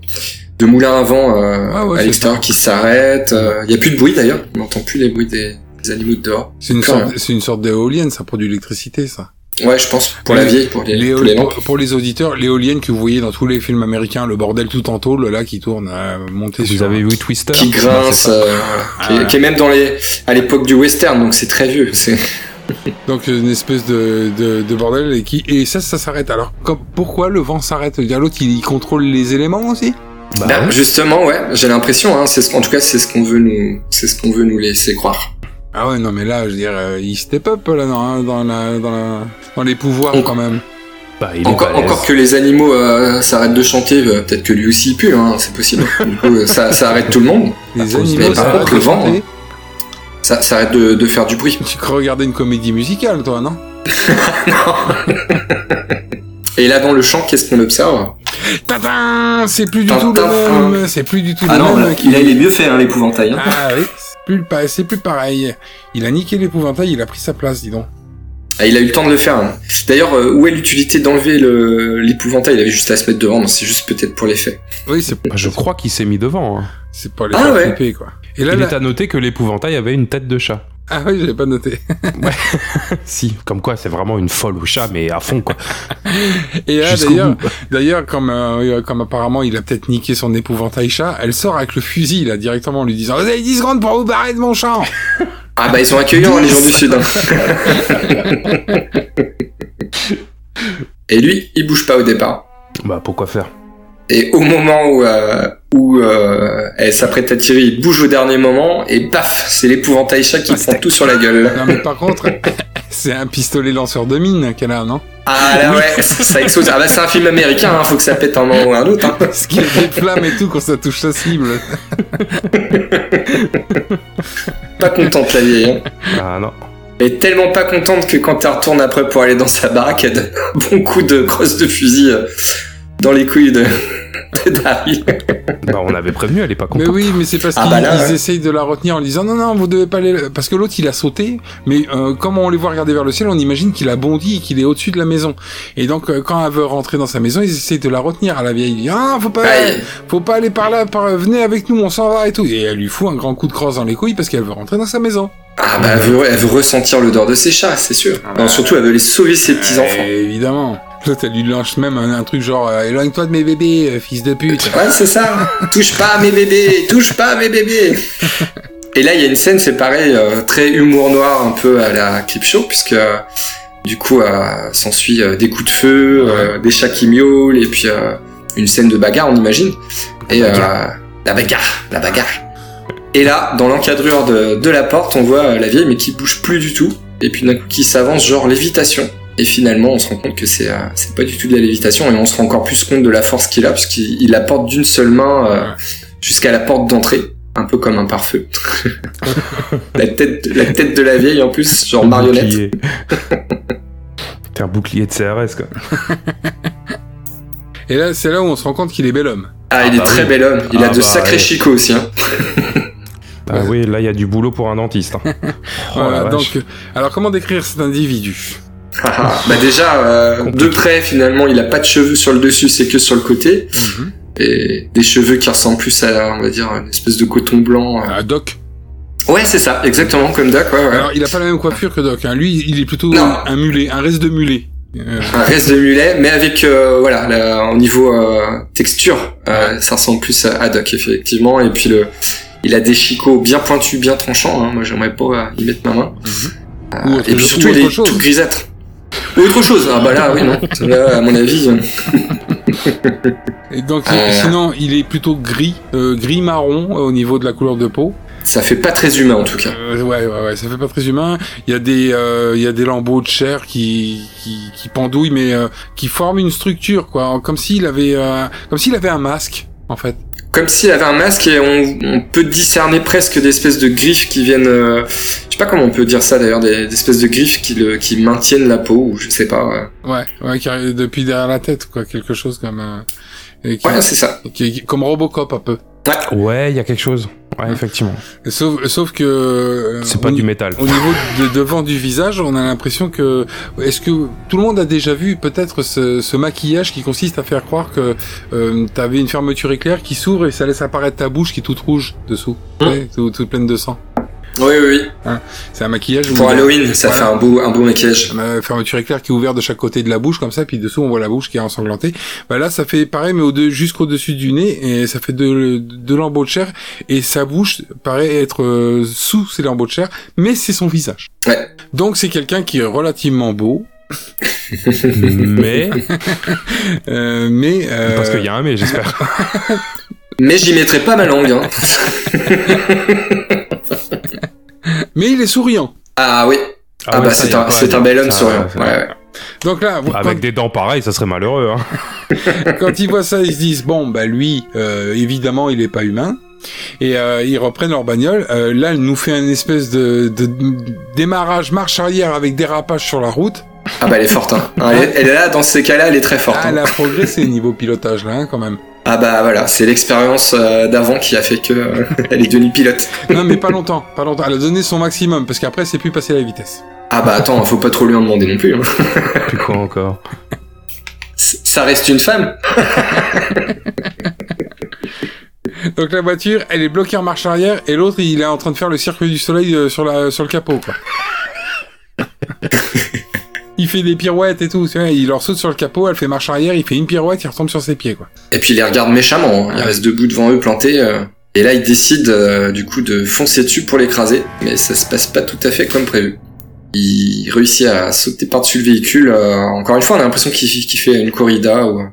D: de moulins à vent euh,
C: Ah ouais,
D: à
C: c'est
D: l'extérieur qui s'arrêtent. Il n'y a plus de bruit d'ailleurs. On n'entend plus les bruits des, des animaux de dehors.
C: C'est une,
D: Plus rien.
C: sorte- c'est une sorte d'éolienne, ça produit de l'électricité, ça.
D: Ouais, je pense pour la
C: Les-
D: vieille, pour les,
C: L'éo-
D: pour les lampes.
C: pour, pour les auditeurs, l'éolienne que vous voyez dans tous les films américains, le bordel tout en tôle, là, qui tourne à monter
B: Vous
C: sur...
B: avez vu Twister
D: qui grince, euh,
C: Ah
D: qui, est-
C: ouais.
D: qui est même dans les à l'époque du western, donc c'est très vieux. C'est
C: Donc euh, une espèce de, de, de bordel et qui et ça ça s'arrête. Alors comme, pourquoi le vent s'arrête Dire l'autre il, il contrôle les éléments aussi
B: Bah,
D: Bah, justement ouais, j'ai l'impression. Hein, c'est ce, en tout cas c'est ce qu'on veut nous, c'est ce qu'on veut nous laisser croire.
C: Ah ouais non mais là je veux dire euh, il step up là dans hein, dans la, dans, la- dans les pouvoirs
D: On-
C: quand même.
B: bah, il est
D: Encore,
B: balèze.
D: encore que les animaux euh, s'arrêtent de chanter, euh, peut-être que lui aussi il pue, hein, c'est possible. Du coup, euh, ça, ça arrête tout le monde.
C: Les
B: Ah,
C: animaux
D: mais par
C: s'arrêtent
D: contre, le
C: de
D: vent, hein.
C: chanter.
D: Ça, ça arrête de, de faire du bruit.
C: Tu crois regarder une comédie musicale toi non
D: Et là dans le champ, qu'est-ce qu'on observe
C: Tadam C'est plus du tout le
D: Tintin.
C: même. C'est plus du tout
D: Ah
C: le
D: non,
C: même.
D: là,
C: qui-
D: là, il est mieux fait hein, l'épouvantail. hein.
C: Ah oui. C'est plus, le pa- c'est plus pareil. Il a niqué l'épouvantail, il a pris sa place, dis donc.
D: Ah, il a eu le temps de le faire. hein. D'ailleurs, euh, où est l'utilité d'enlever le- l'épouvantail Il avait juste à se mettre devant, mais c'est juste peut-être pour l'effet.
C: Oui, c'est
B: Bah, je crois qu'il s'est mis devant. hein.
C: c'est pas les
D: Ah
C: faire
D: ouais.
C: flipper, quoi. Et là,
B: il
C: là-
B: est à noter que l'épouvantail avait une tête de chat.
C: ah oui, j'avais pas noté.
B: Si, comme quoi c'est vraiment une folle au chat, mais à fond quoi.
C: Et là,
B: Jusqu'au
C: d'ailleurs,
B: bout.
C: d'ailleurs, comme, euh, euh, comme apparemment il a peut-être niqué son épouvantail chat, elle sort avec le fusil, là, directement, en lui disant, vous avez 10 secondes pour vous barrer de mon champ!
D: Ah bah ils sont accueillants hein, les gens du sud. hein. Et lui, il bouge pas au départ.
B: Bah pourquoi faire
D: Et au moment où, euh, où euh, elle s'apprête à tirer, il bouge au dernier moment et paf, c'est l'épouvantail chat qui prend tout sur la gueule.
C: Non, mais par contre, c'est un pistolet lanceur de mine qu'elle a, non?
D: Ah là ouais, ça explose. Ah bah c'est un film américain, hein, faut que ça pète un moment ou un autre. hein.
C: Ce qui a des flammes et tout quand ça touche sa cible.
D: Pas contente la vieille. hein.
B: Ah non.
D: Mais tellement pas contente que quand elle retourne après pour aller dans sa baraque, elle donne un bon coup de crosse de fusil euh, dans les couilles de, de Daryl.
B: Bah on avait prévenu, elle est pas
C: Mais
B: contente.
C: oui, mais c'est parce
D: Ah
C: qu'ils
D: bah là,
C: ils
D: ouais.
C: essayent de la retenir en lui disant non, non, vous devez pas aller. Parce que l'autre il a sauté, mais euh, comme on les voit regarder vers le ciel, on imagine qu'il a bondi et qu'il est au-dessus de la maison. Et donc euh, quand elle veut rentrer dans sa maison, ils essayent de la retenir à la vieille. Il dit ah, faut pas,
D: Aïe.
C: faut pas aller par là, par... venez avec nous, on s'en va et tout. Et elle lui fout un grand coup de crosse dans les couilles parce qu'elle veut rentrer dans sa maison.
D: Ah bah elle veut, elle veut ressentir l'odeur de ses chats, c'est sûr. Non, surtout elle veut les sauver ses petits enfants.
C: Euh, évidemment. L'autre elle lui lance même un, un truc genre euh, éloigne-toi de mes bébés, euh, fils de pute.
D: Ouais, c'est ça. touche pas à mes bébés, touche pas à mes bébés. Et là, il y a une scène, c'est pareil, euh, très humour noir, un peu à la clip show, puisque euh, du coup, euh, s'ensuit euh, des coups de feu, euh, des chats qui miaulent, et puis euh, une scène de bagarre, on imagine. Et euh, la bagarre, la bagarre. Et là, dans l'encadrure de, de la porte, on voit euh, la vieille, mais qui bouge plus du tout, et puis d'un coup, qui s'avance, genre lévitation. Et finalement, on se rend compte que c'est euh, c'est pas du tout de la lévitation, et on se rend encore plus compte de la force qu'il a, puisqu'il il la porte d'une seule main euh, jusqu'à la porte d'entrée, un peu comme un pare-feu. la, tête, la tête de la vieille en plus, genre
B: Un
D: marionnette.
B: bouclier. T'es un bouclier de CRS quoi.
C: Et là c'est là où on se rend compte qu'il est bel homme.
D: Ah, il
B: Ah
D: est
B: bah
D: très
B: oui.
D: bel homme, il a
B: Ah
D: de
B: bah
D: sacrés
B: ouais.
D: chicots aussi. Hein.
B: Bah oui, là il y a du boulot pour un dentiste. hein. Oh,
C: Voilà,
B: la vache.
C: donc euh, alors comment décrire cet individu
B: Ah.
D: bah déjà, euh, de près finalement, il a pas de cheveux sur le dessus, c'est que sur le côté,
C: Mhm.
D: et des cheveux qui ressemblent plus à, on va dire, une espèce de coton blanc. euh.
C: Ah, Doc.
D: Ouais, c'est ça, exactement comme Doc, ouais, ouais.
C: Alors, il a pas la même coiffure que Doc. Hein. Lui, il est plutôt
D: Non.
C: un mulet, un reste de mulet. Euh,
D: un reste de mulet, mais avec euh, voilà, la- au niveau euh, texture, euh, ça ressemble plus à, à Doc effectivement. Et puis le, il a des chicots bien pointus, bien tranchants. hein. Moi, j'aimerais pas euh, y mettre ma main. Euh,
C: Ou
D: Ah. Et puis
C: autre-
D: surtout,
C: ou
D: il
C: autre
D: est
C: chose.
D: tout grisâtre. Ou autre chose. Ah bah là, oui non. Là, à mon avis, euh,
C: Et donc,
D: Euh.
C: sinon, il est plutôt gris, euh, gris marron euh, au niveau de la couleur de peau.
D: ça fait pas très humain en tout cas.
C: Euh, ouais, ouais, ouais, ça fait pas très humain. Il y a des, euh, il y a des lambeaux de chair qui, qui, qui pendouillent, mais euh, qui forment une structure, quoi. Comme s'il avait, euh, comme s'il avait un masque, en fait.
D: Comme s'il avait un masque et on, on peut discerner presque des espèces de griffes qui viennent. euh, je sais pas comment on peut dire ça d'ailleurs, des, des espèces de griffes qui le, qui maintiennent la peau ou je sais pas. euh. ouais.
C: Ouais, ouais, qui arrive depuis derrière la tête, quoi, quelque chose comme, euh, et qui-
D: Ouais, c'est ça.
C: qui- qui- comme Robocop un peu.
D: euh,
B: Ouais, il y a quelque chose. Ouais, effectivement.
C: Sauf, sauf que. euh,
B: C'est pas
C: au-
B: du métal.
C: Au niveau de devant du visage, on a l'impression que. Est-ce que tout le monde a déjà vu peut-être ce, ce maquillage qui consiste à faire croire que euh, t'avais une fermeture éclair qui s'ouvre et ça laisse apparaître ta bouche qui est toute rouge dessous,
D: Hmm.
C: Ouais, tout- toute pleine de sang.
D: Oui, oui,
C: C'est un maquillage.
D: oui. Pour
C: où-
D: Halloween, ça
C: Voilà.
D: fait un beau, un beau maquillage.
C: Ma fermeture éclair qui est ouverte de chaque côté de la bouche comme ça, puis dessous on voit la bouche qui est ensanglantée. Bah là ça fait pareil mais au de- jusqu'au dessus du nez et ça fait de, de lambeaux de chair et sa bouche paraît être euh, sous ces lambeaux de chair, mais c'est son visage.
D: Ouais.
C: Donc c'est quelqu'un qui est relativement beau,
B: mais
C: euh, mais euh,
B: parce qu'il y a un mais, j'espère.
D: Mais j'y mettrai pas ma langue. Hein.
C: mais il est souriant.
D: Ah oui. Ah, bah
B: ouais, ça,
D: c'est
B: y a
D: un,
B: pas-
D: c'est un bel homme
B: ça,
D: souriant.
B: ça-
D: Ouais, ouais.
C: Donc là vous-
B: Avec des dents pareilles, ça serait malheureux. Hein.
C: quand, quand ils voient ça ils se disent bon bah lui euh, évidemment il est pas humain. Et euh, ils reprennent leur bagnole. Euh, là, elle nous fait un espèce de, de démarrage marche arrière avec dérapage sur la route.
D: Ah bah elle est forte. Hein. Ah, Elle, est- elle est là, dans ces cas-là, elle est très forte.
C: Ah,
D: hein.
C: elle a progressé niveau pilotage là, hein, quand même.
D: Ah bah voilà, c'est l'expérience euh, d'avant qui a fait que euh, elle est devenue pilote.
C: Non, mais pas longtemps, pas longtemps. Elle a donné son maximum parce qu'après, c'est plus passer la vitesse.
D: Ah bah attends, faut pas trop lui en demander non plus. hein.
B: Puis quoi encore
D: C- Ça reste une femme.
C: Donc la voiture, elle est bloquée en marche arrière et l'autre, il est en train de faire le circuit du soleil euh, sur la sur le capot. Quoi. il fait des pirouettes et tout. tu vois, il leur saute sur le capot, elle fait marche arrière, il fait une pirouette, il retombe sur ses pieds. Quoi.
D: Et puis il les regarde méchamment. hein. Il reste debout devant eux, planté. euh, Et là, il décide euh, du coup de foncer dessus pour l'écraser, mais ça se passe pas tout à fait comme prévu. Il réussit à sauter par-dessus le véhicule. euh, encore une fois, on a l'impression qu'il qu'il fait une corrida. Ou...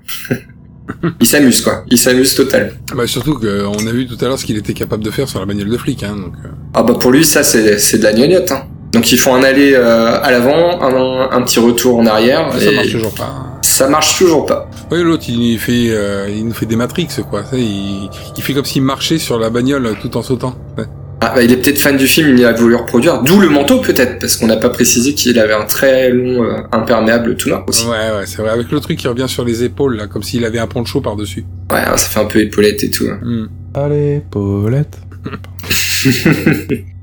D: il s'amuse quoi. Il s'amuse total.
C: Bah surtout qu'on a vu tout à l'heure ce qu'il était capable de faire sur la bagnole de flic. Hein, donc, euh.
D: Ah bah pour lui ça c'est c'est de la gnognotte. Hein. Donc ils font un aller euh, à l'avant, un, un petit retour en arrière.
C: ça
D: et
C: marche toujours pas. hein.
D: Ça marche toujours pas.
C: Oui, l'autre, il fait, euh, il nous fait des Matrix, quoi. Ça, Il, il fait comme s'il marchait sur la bagnole euh, tout en sautant. Ouais.
D: Ah bah il est peut-être fan du film, il a voulu reproduire. D'où le manteau peut-être, parce qu'on n'a pas précisé qu'il avait un très long euh, imperméable tout noir aussi.
C: Ouais, ouais, c'est vrai. Avec le truc qui revient sur les épaules, là, comme s'il avait un poncho par-dessus.
D: Ouais, hein, ça fait un peu épaulette et tout. hein.
C: Hmm.
B: Allez, Paulette.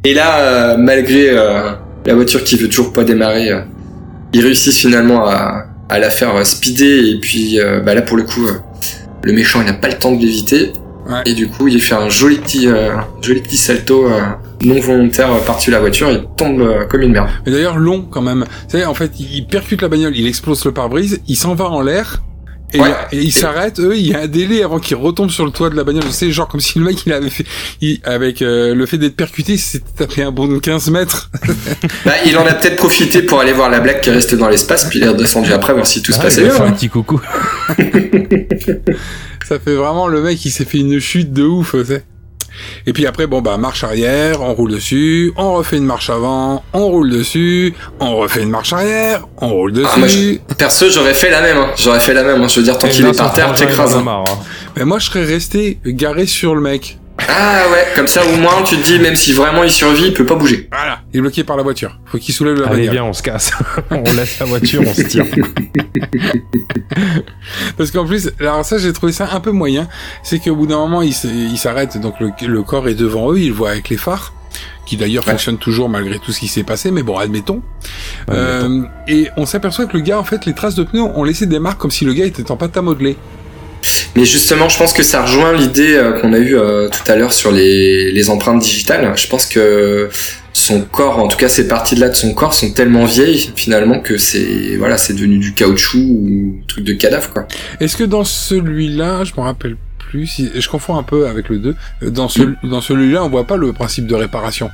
D: Et là, euh, malgré euh, la voiture qui veut toujours pas démarrer, euh, ils réussissent finalement à, à la faire euh, speeder. Et puis euh, bah là pour le coup, euh, le méchant il n'a pas le temps de l'éviter.
C: Ouais.
D: Et du coup, il fait un joli petit, euh, joli petit salto euh, non volontaire euh, par-dessus la voiture. Il tombe euh, comme une merde.
C: Mais d'ailleurs, long, quand même. Tu sais, en fait, il percute la bagnole, il explose le pare-brise, il s'en va en l'air. Et,
D: Ouais.
C: et il s'arrête, eux, il y a un délai avant qu'il retombe sur le toit de la bagnole. Tu sais, genre comme si le mec, il avait fait, il- avec euh, le fait d'être percuté, il s'était tapé un bond de 15 mètres.
D: Bah, il en a peut-être profité pour aller voir la blague qui est restée dans l'espace, puis il est redescendu après voir si tout se
B: Ah,
D: passait
B: il a
D: bien. hein.
B: fait un petit coucou.
C: Ça fait vraiment le mec, il s'est fait une chute de ouf, tu sais. Et puis après, bon bah marche arrière, on roule dessus, on refait une marche avant, on roule dessus, on refait une marche arrière, on roule dessus.
D: Ah, moi, je- Perso, j'aurais fait la même. hein. J'aurais fait la même. hein. Je veux dire, tant
B: Et
D: qu'il
B: là,
D: est par
B: son
D: terre,
B: frangin, il en
D: t'écrases.
B: a
D: hein.
B: marre, hein.
C: Mais moi, je serais resté garé sur le mec.
D: Ah ouais, comme ça au moins tu te dis, même si vraiment il survit, il peut pas bouger.
C: Voilà, il est bloqué par la voiture. Faut qu'il soulève la
B: Allez,
C: bagnole.
B: viens, on se casse. on laisse la voiture, on se tire.
C: Parce qu'en plus, alors ça, j'ai trouvé ça un peu moyen. C'est qu'au bout d'un moment, il se- il s'arrête, donc le, le corps est devant eux, il le voit avec les phares, qui d'ailleurs
D: Ouais.
C: fonctionnent toujours malgré tout ce qui s'est passé, mais bon, admettons. Euh, et on s'aperçoit que le gars, en fait, les traces de pneus ont laissé des marques comme si le gars était en pâte à modeler.
D: Mais justement, je pense que ça rejoint l'idée euh, qu'on a eue euh, tout à l'heure sur les, les empreintes digitales. Je pense que son corps, en tout cas ces parties-là de son corps, sont tellement vieilles finalement que c'est voilà, c'est devenu du caoutchouc ou truc de cadavre quoi.
C: Est-ce que dans celui-là, je me rappelle plus, si, je confonds un peu avec le 2, dans, ce,
D: Mm.
C: dans celui-là, on voit pas le principe de réparation.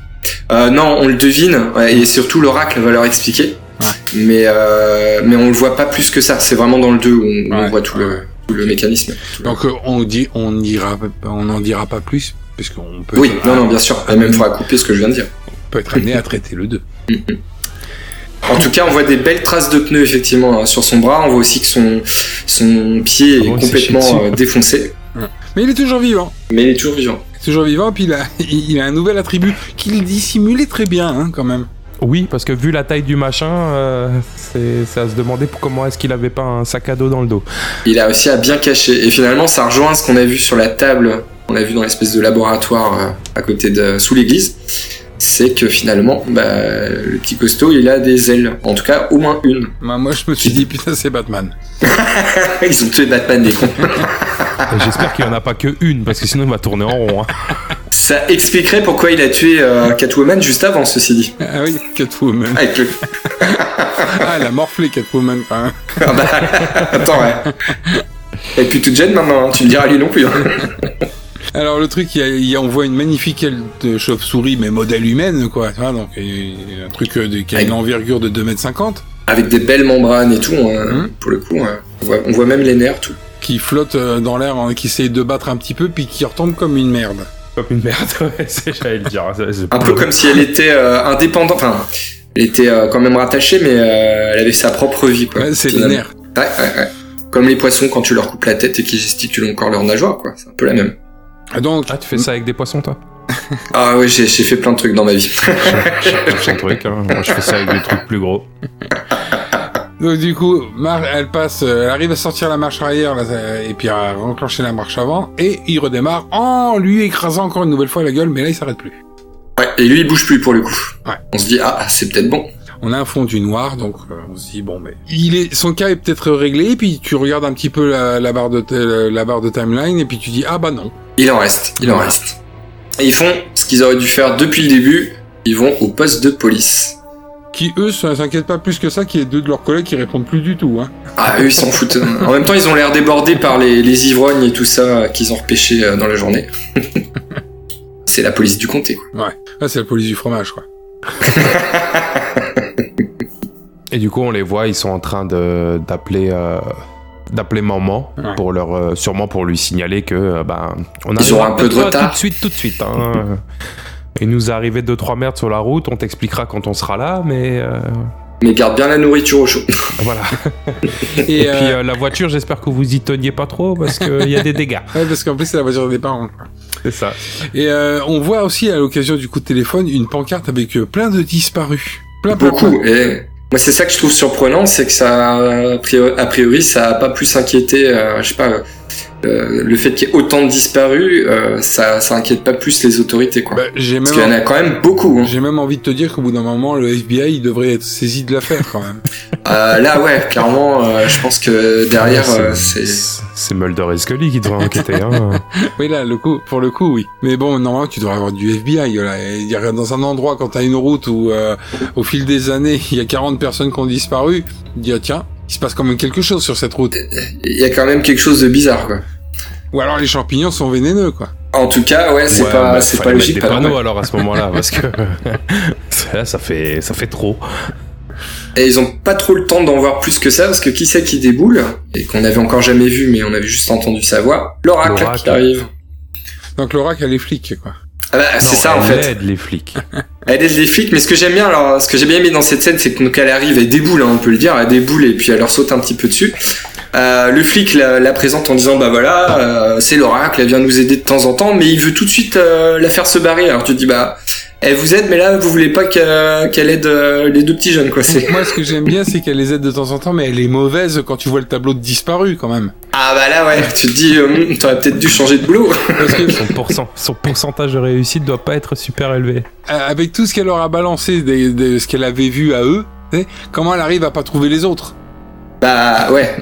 D: Euh, non, on le devine ouais, et surtout l'oracle va leur expliquer.
C: Ouais.
D: Mais euh, mais on le voit pas plus que ça. C'est vraiment dans le 2 où on, on
C: Ouais,
D: voit tout
C: ouais.
D: le tout le mécanisme.
C: Donc euh, on dit, on n'ira, on n'en dira pas plus, parce qu'on peut, ah,
D: Oui,
C: être-
D: non, non, bien sûr. Et même faudra couper ce que je viens de dire.
C: peut être amené à traiter le 2.
D: En tout cas, on voit des belles traces de pneus effectivement hein, sur son bras. On voit aussi que son son pied
B: Ah bon,
D: est
B: il s'est chié
D: complètement
B: dessus.
D: euh, défoncé,
C: Mais il est toujours vivant.
D: mais il est toujours vivant.
C: toujours vivant, puis il a, il il a un nouvel attribut qu'il dissimulait très bien, hein, quand même.
B: Oui, parce que vu la taille du machin, euh, c'est c'est à se demander pour comment est-ce qu'il avait pas un sac à dos dans le dos.
D: Il a réussi à bien cacher. Et finalement, ça rejoint ce qu'on a vu sur la table on a vu dans l'espèce de laboratoire euh, à côté de sous l'église, c'est que finalement, bah, le petit costaud, il a des ailes. En tout cas, au moins une.
C: Bah, moi, je me suis dit, putain, c'est Batman.
D: Ils ont tué Batman des cons. Ah.
B: J'espère qu'il n'y en a pas que une, parce que sinon il va tourner en rond. hein.
D: Ça expliquerait pourquoi il a tué euh, Catwoman juste avant, ceci dit.
C: Ah oui, Catwoman.
D: Avec le...
C: Ah, elle a morflé Catwoman. quand même.
D: Ah bah, attends, ouais. Et puis toute jeune maintenant, hein, tu me diras lui non plus. hein.
C: Alors le truc, il y a- il y a- on voit une magnifique aile de chauve-souris, mais modèle humaine, quoi. Tu vois, donc il y a un truc euh, de- qui a une envergure de 2m50,
D: Avec des belles membranes et tout, hein, pour le coup. hein. On, voit, on voit même les nerfs, tout.
C: qui flotte euh, dans l'air, hein, qui essaye de battre un petit peu, puis qui retombe comme une merde.
B: Comme une merde, ouais, c'est- j'allais le dire. c'est- c'est-
D: Un peu comme si elle était euh, indépendante. Enfin, elle était euh, quand même rattachée, mais euh, elle avait sa propre vie, quoi.
C: Ouais, c'est les
D: Finalement.
C: nerfs.
D: Ouais, ouais, ouais. Comme les poissons quand tu leur coupes la tête et qu'ils gesticulent encore leurs nageoires, quoi. C'est un peu la même.
C: Donc,
B: Ah, tu fais ça avec des poissons, toi
D: Ah ouais, j'ai j'ai fait plein de trucs dans ma vie.
B: Chacun son truc. hein. Moi, je fais ça avec des trucs plus gros.
C: donc, du coup, Mar elle passe, euh, elle arrive à sortir la marche arrière, là, ça- et puis à enclencher la marche avant, et il redémarre en lui écrasant encore une nouvelle fois la gueule, mais là il s'arrête plus.
D: Ouais, et lui, il bouge plus pour le coup.
C: Ouais.
D: On se dit, ah, c'est peut-être bon.
C: On a un fond du noir, donc euh, on se dit bon mais il est son cas est peut-être réglé, puis tu regardes un petit peu la, la barre de t- euh, la barre de timeline et puis tu dis ah bah non.
D: Il en reste, il en
C: Ouais.
D: reste. Et ils font ce qu'ils auraient dû faire depuis le début. Ils vont au poste de police.
C: Qui eux se- s'inquiètent pas plus que ça, qu'il y ait deux de leurs collègues qui répondent plus du tout. Hein.
D: Ah, eux, ils s'en foutent. En même temps, ils ont l'air débordés par les, les ivrognes et tout ça euh, qu'ils ont repêché euh, dans la journée. c'est la police du comté, quoi.
C: Là Ah, c'est la police du fromage quoi.
B: Et du coup, on les voit, ils sont en train de- d'appeler. euh, d'appeler maman
C: Ouais.
B: pour leur euh, sûrement pour lui signaler que euh, ben on
D: Ils
B: arrivera
D: auront un peu de
B: pas
D: retard.
B: tout de suite tout de suite hein. il nous est arrivé deux trois merdes sur la route on t'expliquera quand on sera là mais euh,
D: Mais garde bien la nourriture au chaud.
B: voilà
C: Et,
B: et, puis
C: euh,
B: euh, la voiture j'espère que vous y teniez pas trop parce qu'il y a des dégâts
C: ouais, parce qu'en plus c'est la voiture des parents. quoi.
B: c'est ça
C: Et euh, on voit aussi à l'occasion du coup de téléphone une pancarte avec euh, plein de disparus. Plein, plein, plein.
D: Beaucoup. Et moi, c'est ça que je trouve surprenant, c'est que ça, a priori, a priori, ça a pas plus inquiété, euh, je sais pas, euh, le fait qu'il y ait autant de disparus, euh, ça, ça inquiète pas plus les autorités, quoi.
C: Bah, j'ai
D: Parce qu'il y en
C: même
D: a quand même beaucoup. hein.
C: j'ai même envie de te dire qu'au bout d'un moment le FBI il devrait être saisi de l'affaire quand même.
D: Euh, là, ouais, clairement, euh, je pense que derrière,
B: Ouais,
D: euh,
B: c'est
D: c'est.
B: c'est Mulder et Scully qui devraient enquêter hein.
C: Oui, là, le coup, pour le coup, oui. Mais bon, normalement, tu devrais avoir du FBI. Là. Et il y a- Dans un endroit, quand t'as une route où, euh, au fil des années, il y a 40 personnes qui ont disparu, tu dis, ah, tiens, il se passe quand même quelque chose sur cette route.
D: Il y a quand même quelque chose de bizarre, quoi.
C: Ou alors les champignons sont vénéneux, quoi.
D: En tout cas, ouais, c'est
B: Ouais,
D: pas,
B: bah,
D: c'est
B: fallait
D: pas
B: mettre
D: logique.
B: Des
D: pas normal.
B: panneaux alors à ce moment-là parce que là ça fait ça fait trop.
D: Et ils ont pas trop le temps d'en voir plus que ça, parce que qui c'est qui déboule, et qu'on avait encore jamais vu, mais on avait juste entendu sa voix, l'oracle
B: L'oracle.
D: qui arrive.
C: Donc l'oracle, elle est flic, quoi.
D: Ah bah, c'est
B: Non,
D: ça, en
B: elle
D: fait.
B: aide les flics.
D: Elle aide les flics, mais ce que j'aime bien, alors, ce que j'ai bien aimé dans cette scène, c'est que donc elle arrive, elle déboule, hein, on peut le dire, elle déboule et puis elle leur saute un petit peu dessus. Euh, le flic la, la présente en disant bah voilà, euh, c'est l'oracle, elle vient nous aider de temps en temps, mais il veut tout de suite euh, la faire se barrer. Alors tu te dis bah elle vous aide, mais là vous voulez pas que- qu'elle aide euh, les deux petits jeunes quoi. C'est
C: Moi, ce que j'aime bien, c'est qu'elle les aide de temps en temps, mais elle est mauvaise quand tu vois le tableau de disparu, quand même.
D: ah bah là ouais, tu te dis euh, hum, t'aurais peut-être dû changer de boulot.
C: Parce que,
B: Son, pourcent- son pourcentage de réussite doit pas être super élevé.
C: euh, avec tout ce qu'elle leur a balancé, de, de ce qu'elle avait vu à eux, tu sais, comment elle arrive à pas trouver les autres
D: Bah ouais.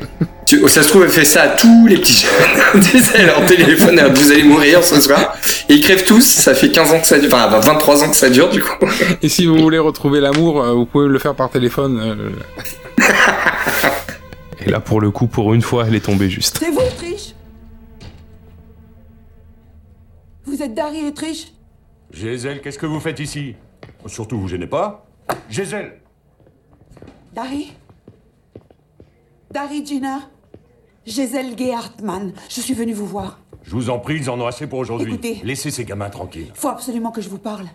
D: Tu- oh, ça se trouve, elle fait ça à tous les petits jeunes. Tu sais, leur téléphone, elle, vous allez mourir ce soir. Et ils crèvent tous. Ça fait 15 ans que ça dure. Enfin, bah, 23 ans que ça dure, du coup.
C: Et si vous voulez retrouver l'amour, euh, vous pouvez le faire par téléphone. euh,
B: Et là pour le coup pour une fois elle est tombée juste.
I: C'est vous, Triche Vous êtes Dari et Triche
G: Gézel, qu'est-ce que vous faites ici Surtout, vous gênez pas. Gézel
I: Dari Dari Gina Giselle Gay Hartmann, je suis venue vous voir.
G: Je vous en prie, ils en ont assez pour aujourd'hui.
I: Écoutez.
G: Laissez ces gamins tranquilles.
I: Faut absolument que je vous parle.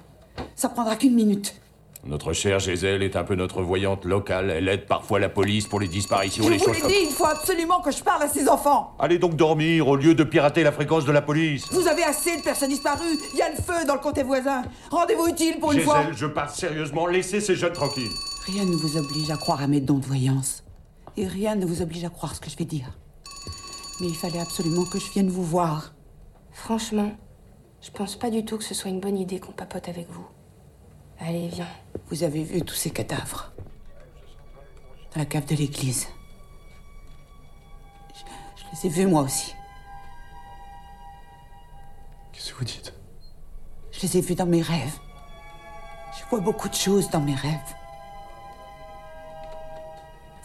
I: Ça prendra qu'une minute.
G: Notre chère Gézel est un peu notre voyante locale. Elle aide parfois la police pour les disparitions,
I: je
G: les
I: vous
G: choses
I: l'ai
G: comme-
I: dit, il faut absolument que je parle à ces enfants.
G: Allez donc dormir au lieu de pirater la fréquence de la police.
I: Vous avez assez de personnes disparues. Il y a le feu dans le comté voisin. Rendez-vous utile pour une fois.
G: Gézel, je parle sérieusement. Laissez ces jeunes tranquilles.
I: Rien ne vous oblige à croire à mes dons de voyance. Et rien ne vous oblige à croire ce que je vais dire. Mais il fallait absolument que je vienne vous voir.
F: Franchement, je pense pas du tout que ce soit une bonne idée qu'on papote avec vous. Allez, viens.
I: Vous avez vu tous ces cadavres Dans la cave de l'église. Je, je les ai vus moi aussi.
G: Qu'est-ce que vous dites
I: Je les ai vus dans mes rêves. Je vois beaucoup de choses dans mes rêves.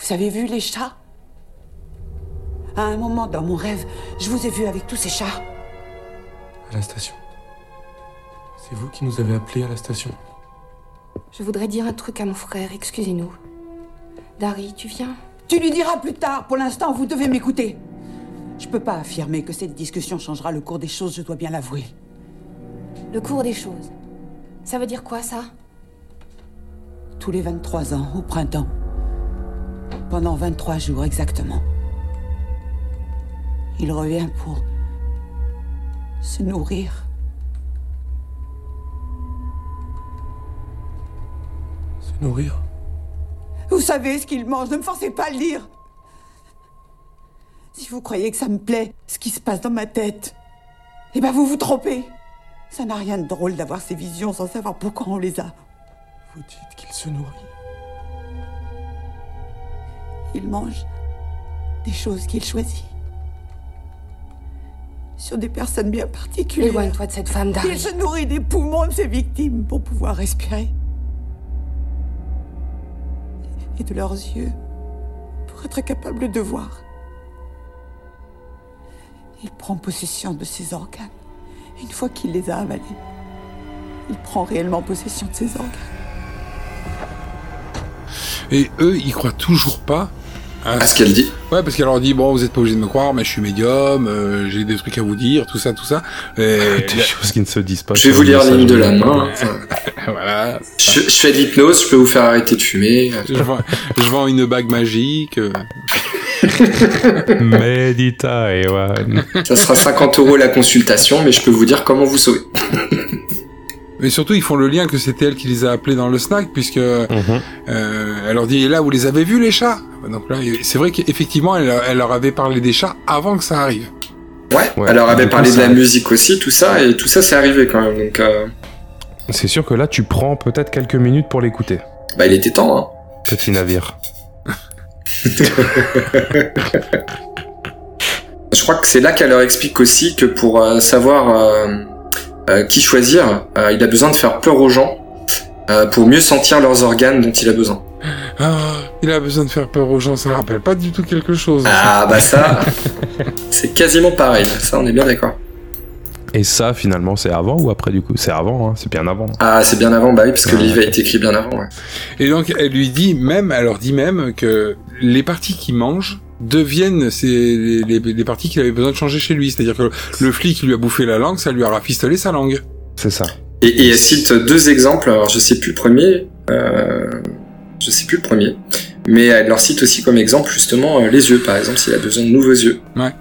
I: Vous avez vu les chats À un moment dans mon rêve, je vous ai vu avec tous ces chats.
G: À la station. C'est vous qui nous avez appelés à la station.
F: Je voudrais dire un truc à mon frère, excusez-nous. Dari, tu viens
I: Tu lui diras plus tard. Pour l'instant, vous devez m'écouter. Je peux pas affirmer que cette discussion changera le cours des choses, je dois bien l'avouer.
F: Le cours des choses. Ça veut dire quoi, ça
I: Tous les 23 ans, au printemps. Pendant 23 jours exactement. Il revient pour se nourrir.
G: Se nourrir
I: Vous savez ce qu'il mange, ne me forcez pas à le dire. Si vous croyez que ça me plaît, ce qui se passe dans ma tête, eh ben vous vous trompez. Ça n'a rien de drôle d'avoir ces visions sans savoir pourquoi on les a.
G: Vous dites qu'il se nourrit.
I: Il mange des choses qu'il choisit. Sur des personnes bien particulières.
F: Éloigne-toi de cette femme, Dari.
I: Il se nourrit des poumons de ses victimes pour pouvoir respirer. Et de leurs yeux pour être capable de voir. Il prend possession de ses organes. Une fois qu'il les a avalés, il prend réellement possession de ses organes.
C: Et eux, ils croient toujours pas
D: À ce qu'elle dit.
C: Ouais, parce qu'elle leur dit bon, vous êtes pas obligé de me croire, mais je suis médium, euh, j'ai des trucs à vous dire, tout ça, tout ça. Et
B: Des choses qui ne se disent pas.
D: Je vais
B: sur
D: vous
B: le
D: lire
B: message
D: l'hymne de la
B: vocal.
D: main. hein.
C: voilà.
D: Je, je fais de l'hypnose, je peux vous faire arrêter de fumer.
C: Je vends, je vends une bague magique. euh.
B: Medita, et ouais.
D: Ça sera 50 euros la consultation, mais je peux vous dire comment vous sauver.
C: Mais surtout, ils font le lien que c'était elle qui les a appelés dans le snack, puisque
B: Mhm.
C: Euh, elle leur dit, là, vous les avez vus, les chats Donc là, c'est vrai qu'effectivement, elle, elle leur avait parlé des chats avant que ça arrive.
D: Ouais,
B: Ouais,
D: elle leur avait
B: du coup,
D: parlé de
B: ça-
D: la musique aussi, tout ça, et tout ça c'est arrivé quand même. Donc, euh,
B: C'est sûr que là, tu prends peut-être quelques minutes pour l'écouter,
D: bah il était temps. Hein.
B: petit navire.
D: Je crois que c'est là qu'elle leur explique aussi que pour euh, savoir euh, euh, qui choisir, euh, il a besoin de faire peur aux gens euh, pour mieux sentir leurs organes dont il a besoin.
C: Ah, il a besoin de faire peur aux gens, ça me rappelle pas du tout quelque chose.
D: Ah bah ça, c'est quasiment pareil. Ça on est bien d'accord.
B: Et ça, finalement, c'est avant ou après, du coup C'est avant, hein, c'est bien avant.
D: Ah c'est bien avant, bah oui, parce que livre a été écrit bien avant. Ouais.
C: Et donc, elle lui dit même, elle leur dit même que les parties qu'il mange deviennent ces- les, les- les parties qu'il avait besoin de changer chez lui. C'est-à-dire que le flic lui a bouffé la langue, ça lui a rafistolé sa langue.
B: C'est ça.
D: Et, et elle cite deux exemples. Alors je sais plus le premier, euh, je sais plus le premier, mais elle leur cite aussi comme exemple justement euh, les yeux, par exemple, s'il a besoin de nouveaux yeux.
C: Ouais.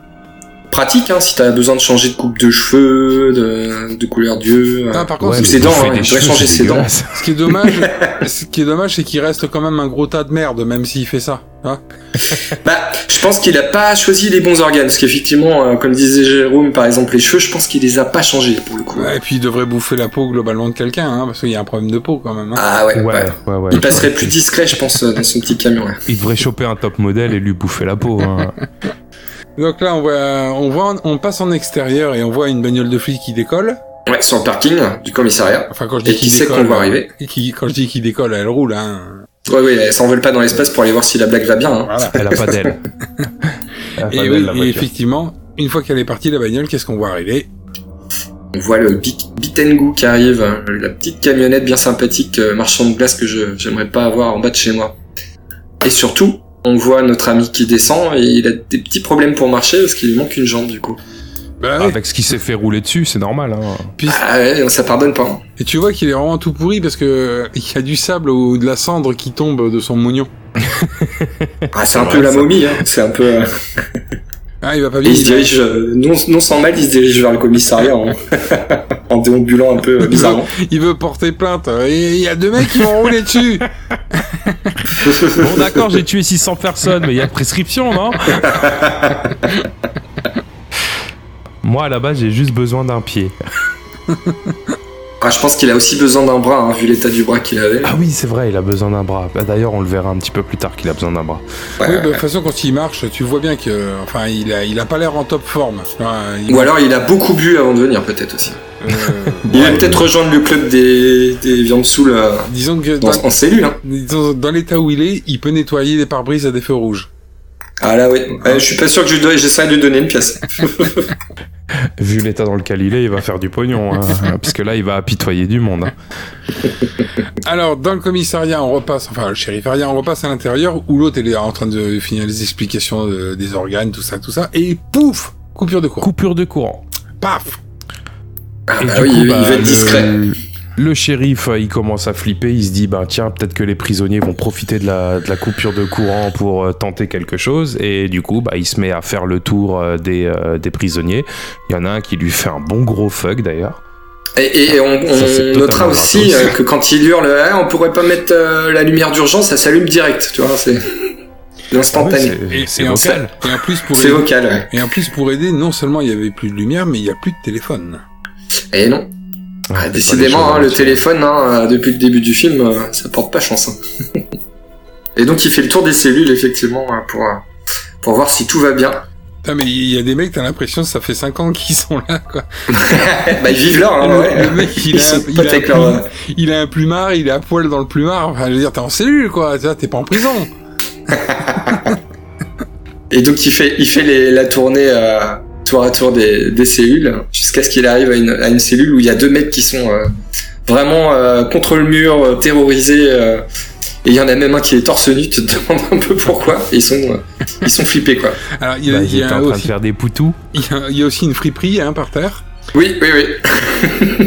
D: Pratique, hein, si t'as besoin de changer de coupe de cheveux, de, de couleur d'yeux.
C: Ah,
D: euh,
C: par contre,
D: mais- ses dents, hein, il devrait changer ses dents.
C: ce qui est dommage, ce qui est dommage, c'est qu'il reste quand même un gros tas de merde, même s'il fait ça. hein.
D: Bah, je pense qu'il a pas choisi les bons organes, parce qu'effectivement, euh, comme disait Jérôme, par exemple, les cheveux, je pense qu'il les a pas changés pour le coup.
C: Ouais, et puis il devrait bouffer la peau globalement de quelqu'un, hein, parce qu'il y a un problème de peau quand même. hein.
D: Ah ouais,
B: Ouais,
D: ouais.
B: ouais, ouais.
D: Il passerait plus discret, je pense, euh, dans son petit camion. ouais.
B: Il devrait choper un top modèle et lui bouffer la peau. hein.
C: Donc là, on voit, on voit, on passe en extérieur et on voit une bagnole de flic qui décolle.
D: Ouais, sur le parking euh, du commissariat.
C: Enfin, quand je
D: Et
C: dis
D: qui
C: qu'il
D: sait
C: décolle,
D: qu'on va arriver
C: et qui- quand je dis qu'il décolle, elle roule. Hein.
D: Ouais, ouais, elles s'envolent pas dans l'espace pour aller voir si la blague va bien. hein.
C: Voilà.
B: Elle a pas d'aile. Elle a pas
C: Et,
B: d'aile, la
C: oui, et
B: voiture.
C: effectivement, une fois qu'elle est partie, la bagnole, qu'est-ce qu'on voit arriver
D: On voit le Bit- Bitengu qui arrive, hein, la petite camionnette bien sympathique, euh, marchand de glace que je j'aimerais pas avoir en bas de chez moi. Et surtout, on voit notre ami qui descend et il a des petits problèmes pour marcher parce qu'il lui manque une jambe du coup.
C: Bah oui.
B: Avec ce qui s'est fait rouler dessus, c'est normal. hein.
C: Puis-
D: Ah ouais, ça pardonne pas. hein.
C: Et tu vois qu'il est vraiment tout pourri parce que il y a du sable ou de la cendre qui tombe de son moignon.
D: Ah, c'est un peu la momie, hein. c'est un peu. euh,
C: Ah, il va pas
D: Et
C: bien.
D: il se dirige, euh, non, non sans mal, il se dirige vers le commissariat en, en déambulant un peu euh, bizarrement.
C: Il veut porter plainte. Et il y a deux mecs qui vont rouler dessus.
B: Bon, d'accord, j'ai tué 600 personnes, mais il y a prescription, non Moi, à la base, j'ai juste besoin d'un pied.
D: Ah, je pense qu'il a aussi besoin d'un bras, hein, vu l'état du bras qu'il avait.
B: Ah oui, c'est vrai, il a besoin d'un bras. Bah, D'ailleurs, on le verra un petit peu plus tard qu'il a besoin d'un bras.
C: Oui, bah, de toute façon, quand il marche, tu vois bien que, enfin, il a, il a pas l'air en top forme. Enfin, il- euh,
D: Ou alors il a beaucoup bu avant de venir, peut-être aussi. il va peut-être rejoindre le club des, des viandes euh, sous la-
C: Disons que
D: dans- en cellule. hein.
C: disons, dans l'état où il est, il peut nettoyer les pare-brises à des feux rouges.
D: Ah là, oui. Ouais, je suis pas sûr que je lui dois- j'essaie de lui donner une pièce.
B: Vu l'état dans lequel il est, il va faire du pognon. hein, parce que là, il va apitoyer du monde. hein.
C: Alors, dans le commissariat, on repasse, enfin, le shérifariat, on repasse à l'intérieur où l'autre elle est en train de finir les explications euh, des organes, tout ça, tout ça, et pouf, coupure de courant.
B: Coupure de courant.
C: Paf. euh,
D: Ah
B: Et
D: bah
B: du
D: oui,
B: coup,
D: il
B: bah,
D: va être
B: le-
D: discret.
B: Le shérif, euh, il commence à flipper, il se dit, bah tiens, peut-être que les prisonniers vont profiter de la, de la coupure de courant pour euh, tenter quelque chose, et du coup, bah, il se met à faire le tour euh, des, euh, des prisonniers. Il y en a un qui lui fait un bon gros fuck, d'ailleurs.
D: Et, et on,
B: Ça, c'est totalement
D: on notera aussi
B: gratos.
D: euh, que quand il hurle, Ah, on pourrait pas mettre euh, la lumière d'urgence, ça s'allume direct, tu vois, c'est c'est instantané.
B: Ah C'est- C'est
C: et en-
B: vocal.
C: Et en plus pour
D: C'est
C: aider,
D: vocal, ouais.
C: et en plus pour aider, non seulement il y avait plus de lumière, mais il y a plus de téléphone.
D: Et non.
B: Ouais,
D: Ah,
B: c'est
D: décidément,
B: pas
D: hein,
B: des
D: le
B: choses-
D: téléphone, hein, euh, depuis le début du film, euh, ça porte pas chance. hein. et donc il fait le tour des cellules, effectivement, euh, pour, euh, pour voir si tout va bien.
C: Putain, mais il y a des mecs, t'as l'impression que ça fait 5 ans qu'ils sont là, quoi.
D: bah ils vivent là, hein,
C: le,
D: ouais.
C: le mec, il
D: Ils
C: a,
D: sont
C: il,
D: potes
C: a un
D: avec leur-
C: plumard, il a un plumard, il est à poil dans le plumard. Enfin, je veux dire, t'es en cellule, quoi. Tu vois, T'es pas en prison.
D: Et donc il fait, il fait les- la tournée euh, tour à tour des, des cellules jusqu'à ce qu'il arrive à une, à une cellule où il y a deux mecs qui sont euh, vraiment euh, contre le mur, euh, terrorisés. euh, et il y en a même un qui est torse nu, tu te demandes un peu pourquoi. Et ils sont, euh, ils sont flippés quoi.
C: Alors, il y a,
B: Bah,
C: il y
B: il
C: a
B: était en train de
C: aussi,
B: faire des poutous.
C: il y a- il y a aussi une friperie, hein, par terre.
D: Oui, oui, oui.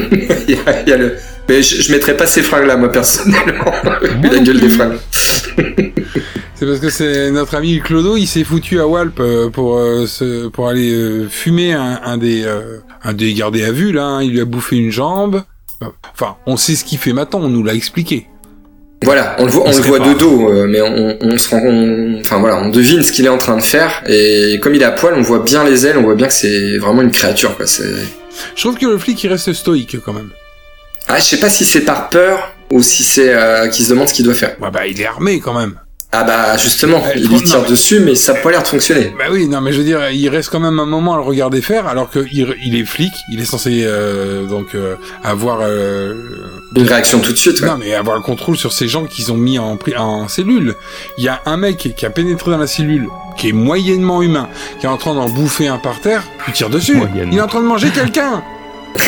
D: il, y a, il y a le. Mais je, je mettrais pas ces fringues là moi personnellement. Vu la gueule des fringues.
C: C'est parce que c'est notre ami Clodo, il s'est foutu à Walp euh, pour euh, se, pour aller euh, fumer un, un des euh, un des gardés à vue là. hein. Il lui a bouffé une jambe. Enfin, on sait ce qu'il fait maintenant, on nous l'a expliqué.
D: Voilà, on le voit,
B: On
D: on le
B: serait
D: voit
B: pas.
D: de dos, euh, mais on, on se rend, on- enfin voilà, on devine ce qu'il est en train de faire. Et comme il est à poil, on voit bien les ailes, on voit bien que c'est vraiment une créature. Quoi. c'est-
C: Je trouve que le flic il reste stoïque quand même.
D: Ah, je sais pas si c'est par peur ou si c'est euh, qu'il se demande ce qu'il doit faire.
C: Ouais, bah il est armé quand même.
D: Ah bah justement,
C: Eh,
D: il
C: trop-
D: lui tire
C: non, mais-
D: dessus, mais ça a pas l'air de fonctionner.
C: Bah oui, non mais je veux dire, il reste quand même un moment à le regarder faire, alors que il, il est flic, il est censé euh, donc euh, avoir euh,
D: Une réaction tout de suite. Ouais.
C: Non, mais avoir le contrôle sur ces gens qu'ils ont mis en, pri- en cellule. Il y a un mec qui a pénétré dans la cellule, qui est moyennement humain, qui est en train d'en bouffer un par terre, tu tires dessus.
B: Moyennement.
C: Il est en train de manger quelqu'un.
D: Ah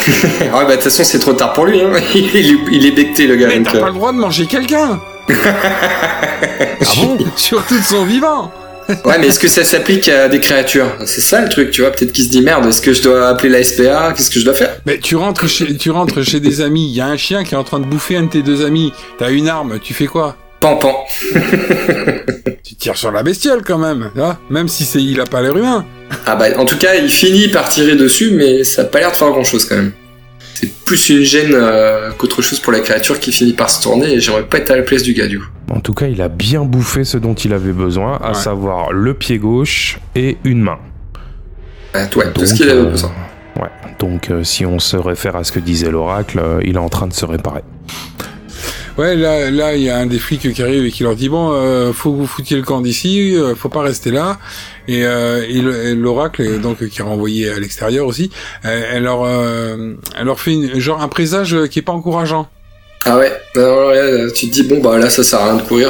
D: bah de toute façon, c'est trop tard pour lui. Hein. Il, est- il est becté le gars.
C: Mais
D: donc,
C: t'as
D: euh,
C: pas le droit de manger quelqu'un.
B: Ah bon
C: Surtout de son vivant.
D: Ouais, mais est-ce que ça s'applique à des créatures C'est ça le truc, tu vois. Peut-être qu'il se dit merde. Est-ce que je dois appeler la SPA Qu'est-ce que je dois faire
C: Mais tu rentres chez, tu rentres chez des amis, il y a un chien qui est en train de bouffer un de tes deux amis. T'as une arme, tu fais quoi
D: Pan pan.
C: Tu tires sur la bestiole quand même, tu vois Même si c'est, il a pas l'air humain.
D: Ah bah en tout cas, il finit par tirer dessus, mais ça a pas l'air de faire grand-chose quand même. C'est plus une gêne euh, qu'autre chose pour la créature qui finit par se tourner. Et j'aimerais pas être à la place du gars du coup.
B: En tout cas, il a bien bouffé ce dont il avait besoin, à
C: Ouais.
B: savoir le pied gauche et une main.
D: Ah, ouais,
B: Donc,
D: parce qu'il avait
B: euh,
D: besoin.
B: Ouais, donc euh, si on se réfère à ce que disait l'oracle, euh, il est en train de se réparer.
C: Ouais, là, là, il y a un des flics qui arrive et qui leur dit bon, euh, faut que vous foutiez le camp d'ici, euh, faut pas rester là. Et, euh, et le- et l'oracle, euh, donc qui est renvoyé à l'extérieur aussi, euh, elle leur, euh, elle leur fait une, genre un présage euh, qui est pas encourageant.
D: Ah ouais. Alors là, tu te dis bon bah là ça sert à rien de courir.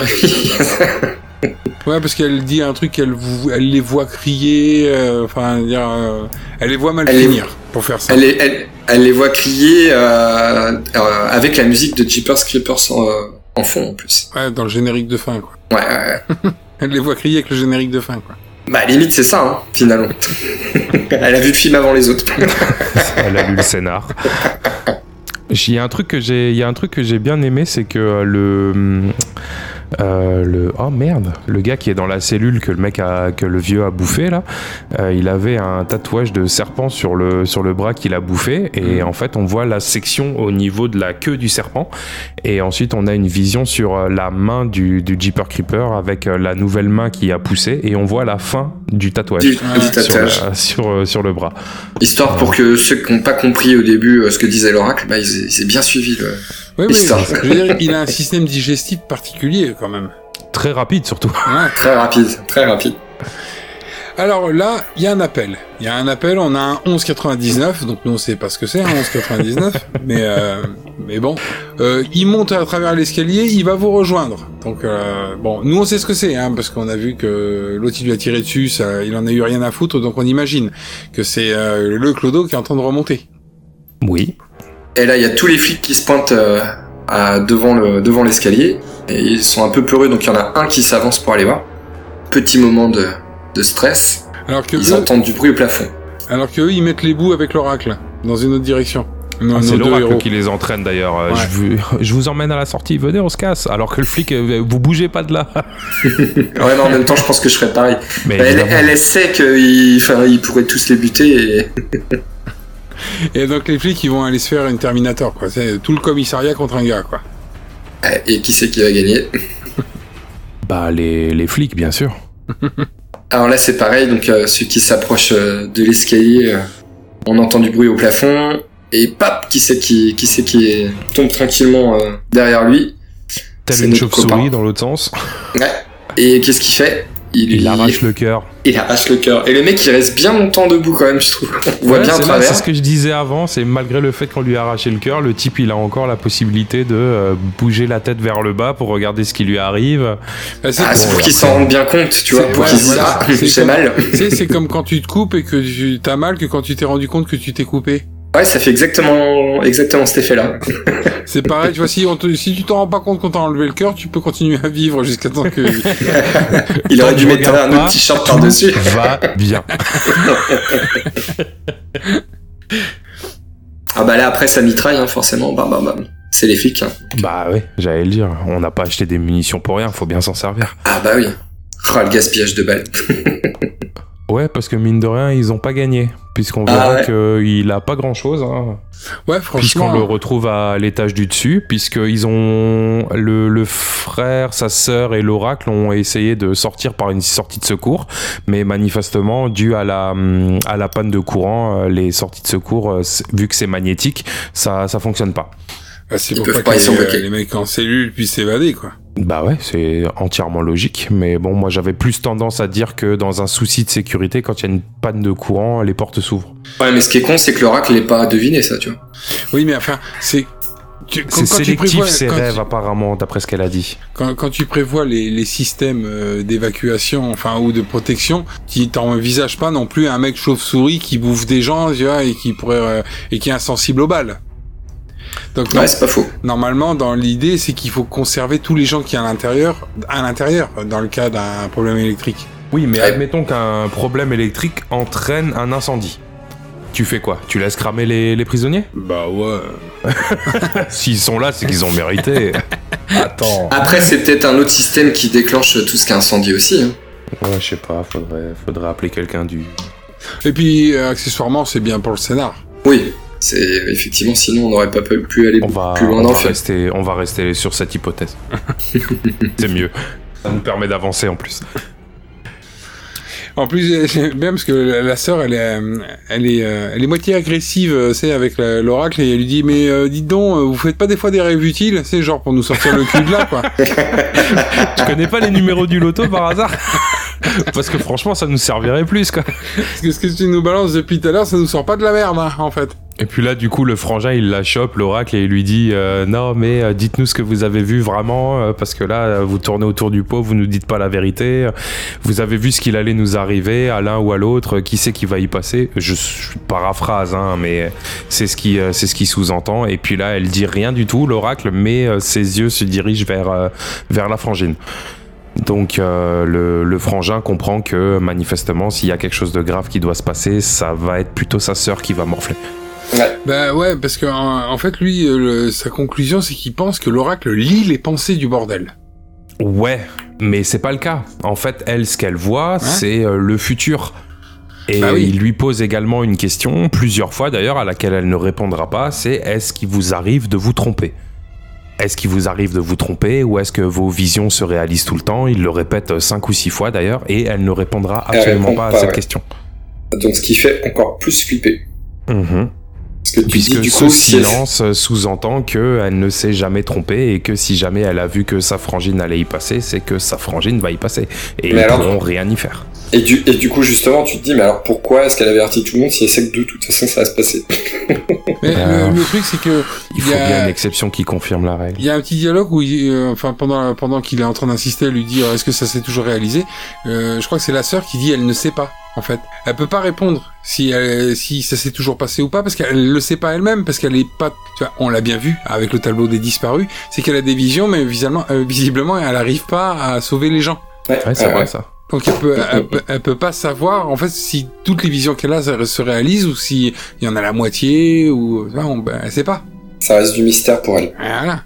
C: Ouais, parce qu'elle dit un truc, elle, vous, elle les voit crier, euh, enfin, dire, euh, elle les voit mal
D: Elle les-
C: finir pour faire ça.
D: elle, les- elle, elle les voit crier euh, euh, avec la musique de Jeepers Creepers en, euh, en fond en plus.
C: Ouais, dans le générique de fin, quoi.
D: Ouais. ouais, ouais.
C: Elle les voit crier avec le générique de fin, quoi.
D: Bah limite c'est ça hein, finalement. elle a vu le film avant les autres.
B: Elle a lu le scénar. J- Il y a un truc que j'ai, il y a un truc que j'ai bien aimé, c'est que euh, le hum, euh, le oh merde, le gars qui est dans la cellule que le mec a que le vieux a bouffé là, euh, il avait un tatouage de serpent sur le sur le bras qu'il a bouffé et
D: Mm.
B: en fait on voit la section au niveau de la queue du serpent et ensuite on a une vision sur euh, la main du du Jeeper Creeper avec euh, la nouvelle main qui a poussé et on voit la fin du tatouage
D: Du- du tatouage.
B: Ah, sur la- sur, euh, sur le bras.
D: Histoire pour que ceux qui n'ont pas compris au début euh, ce que disait l'oracle, bah, ils, aient- ils aient bien suivi le-
C: Oui, oui.
D: l'histoire.
C: Je veux dire, il a un système digestif particulier quand même.
B: Très rapide surtout.
C: Ouais.
D: Très rapide, très rapide.
C: Alors là, il y a un appel. Il y a un appel, on a un 1199, donc nous on sait pas ce que c'est, un 1199, mais, euh, mais bon. Euh, il monte à travers l'escalier, il va vous rejoindre. Donc euh, bon, nous on sait ce que c'est, hein, parce qu'on a vu que l'autre il lui a tiré dessus, ça, il en a eu rien à foutre, donc on imagine que c'est euh, le Clodo qui est en train de remonter.
B: Oui.
D: Et là, il y a tous les flics qui se pointent euh, à- devant le devant l'escalier. Et ils sont un peu peureux, donc il y en a un qui s'avance pour aller voir. Petit moment de, de stress.
C: Alors que
D: Ils
C: eux,
D: entendent du bruit au plafond.
C: alors que eux, ils mettent les bouts avec l'oracle dans une autre direction. Nos-
B: Ah, c'est
C: nos deux
B: l'oracle
C: héros.
B: qui les entraîne d'ailleurs. Euh,
C: Ouais.
B: Je, vous, je vous emmène à la sortie, venez, on se casse. Alors que le flic, euh, vous bougez pas de là.
D: Ouais, mais en même temps, je pense que je ferais pareil.
B: Mais
D: Bah, elle,
B: évidemment.
D: elle sait qu'ils enfin, ils pourraient tous les buter. Et...
C: Et donc les flics, ils vont aller se faire une Terminator, quoi. C'est tout le commissariat contre un gars, quoi.
D: Et qui c'est qui va gagner
B: Bah, les, les flics, bien sûr.
D: Alors là, c'est pareil. Donc, euh, ceux qui s'approchent euh, de l'escalier, euh, on entend du bruit au plafond. Et pap, qui c'est qui, qui c'est qui tombe tranquillement euh, derrière lui
B: Telle
D: C'est
B: une
D: notre
B: chauve-souris
D: copain.
B: dans l'autre sens.
D: Ouais. Et qu'est-ce qu'il fait
B: Il arrache le cœur.
D: il arrache le cœur. Et le mec, il reste bien longtemps debout quand même, je trouve. On voit
B: Ouais,
D: bien à
B: c'est là,
D: travers.
B: C'est ce que je disais avant, c'est malgré le fait qu'on lui a arraché le cœur, le type il a encore la possibilité de euh, bouger la tête vers le bas pour regarder ce qui lui arrive.
C: Ah,
D: Ah, c'est
B: Bon,
D: pour
B: et après-
D: qu'il s'en rende bien compte, tu vois,
C: C'est-
D: pour
C: ouais,
D: qu'il se dise
C: voilà,
D: ah,
C: c'est- c'est
D: j'ai
C: comme-
D: mal.
C: Tu sais, c'est comme quand tu te coupes et que tu t'as mal que quand tu t'es rendu compte que tu t'es coupé.
D: Ouais, ça fait exactement, exactement cet effet-là.
C: C'est pareil, tu vois, si, on te- si tu t'en rends pas compte qu'on t'a enlevé le cœur, tu peux continuer à vivre jusqu'à temps que...
D: Il
B: Tant
D: aurait
B: que
D: dû
B: je
D: mettre
B: regarde
D: un
B: pas,
D: autre t-shirt
B: tout
D: par-dessus.
B: Va bien.
D: Ah bah là, après, ça mitraille, hein, forcément. Bam, bam, bam. C'est les flics. hein.
B: Bah oui, j'allais le dire. On n'a pas acheté des munitions pour rien, faut bien s'en servir.
D: Ah bah oui. Oh, le gaspillage de balles.
B: Ouais, parce que mine de rien, ils ont pas gagné. Puisqu'on
D: Ah
B: verra
D: ouais.
B: qu'il a pas grand chose. Hein.
C: Ouais,
B: Puisqu'on
C: franchement...
B: le retrouve à l'étage du dessus, puisqu'ils ont. Le, le frère, sa sœur et l'oracle ont essayé de sortir par une sortie de secours, mais manifestement, dû à la, hum, à la panne de courant, euh, les sorties de secours, euh, c'est- vu que c'est magnétique, ça, ça fonctionne pas.
C: Ah, c'est
D: Ils
C: pour
D: peuvent
C: pas
D: pas
C: que
D: y
C: les,
D: survécu.
C: euh, les mecs en cellule puissent s'évader, quoi.
B: Bah ouais, c'est entièrement logique, mais bon, moi j'avais plus tendance à dire que dans un souci de sécurité, quand il y a une panne de courant, les portes s'ouvrent.
D: Ouais, mais ce qui est con, c'est que l'oracle n'est pas deviné, ça, tu vois.
C: Oui, mais enfin, c'est... tu- quand-
B: C'est
C: quand tu
B: sélectif
C: prévois-
B: ces
C: quand tu-
B: rêves, apparemment, d'après ce qu'elle a dit.
C: Quand, quand tu prévois les, les systèmes euh, d'évacuation, enfin ou de protection, tu t'envisages pas non plus un mec chauve-souris qui bouffe des gens, tu vois, et qui pourrait euh, et qui est insensible aux balles. Donc non-
D: Ouais, c'est pas faux.
C: normalement, dans l'idée, c'est qu'il faut conserver tous les gens qui sont à l'intérieur, à l'intérieur, dans le cas d'un problème électrique.
B: Oui, mais
D: Ouais.
B: admettons qu'un problème électrique entraîne un incendie. Tu fais quoi Tu laisses cramer les, les prisonniers
C: Bah ouais.
B: S'ils sont là, c'est qu'ils ont mérité. Attends.
D: Après, c'est peut-être un autre système qui déclenche tout ce qui est incendie aussi. hein.
B: Ouais, je sais pas, faudrait, faudrait appeler quelqu'un du.
C: Et puis euh, accessoirement, c'est bien pour le scénar.
D: Oui. C'est effectivement, sinon on n'aurait pas pu pu aller
B: On va,
D: plus loin
B: on,
D: dans
B: va
D: le film.
B: rester, on va rester sur cette hypothèse. c'est mieux. Ça nous permet d'avancer en plus.
C: En plus, euh, j'aime bien parce que la, la sœur, elle est, euh, elle est, euh, elle est moitié agressive, euh, c'est avec la- l'oracle et elle lui dit mais euh, dites donc, euh, vous faites pas des fois des rêves utiles, c'est genre pour nous sortir le cul de là quoi.
B: Tu connais pas les numéros du loto par hasard Parce que franchement, ça nous servirait plus, quoi.
C: Parce que ce que tu nous balances depuis tout à l'heure, ça nous sort pas de la merde hein, en fait.
B: Et puis là, du coup, le frangin, il la chope, l'oracle, et il lui dit euh, Non, mais euh, dites-nous ce que vous avez vu vraiment, euh, parce que là, euh, vous tournez autour du pot, vous nous dites pas la vérité. euh, Vous avez vu ce qu'il allait nous arriver, à l'un ou à l'autre, euh, qui c'est qui va y passer Je, je paraphrase, hein, mais c'est ce qui, euh, c'est ce qui sous-entend. Et puis là, elle dit rien du tout, l'oracle, mais euh, ses yeux se dirigent vers, euh, vers la frangine. Donc euh, le, le frangin comprend que manifestement s'il y a quelque chose de grave qui doit se passer, ça va être plutôt sa sœur qui va morfler.
C: Bah ouais, parce que en, en fait lui, euh, le- sa conclusion c'est qu'il pense que l'oracle lit les pensées du bordel.
B: Ouais, mais c'est pas le cas. En fait, elle, ce qu'elle voit, c'est euh, le futur. Et
C: Bah oui.
B: il lui pose également une question, plusieurs fois d'ailleurs, à laquelle elle ne répondra pas, c'est est-ce qu'il vous arrive de vous tromper Est-ce qu'il vous arrive de vous tromper ou est-ce que vos visions se réalisent tout le temps Il le répète euh, cinq ou six fois d'ailleurs, et elle ne répondra
D: Elle
B: absolument
D: répond
B: pas à
D: pas,
B: cette
D: ouais.
B: question.
D: Donc ce qui fait encore plus flipper.
B: Mhm.
D: Parce que tu
B: Puisque
D: dis du
B: ce
D: coup, si-
B: silence euh, sous-entend qu'elle ne s'est jamais trompée et que si jamais elle a vu que sa frangine allait y passer, c'est que sa frangine va y passer. Et
D: Mais
B: ils
D: alors-
B: pourront rien y faire.
D: Et du, et du coup, justement, tu te dis, mais alors pourquoi est-ce qu'elle avertit tout le monde si elle sait que de toute façon ça va se passer
C: Mais
B: Euh,
C: le, le truc, c'est que
B: Il
C: il
B: faut
C: y,
B: bien une
C: a,
B: exception qui confirme la règle.
C: il y a un petit dialogue où, il- euh, enfin, pendant pendant qu'il est en train d'insister à lui dire est-ce que ça s'est toujours réalisé, euh, je crois que c'est la sœur qui dit elle ne sait pas. En fait, elle peut pas répondre si elle, si ça s'est toujours passé ou pas parce qu'elle le sait pas elle-même parce qu'elle est pas. Tu vois, on l'a bien vu avec le tableau des disparus, c'est qu'elle a des visions mais visiblement, euh, visiblement elle arrive pas à sauver les gens.
B: Ouais, c'est
C: Ah
D: Ouais,
B: vrai
D: ouais.
B: ça.
C: Donc elle peut,
D: Mm,
C: elle,
D: mm,
C: peut- elle peut pas savoir en fait si toutes les visions qu'elle a se se réalisent ou si il y en a la moitié ou tu vois, on, ben, elle sait pas.
D: Ça reste du mystère pour elle.
C: Voilà.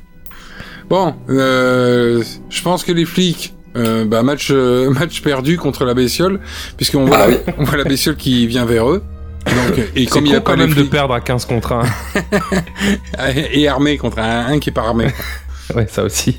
C: Bon, euh, je pense que les flics, euh, bah, match euh, match perdu contre la bestiole puisqu'on voit,
D: Ah
C: la-
D: oui.
C: on voit la bestiole qui vient vers eux. Donc, euh, et
B: bah C'est
C: comme il y a pas
B: quand
C: les
B: même de
C: flics,
B: perdre à 15 contre 1.
C: et armé contre un, un qui est pas armé.
B: ouais, ça aussi.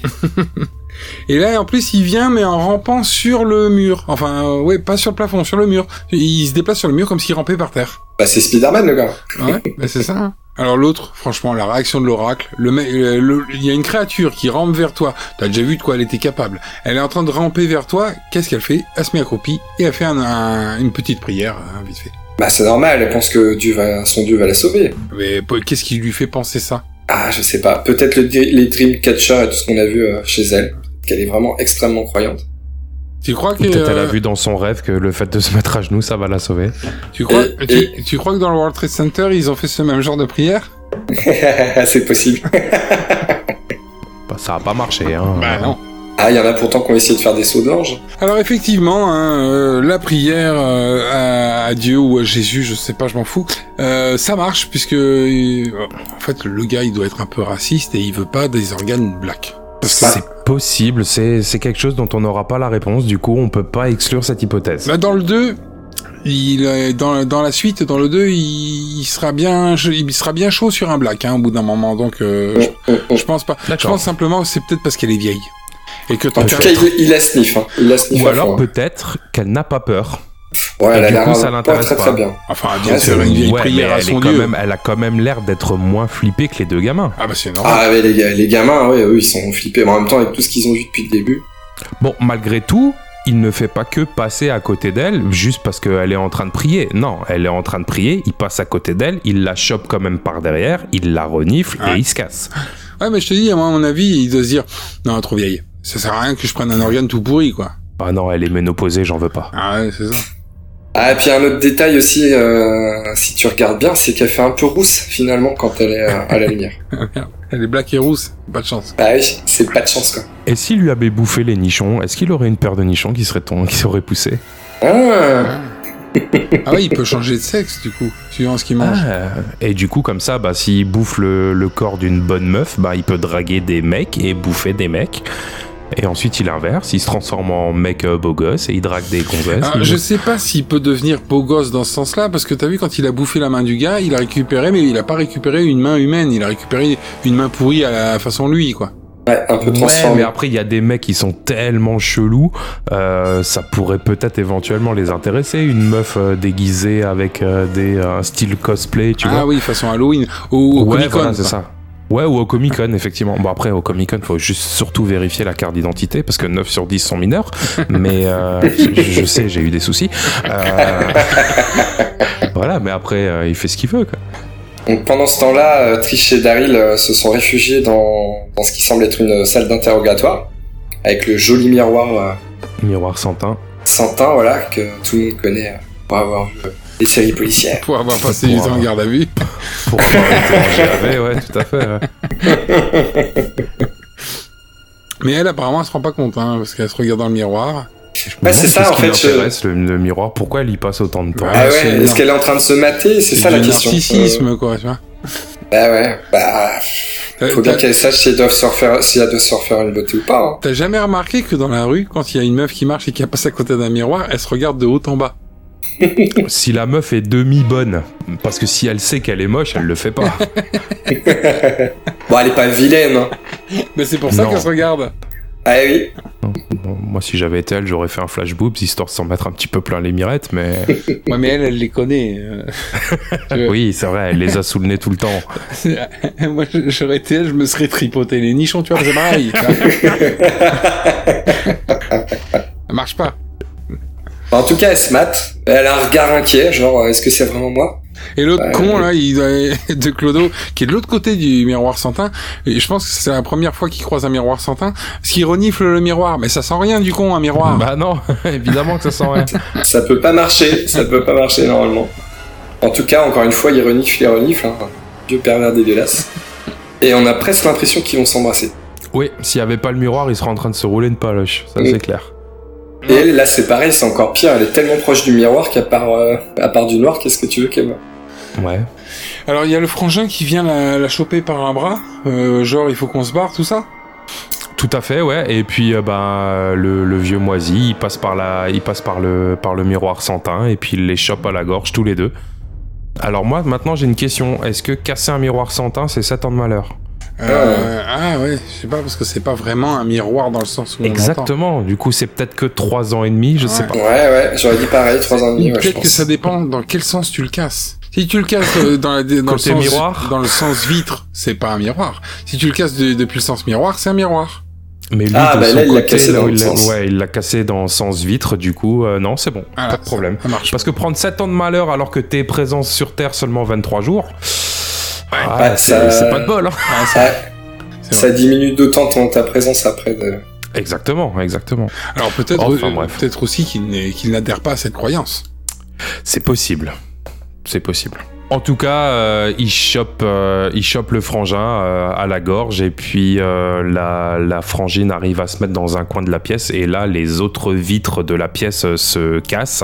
C: Et là, en plus, il vient, mais en rampant sur le mur. Enfin, euh, ouais, pas sur le plafond, sur le mur. Il se déplace sur le mur comme s'il rampait par terre.
D: Bah, c'est Spider-Man, le gars.
C: Ouais, bah c'est ça. hein. Alors l'autre, franchement, la réaction de l'oracle, le mec, euh, le- il y a une créature qui rampe vers toi. T'as déjà vu de quoi elle était capable. Elle est en train de ramper vers toi. Qu'est-ce qu'elle fait Elle se met accroupie et elle fait un- un- une petite prière, hein, vite fait.
D: Bah, c'est normal, elle pense que Dieu va, son Dieu va la sauver.
C: Mais po- qu'est-ce qui lui fait penser ça
D: Ah, je sais pas. Peut-être le, dri- les Dreamcatcher et tout ce qu'on a vu euh, chez elle. Qu'elle est vraiment extrêmement croyante.
C: Tu crois que
B: Peut-être elle a
C: euh,
B: vu dans son rêve que le fait de se mettre à genoux, ça va la sauver.
C: tu crois
D: Et-
C: tu, tu crois que dans le World Trade Center ils ont fait ce même genre de prière
D: c'est possible.
B: Bah, ça a pas marché, hein.
C: Bah
D: Ah, il y en a pourtant qui ont essayé de faire des sauts de l'ange.
C: Alors effectivement, hein, euh, la prière euh, à, à Dieu ou à Jésus, je sais pas, je m'en fous, euh, ça marche puisque euh, en fait le gars il doit être un peu raciste et il veut pas des organes black. Parce que c'est-
B: C'est possible, c'est c'est quelque chose dont on n'aura pas la réponse, du coup on peut pas exclure cette hypothèse.
C: Bah, dans le 2, il est- dans, dans la suite, dans le 2, il, il sera bien il sera bien chaud sur un black hein, au bout d'un moment. Donc euh, je-
D: Oh, oh.
C: je, pense pas. Bah, Je
B: D'accord.
C: pense simplement que c'est peut-être parce qu'elle est vieille et que tant
D: En
C: qu'à
D: tout cas, il, il la sniff. Hein. Il la sniff
B: Ah, Ou
D: à
B: alors
D: fond, hein.
B: peut-être qu'elle n'a pas peur.
D: Ouais, elle a
B: du
D: l'air
B: coup, ça
D: vraiment
B: l'intéresse
D: très
B: pas.
D: très bien.
C: enfin bien
D: Ouais,
C: sûr
D: c'est-
C: une vieille
B: Ah, Ouais,
C: prière
B: mais
C: à
B: elle, est
C: son
B: quand
C: dieu.
B: même, elle a quand même l'air d'être moins flippée que les deux gamins.
C: Ah bah c'est normal.
D: Ah, mais les, gars- les gamins, ouais, eux, ils sont flippés. Mais en même temps, avec tout ce qu'ils ont vu depuis le début.
B: Bon, malgré tout, il ne fait pas que passer à côté d'elle juste parce qu'elle est en train de prier. Non, elle est en train de prier, il passe à côté d'elle, il la chope quand même par derrière, il la renifle
C: Ouais.
B: et il se casse.
C: Ouais, mais je te dis, à moi, à mon avis, il doit se dire, non, trop vieille. Ça sert à rien que je prenne un organe tout pourri, quoi.
B: Ah non, elle est ménopausée, j'en veux pas.
C: Ah ouais, c'est ça.
D: Ah, et puis un autre détail aussi, euh, si tu regardes bien, c'est qu'elle fait un peu rousse finalement quand elle est euh, à la lumière.
C: Elle est black et rousse, pas de chance.
D: Bah oui, c'est pas de chance quoi.
B: Et s'il lui avait bouffé les nichons, est-ce qu'il aurait une paire de nichons qui serait ton, qui serait poussée
D: Ah,
C: Ah ouais, il peut changer de sexe, du coup, suivant ce qu'il mange.
B: Ah, Et du coup, comme ça, bah, s'il bouffe le, le corps d'une bonne meuf, bah, il peut draguer des mecs et bouffer des mecs. Et ensuite, il inverse, il se transforme en mec euh, beau gosse et il drague des gonzesses.
C: Alors,
B: Il-
C: Ah, je sais pas s'il peut devenir beau gosse dans ce sens-là, parce que t'as vu, quand il a bouffé la main du gars, il a récupéré, mais il a pas récupéré une main humaine, il a récupéré une main pourrie à la façon lui, quoi.
D: ouais, un peu
B: Ouais,
D: transformé.
B: mais après, il y a des mecs qui sont tellement chelous, euh, ça pourrait peut-être éventuellement les intéresser. Une meuf euh, déguisée avec euh, des euh, un style cosplay, tu
C: ah
B: vois.
C: oui, façon Halloween, ou au
B: ouais,
C: Comic-Con,
B: voilà, c'est
C: quoi.
B: ça. Ouais, ou au Comic Con, effectivement. Bon, après, au Comic Con, faut juste surtout vérifier la carte d'identité, parce que 9 sur 10 sont mineurs. Mais euh, je, je sais, j'ai eu des soucis. Euh, voilà, mais après, euh, il fait ce qu'il veut, quoi.
D: Donc pendant ce temps-là, euh, Trish et Daryl euh, se sont réfugiés dans, dans ce qui semble être une salle d'interrogatoire, avec le joli miroir
B: Miroir sans teint.
D: euh, sans teint, voilà, que tout le monde connaît euh, pour avoir vu euh, les séries policières.
C: Pour avoir passé du
B: Pour,
C: temps en
B: euh,
C: garde à vue.
B: Pour avoir été en GAV, ouais, tout à fait. ouais.
C: Mais elle, apparemment, elle se rend pas compte, hein, parce qu'elle se regarde dans le miroir.
D: Bah, c'est ça, en fait, je-
B: je... le, le miroir, pourquoi elle y passe autant de temps
C: Ouais.
D: Ah
C: c'est
D: ouais,
C: énorme.
D: est-ce qu'elle est en train de se mater C'est ça la
C: du
D: question.
B: euh.
C: narcissisme, quoi, tu vois.
D: Bah ouais, bah.
C: Euh,
D: Faut bien qu'elle sache si elle doit se refaire, si elle doit se refaire une beauté ou pas. hein.
C: T'as jamais remarqué que dans la rue, quand il y a une meuf qui marche et qui a passé à côté d'un miroir, elle se regarde de haut en bas.
B: si la meuf est demi-bonne, parce que si elle sait qu'elle est moche, elle le fait pas.
D: Bon, elle est pas vilaine. hein.
C: Mais c'est pour ça
B: Non.
C: qu'elle se regarde.
D: Ah oui.
B: Bon, moi, si j'avais été elle, j'aurais fait un flash boobs histoire de s'en mettre un petit peu plein les mirettes, mais
C: Ouais, mais elle, elle les connaît. euh. Euh.
B: oui, c'est vrai, elle les a sous le nez tout le temps.
C: C'est- Moi, je- j'aurais été elle, je me serais tripoté les nichons, tu vois, c'est pareil. Ça marche pas.
D: Enfin, Bah, en tout cas, elle se mate. Elle a un regard inquiet, genre, euh, est-ce que c'est vraiment moi
C: Et l'autre
D: Ouais.
C: con, là, il, de Clodo, qui est de l'autre côté du miroir santin, et je pense que c'est la première fois qu'il croise un miroir santin, parce qu'il renifle le miroir, mais ça sent rien du con, un
D: Ah.
C: miroir.
B: Bah non, évidemment que ça sent rien.
D: Ça peut pas marcher. Ça peut pas marcher normalement. En tout cas, encore une fois, il renifle, il renifle. Hein. Dieu pervers dégueulasse. Et on a presque l'impression qu'ils vont s'embrasser.
B: Oui, s'il y avait pas le miroir, il serait en train de se rouler une paloche, ça
D: Oui.
B: c'est clair.
D: Et elle, là, c'est pareil, c'est encore pire. Elle est tellement proche du miroir qu'à part, euh, à part du noir, qu'est-ce que tu veux qu'elle
B: Ouais.
C: Alors, il y a le frangin qui vient la, la choper par un bras, euh, genre, il faut qu'on se barre, tout ça.
B: Tout à fait, ouais. Et puis, euh, ben, le, le vieux moisi, il passe par la, il passe par le, par le miroir santin et puis il les chope à la gorge tous les deux. Alors moi, maintenant, j'ai une question. Est-ce que casser un miroir santin, c'est 7 ans de malheur
C: Euh, ah ouais, je sais pas, parce que c'est pas vraiment un miroir dans le sens où on l'entend.
B: Exactement. Du coup, c'est peut-être que 3 ans et demi, je sais
C: Ouais.
B: pas.
D: Ouais, ouais, j'aurais dit pareil, trois ans et demi, ouais, je
C: Peut-être que
D: pense.
C: ça dépend dans quel sens tu le casses. Si tu le casses euh, dans, la, dans, le
B: Côté
C: sens,
B: miroir.
C: dans le sens vitre, c'est pas un miroir. Si tu le casses de- depuis le sens miroir, c'est un miroir.
B: Mais lui,
D: Ah,
B: de
D: bah
B: son
D: là, il l'a
B: côté,
D: cassé
B: là
D: dans
B: où
D: le
B: il l'a-
D: sens.
B: ouais, il l'a cassé dans sens vitre. Du coup, euh, non, c'est bon,
C: Ah,
B: pas de problème.
C: Ça marche.
B: Parce que prendre 7 ans de malheur alors que t'es présent sur Terre seulement 23 jours, ah,
D: bah,
B: c'est
D: ça-
B: c'est pas de bol. hein.
D: Ah,
C: C'est
D: ça diminue d'autant ton, ta présence après de...
B: Exactement, exactement.
C: Alors peut-être
B: Enfin,
C: euh,
B: bref.
C: peut-être aussi qu'il n'est- qu'il n'adhère pas à cette croyance.
B: C'est possible. C'est possible. En tout cas, euh, il, chope, euh, il chope le frangin euh, à la gorge et puis euh, la, la frangine arrive à se mettre dans un coin de la pièce et là, les autres vitres de la pièce euh, se cassent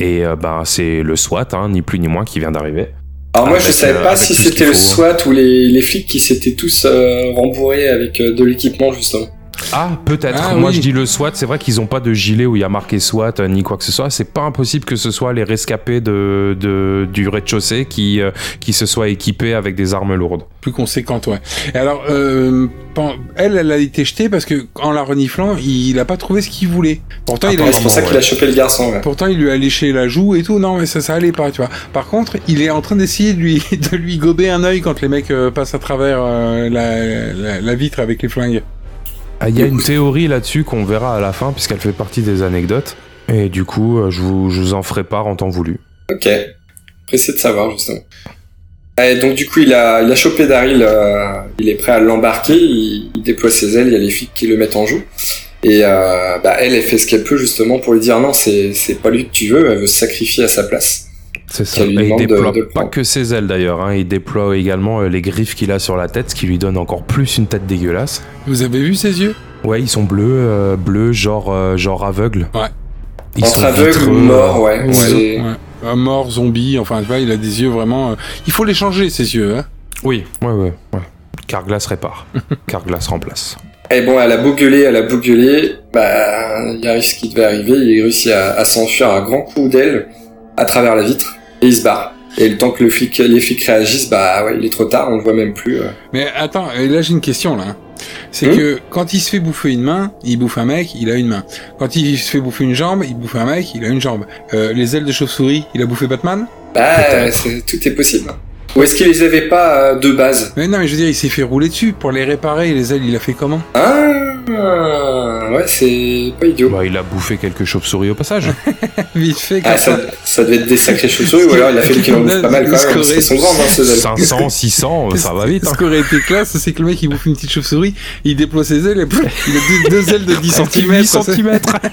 B: et euh, ben, c'est le SWAT, hein, ni plus ni moins, qui vient d'arriver.
D: Alors moi,
B: Avec,
D: je savais
B: euh,
D: pas
B: avec
D: si
B: tout ce qu'il
D: c'était le
B: faut, hein.
D: SWAT ou les, les flics qui s'étaient tous euh, rembourrés avec euh, de l'équipement, justement.
B: Ah, peut-être.
C: Ah,
B: Moi,
C: oui.
B: je dis le SWAT. C'est vrai qu'ils n'ont pas de gilet où il y a marqué SWAT euh, ni quoi que ce soit. C'est pas impossible que ce soit les rescapés de, de- du rez-de-chaussée qui, euh, qui se soient équipés avec des armes lourdes.
C: Plus conséquente, ouais. Et alors, euh, pen- elle, elle a été jetée parce que en la reniflant, il a pas trouvé ce qu'il voulait. Pourtant, il a
D: Ouais, c'est pour ça
B: ouais.
D: qu'il a chopé le garçon, ouais.
C: Pourtant, il lui a léché la joue et tout. Non, mais ça, ça allait pas, tu vois. Par contre, il est en train d'essayer de lui, de lui gober un œil quand les mecs euh, passent à travers euh, la, la, la vitre avec les flingues.
B: Ah, Il y a une théorie là-dessus qu'on verra à la fin, puisqu'elle fait partie des anecdotes. Et du coup, euh, je vous, je vous en ferai part en temps voulu.
D: Ok. Pressé de savoir, justement. Et donc, du coup, il a, il a chopé Daryl, euh, il est prêt à l'embarquer, il, il déploie ses ailes, il y a les flics qui le mettent en joue. Et euh, bah, elle, elle fait ce qu'elle peut, justement, pour lui dire non, c'est c'est pas lui que tu veux, elle veut se sacrifier à sa place.
B: C'est ça.
D: Ça lui
B: Et il
D: demande de-
B: déploie
D: de le
B: pas
D: prendre.
B: que ses ailes d'ailleurs, hein. il déploie également euh, les griffes qu'il a sur la tête, ce qui lui donne encore plus une tête dégueulasse.
C: Vous avez vu ses yeux
B: Ouais, ils sont bleus, euh, bleus, genre, euh, genre aveugles.
C: Ouais.
B: Ils
D: Entre
B: sont euh,
D: aveugle
B: vitreux,
D: ou mort, ouais.
C: Ouais,
D: C'est-
C: ouais. Un mort, zombie, enfin, tu vois, il a des yeux vraiment. euh, Il faut les changer, ses yeux. Hein.
B: Oui, ouais, ouais. ouais. Carglass répare. Carglass remplace.
D: Et bon, elle a beau gueuler, elle a beau gueuler, bah, il arrive ce qui devait arriver, il réussit à, à s'enfuir à grands coups d'aile à travers la vitre, et il se barre. Et le temps que le flic, les flics réagissent, bah ouais, il est trop tard, on le voit même plus. euh.
C: Mais attends, et là, j'ai une question, là. C'est
B: Hein
D: Hmm
C: que quand il se fait bouffer une main, il bouffe un mec, il a une main. Quand il se fait bouffer une jambe, il bouffe un mec, il a une jambe. Euh, les ailes de chauve-souris, il a bouffé Batman
D: Bah, c'est- tout est possible. Ou est-ce qu'il les avait pas euh, de base
C: Mais non, mais je veux dire, il s'est fait rouler dessus pour les réparer. Les ailes, il a fait comment
D: Ah, ouais, c'est pas idiot.
B: Bah, il a bouffé quelques chauves-souris au passage.
C: Vite fait, comme
D: Ah, ça,
C: ça.
D: ça devait être des sacrées chaussures, ou alors il a fait le kilo pas mal quand même, parce qu'elles sont grandes, hein, ces ailes.
B: 500, 600, ça va vite. hein.
C: Ce qui aurait été classe, c'est que le mec, il bouffe une petite chauve-souris, il déploie ses ailes et pff, il a deux, deux ailes de 10 cm.
B: 10 centimètres.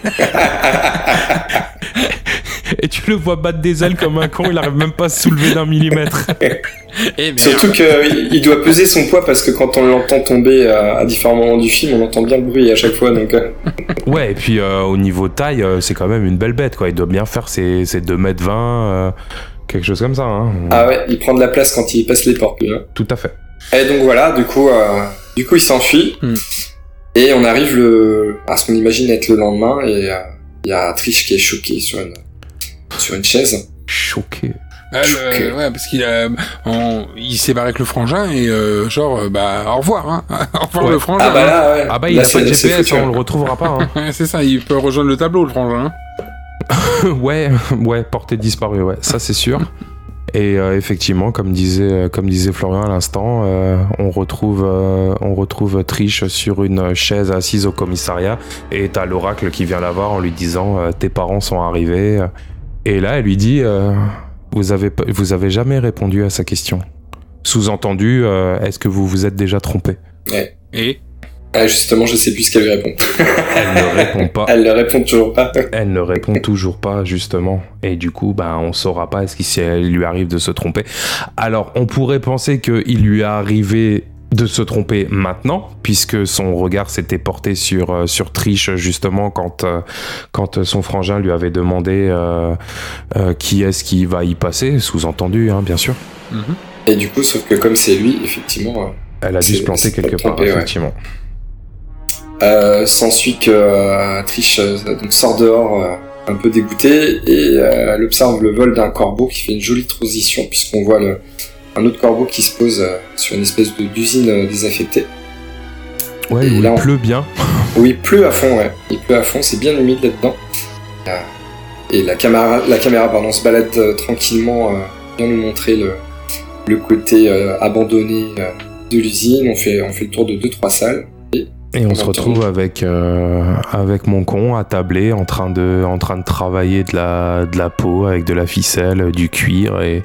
B: Et tu le vois battre des ailes comme un con, il arrive même pas à se soulever d'un millimètre.
K: Eh, mais-
D: Surtout qu'il doit peser son poids parce que quand on l'entend tomber euh, à, à différents moments du film, on entend bien le bruit à chaque fois. Donc, euh,
B: Ouais, et puis euh, au niveau taille, euh, c'est quand même une belle bête, quoi. Il doit bien faire ses, ses 2m20, euh, quelque chose comme ça. hein.
D: ah ouais, il prend de la place quand il passe les portes. lui, hein.
B: Tout à fait.
D: Et donc voilà, du coup, euh, du coup, il s'enfuit et on arrive le, à ce qu'on imagine être le lendemain et euh, il y a Trish qui est choqué sur une sur une chaise.
B: Choqué.
C: Ah, le- ouais, parce qu'il a, on- il s'est barré avec le frangin et euh, genre, euh, bah, au revoir, hein. au revoir
B: Ouais.
C: le frangin.
D: Ah bah là,
C: hein.
D: ouais. Ah bah, il Là, a pas c'est- de c'est GPS, foutu, hein, on ouais. le
B: retrouvera pas.
C: Ouais, c'est ça, il peut rejoindre le tableau, le frangin. hein.
B: ouais, ouais, portée disparue, ouais, ça c'est sûr. Et euh, effectivement, comme disait, euh, comme disait Florian à l'instant, euh, on, retrouve, euh, on retrouve Triche sur une chaise assise au commissariat et t'as l'oracle qui vient la voir en lui disant euh, Tes parents sont arrivés. Et là, elle lui dit euh, vous, avez, pas- vous avez jamais répondu à sa question. Sous-entendu, euh, est-ce que vous vous êtes déjà trompé
D: Ouais.
C: Et
D: ah, justement, je sais plus ce qu'elle lui répond.
B: Elle ne répond pas.
D: Elle ne répond toujours pas.
B: Elle ne répond toujours pas, justement. Et du coup, ben, on saura pas est-ce qu'il s'est- il lui arrive de se tromper. Alors, on pourrait penser qu'il lui est arrivé de se tromper maintenant, puisque son regard s'était porté sur, euh, sur Triche, justement, quand, euh, quand son frangin lui avait demandé euh, euh, qui est-ce qui va y passer, sous-entendu, hein, bien sûr.
D: Et du coup, sauf que comme c'est lui, effectivement, euh,
B: Elle a dû
D: C'est-
B: se planter
D: c'est pas
B: quelque part,
D: trompé, ouais.
B: effectivement.
D: euh, s'ensuit que euh, Trish euh, donc sort dehors euh, un peu dégoûtée et euh, elle observe le vol d'un corbeau qui fait une jolie transition puisqu'on voit le, un autre corbeau qui se pose euh, sur une espèce de- d'usine euh, désaffectée.
B: Ouais,
D: Et
B: où
D: là, on-
B: il pleut bien.
D: Oui, il pleut à fond, ouais. Il pleut à fond, c'est bien humide là-dedans. Euh, Et la caméra, la caméra pardon, se balade euh, tranquillement, euh, bien nous montrer le, le côté euh, abandonné euh, de l'usine. On fait, on fait le tour de deux trois salles.
B: Et on se
D: Exactement.
B: retrouve avec, euh, avec mon con attablé en train de, en train de travailler de la, de la peau avec de la ficelle, euh, du cuir et,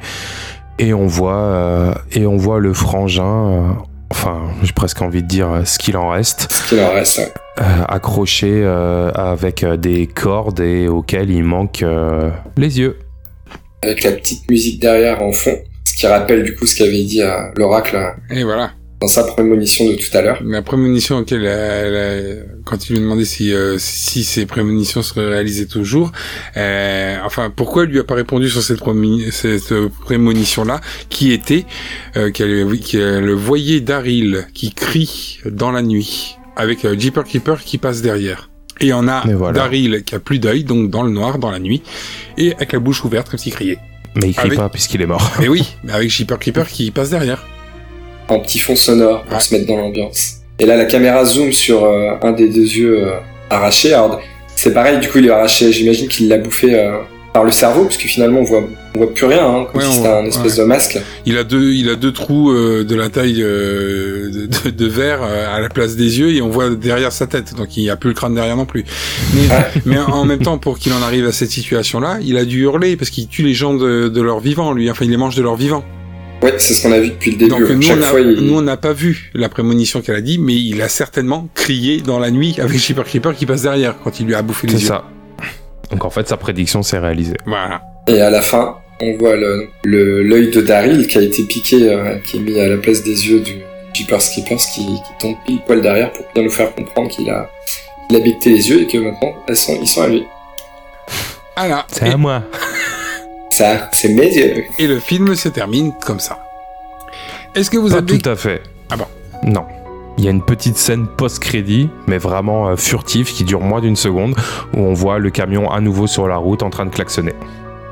B: et, on, voit, euh, et on voit le frangin, euh, enfin j'ai presque envie de dire euh, ce qu'il en reste,
D: Ce qu'il en reste, ouais.
B: euh, accroché euh, avec euh, des cordes et auxquelles il manque euh, les yeux.
D: avec la petite musique derrière en fond, ce qui rappelle du coup ce qu'avait dit euh, l'oracle euh,
C: Et voilà.
D: dans sa prémonition de tout à l'heure.
C: La prémonition auquel, elle a- quand il lui demandait si, euh, si ses prémonitions se réalisaient toujours, euh, enfin, pourquoi elle lui a pas répondu sur cette, promi- cette euh, prémonition-là, qui était euh, qu'elle qu'elle voyait Daryl qui crie dans la nuit, avec euh, Jeeper Keeper qui passe derrière. Et on a
B: Et voilà.
C: Daryl qui a plus d'œil, donc dans le noir, dans la nuit, et avec la bouche ouverte comme s'il criait.
B: Mais il crie
C: Avec-
B: pas puisqu'il est mort.
C: Et oui, mais avec Jeeper Keeper qui passe derrière.
D: En petit fond sonore pour se mettre dans l'ambiance. Et là, la caméra zoom sur euh, un des deux yeux euh, arrachés. Alors, c'est pareil, du coup, il est arraché. J'imagine qu'il l'a bouffé euh, par le cerveau, parce que finalement, on voit, on voit plus rien, hein, comme
C: Ouais, on
D: si c'était
C: voit-
D: un espèce
C: ouais.
D: de masque.
C: Il a deux, il a deux trous euh, de la taille euh, de, de- de verre euh, à la place des yeux et on voit derrière sa tête, donc il n'y a plus le crâne derrière non plus. Mais,
B: Ah.
C: mais en même temps, pour qu'il en arrive à cette situation-là, il a dû hurler parce qu'il tue les gens de, de leur vivant, lui. Enfin, il les mange de leur vivant.
D: Ouais, c'est ce qu'on a vu depuis le début.
C: Donc
D: ouais.
C: nous,
D: Chaque
C: on a-
D: fois, il...
C: nous, on n'a pas vu la prémonition qu'elle a dit, mais il a certainement crié dans la nuit avec Shipper Creeper qui passe derrière quand il lui a bouffé les
B: C'est
C: yeux.
B: ça. Donc en fait sa prédiction s'est réalisée.
C: Voilà.
D: Et à la fin, on voit le- le- l'œil de Daryl qui a été piqué, euh, qui est mis à la place des yeux du Jeepers Keepers qui, qui tombe pile poil derrière pour bien nous faire comprendre qu'il a, il a becté les yeux et que maintenant elles sont, ils sont à lui.
C: Ah là.
B: C'est à moi.
D: Ça, c'est mes yeux.
C: Et, et le film se termine comme ça. Est-ce que vous
B: Pas
C: avez
B: tout à fait.
C: Ah bon.
B: Non. Il y a une petite scène post-crédit, mais vraiment euh, furtive, qui dure moins d'une seconde, où on voit le camion à nouveau sur la route en train de klaxonner.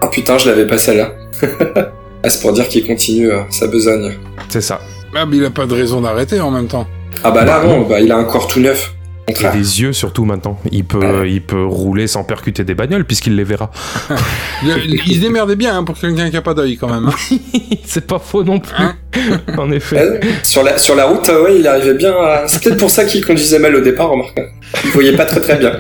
D: Ah putain, je l'avais pas celle-là. Ah, c'est pour dire qu'il continue euh, sa besogne.
B: C'est ça.
C: Ah, mais il a pas de raison d'arrêter en même temps.
D: Ah bah là,
B: Bah,
D: non, bah, il a un corps tout neuf. Au
B: Et
C: Ah.
D: contraire.
B: des yeux surtout maintenant. Il
C: Euh.
B: peut, il peut rouler sans percuter des bagnoles, puisqu'il les verra.
C: Le- il se démerdait bien hein, pour quelqu'un qui a pas d'œil quand même. hein.
B: C'est pas faux non plus. en effet.
D: Ouais, sur, la, sur la route, euh, ouais, il arrivait bien à... C'est peut-être pour ça qu'il conduisait mal au départ, remarque. Il voyait pas très très bien.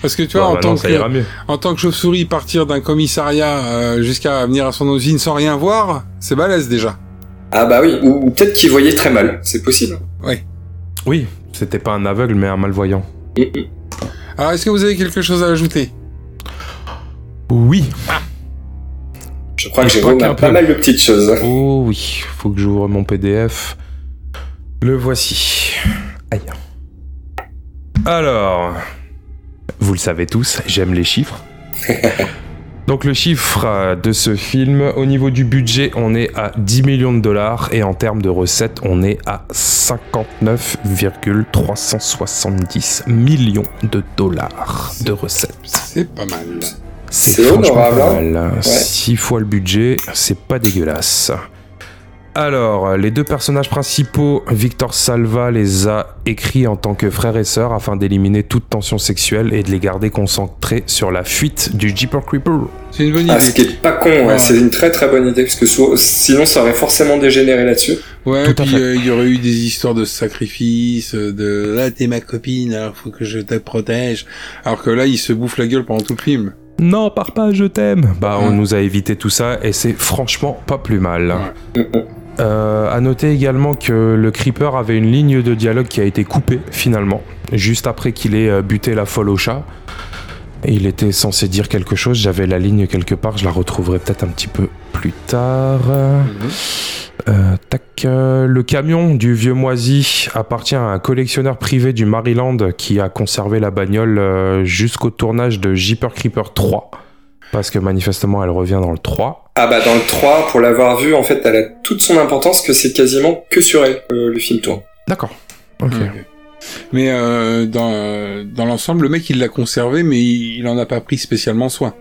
C: Parce que tu vois,
B: Bah,
C: en,
B: maintenant,
C: tant
B: ça
C: que,
B: ira mieux.
C: en tant que chauve-souris, partir d'un commissariat euh, jusqu'à venir à son usine sans rien voir, c'est balèze déjà.
D: Ah bah oui, ou, ou peut-être qu'il voyait très mal, c'est possible.
B: Oui, c'était pas un aveugle, mais un malvoyant.
D: Et- et-
C: Alors, est-ce que vous avez quelque chose à ajouter
B: Oui.
D: Je crois que
B: Et
D: j'ai
B: pas qu'un
D: pas, pas
B: peu.
D: mal de petites choses.
B: Oh oui, faut que j'ouvre mon PDF. Le voici. Aïe. Alors, vous le savez tous, j'aime les chiffres. Donc le chiffre euh, de ce film, au niveau du budget, on est à 10 millions de dollars et en termes de recettes, on est à 59,370 millions de dollars de recettes.
C: C'est pas mal.
D: C'est
B: franchement
D: honorable,
B: pas
D: hein.
B: mal, hein.
D: Ouais.
B: Six fois le budget, c'est pas dégueulasse. Alors, les deux personnages principaux, Victor Salva les a écrits en tant que frère et sœur afin d'éliminer toute tension sexuelle et de les garder concentrés sur la fuite du Jeeper Creeper.
C: C'est une bonne idée.
D: Ah, ce qui est pas con, ouais,
C: Ouais.
D: c'est une très très bonne idée, parce que sou- sinon ça aurait forcément dégénéré là-dessus.
C: Ouais,
B: Tout à
C: puis
B: fait.
C: euh, il y aurait eu des histoires de sacrifices, euh, de là t'es ma copine, alors faut que je te protège. Alors que là, il se bouffe la gueule pendant tout le film.
B: Non, pars pas, je t'aime. Bah, on
C: Ouais.
B: nous a évité tout ça et c'est franchement pas plus mal.
D: Mm, mm.
B: Euh, à noter également que le Creeper avait une ligne de dialogue qui a été coupée finalement, juste après qu'il ait euh, buté la folle au chat. Et il était censé dire quelque chose, j'avais la ligne quelque part, je la retrouverai peut-être un petit peu plus tard. Mhm. Euh, tac, euh, le camion du vieux moisi appartient à un collectionneur privé du Maryland qui a conservé la bagnole euh, jusqu'au tournage de Jeeper Creeper 3. Parce que manifestement elle revient dans le 3.
D: Ah bah dans le 3, pour l'avoir vu, en fait, elle a toute son importance que c'est quasiment que sur elle que le film tourne.
B: D'accord. Ok.
C: Ok. Mais euh, dans, euh, dans l'ensemble, le mec il l'a conservé, mais il, il en a pas pris spécialement soin.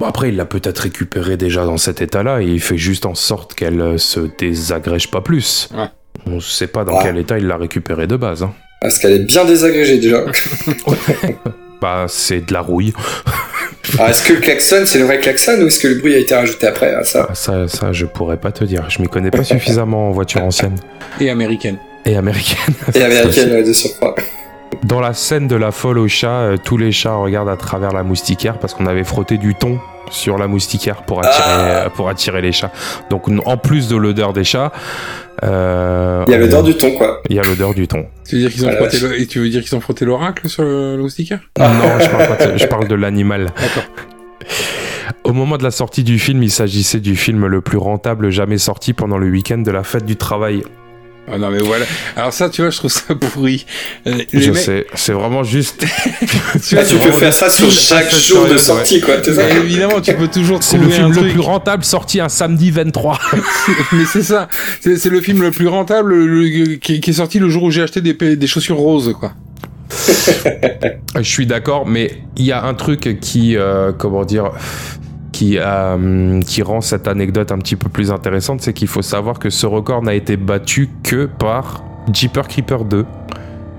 B: Bon, après, il l'a peut-être récupérée déjà dans cet état-là et il fait juste en sorte qu'elle euh, se désagrège pas plus.
C: Ouais.
B: On ne sait pas dans
D: Ouais.
B: quel état il l'a récupérée de base. hein.
D: Parce qu'elle est bien désagrégée déjà.
B: Bah, c'est de la rouille.
D: Alors est-ce que le klaxon, c'est le vrai klaxon ou est-ce que le bruit a été rajouté après Ah, ça
B: Ah, Ça, ça, je pourrais pas te dire. Je m'y connais pas suffisamment en voiture ancienne
C: Et américaine.
B: et américaine.
D: Et américaine ouais, de surcroît.
B: Dans la scène de la folle au chat, euh, tous les chats regardent à travers la moustiquaire parce qu'on avait frotté du thon sur la moustiquaire pour attirer,
D: Ah.
B: euh, pour attirer les chats. Donc, n- en plus de l'odeur des chats, euh,
D: Il y a
B: on-
D: le dent du ton, quoi.
B: il y a l'odeur du thon.
C: Tu veux dire qu'ils ont
D: Ah la
C: frotté
D: vache.
C: le- et tu veux dire qu'ils ont frotté l'oracle sur le, le moustiquaire
B: Non, je parle, pas de- je parle de l'animal.
C: D'accord.
B: Au moment de la sortie du film, il s'agissait du film le plus rentable jamais sorti pendant le week-end de la fête du travail.
C: Ah non mais voilà. Alors ça, tu vois, je trouve ça pourri. Euh, les
B: je
C: mecs-
B: sais, c'est vraiment juste.
C: tu vois,
D: Ah, tu peux
B: vraiment
D: faire ça sur
B: style
D: chaque
B: à cette
D: jour de
B: période,
D: sortie, quoi. tu
C: mais
D: sais.
C: évidemment, tu peux toujours
B: C'est
C: trouver
B: le film
C: un
B: le
C: truc.
B: plus rentable sorti un samedi 23.
C: mais c'est ça, c'est c'est le film le plus rentable le- qui, qui est sorti le jour où j'ai acheté des, pa- des chaussures roses, quoi.
B: Je suis d'accord, mais il y a un truc qui, euh, comment dire, qui, euh, qui rend cette anecdote un petit peu plus intéressante, c'est qu'il faut savoir que ce record n'a été battu que par Jeeper Creeper 2.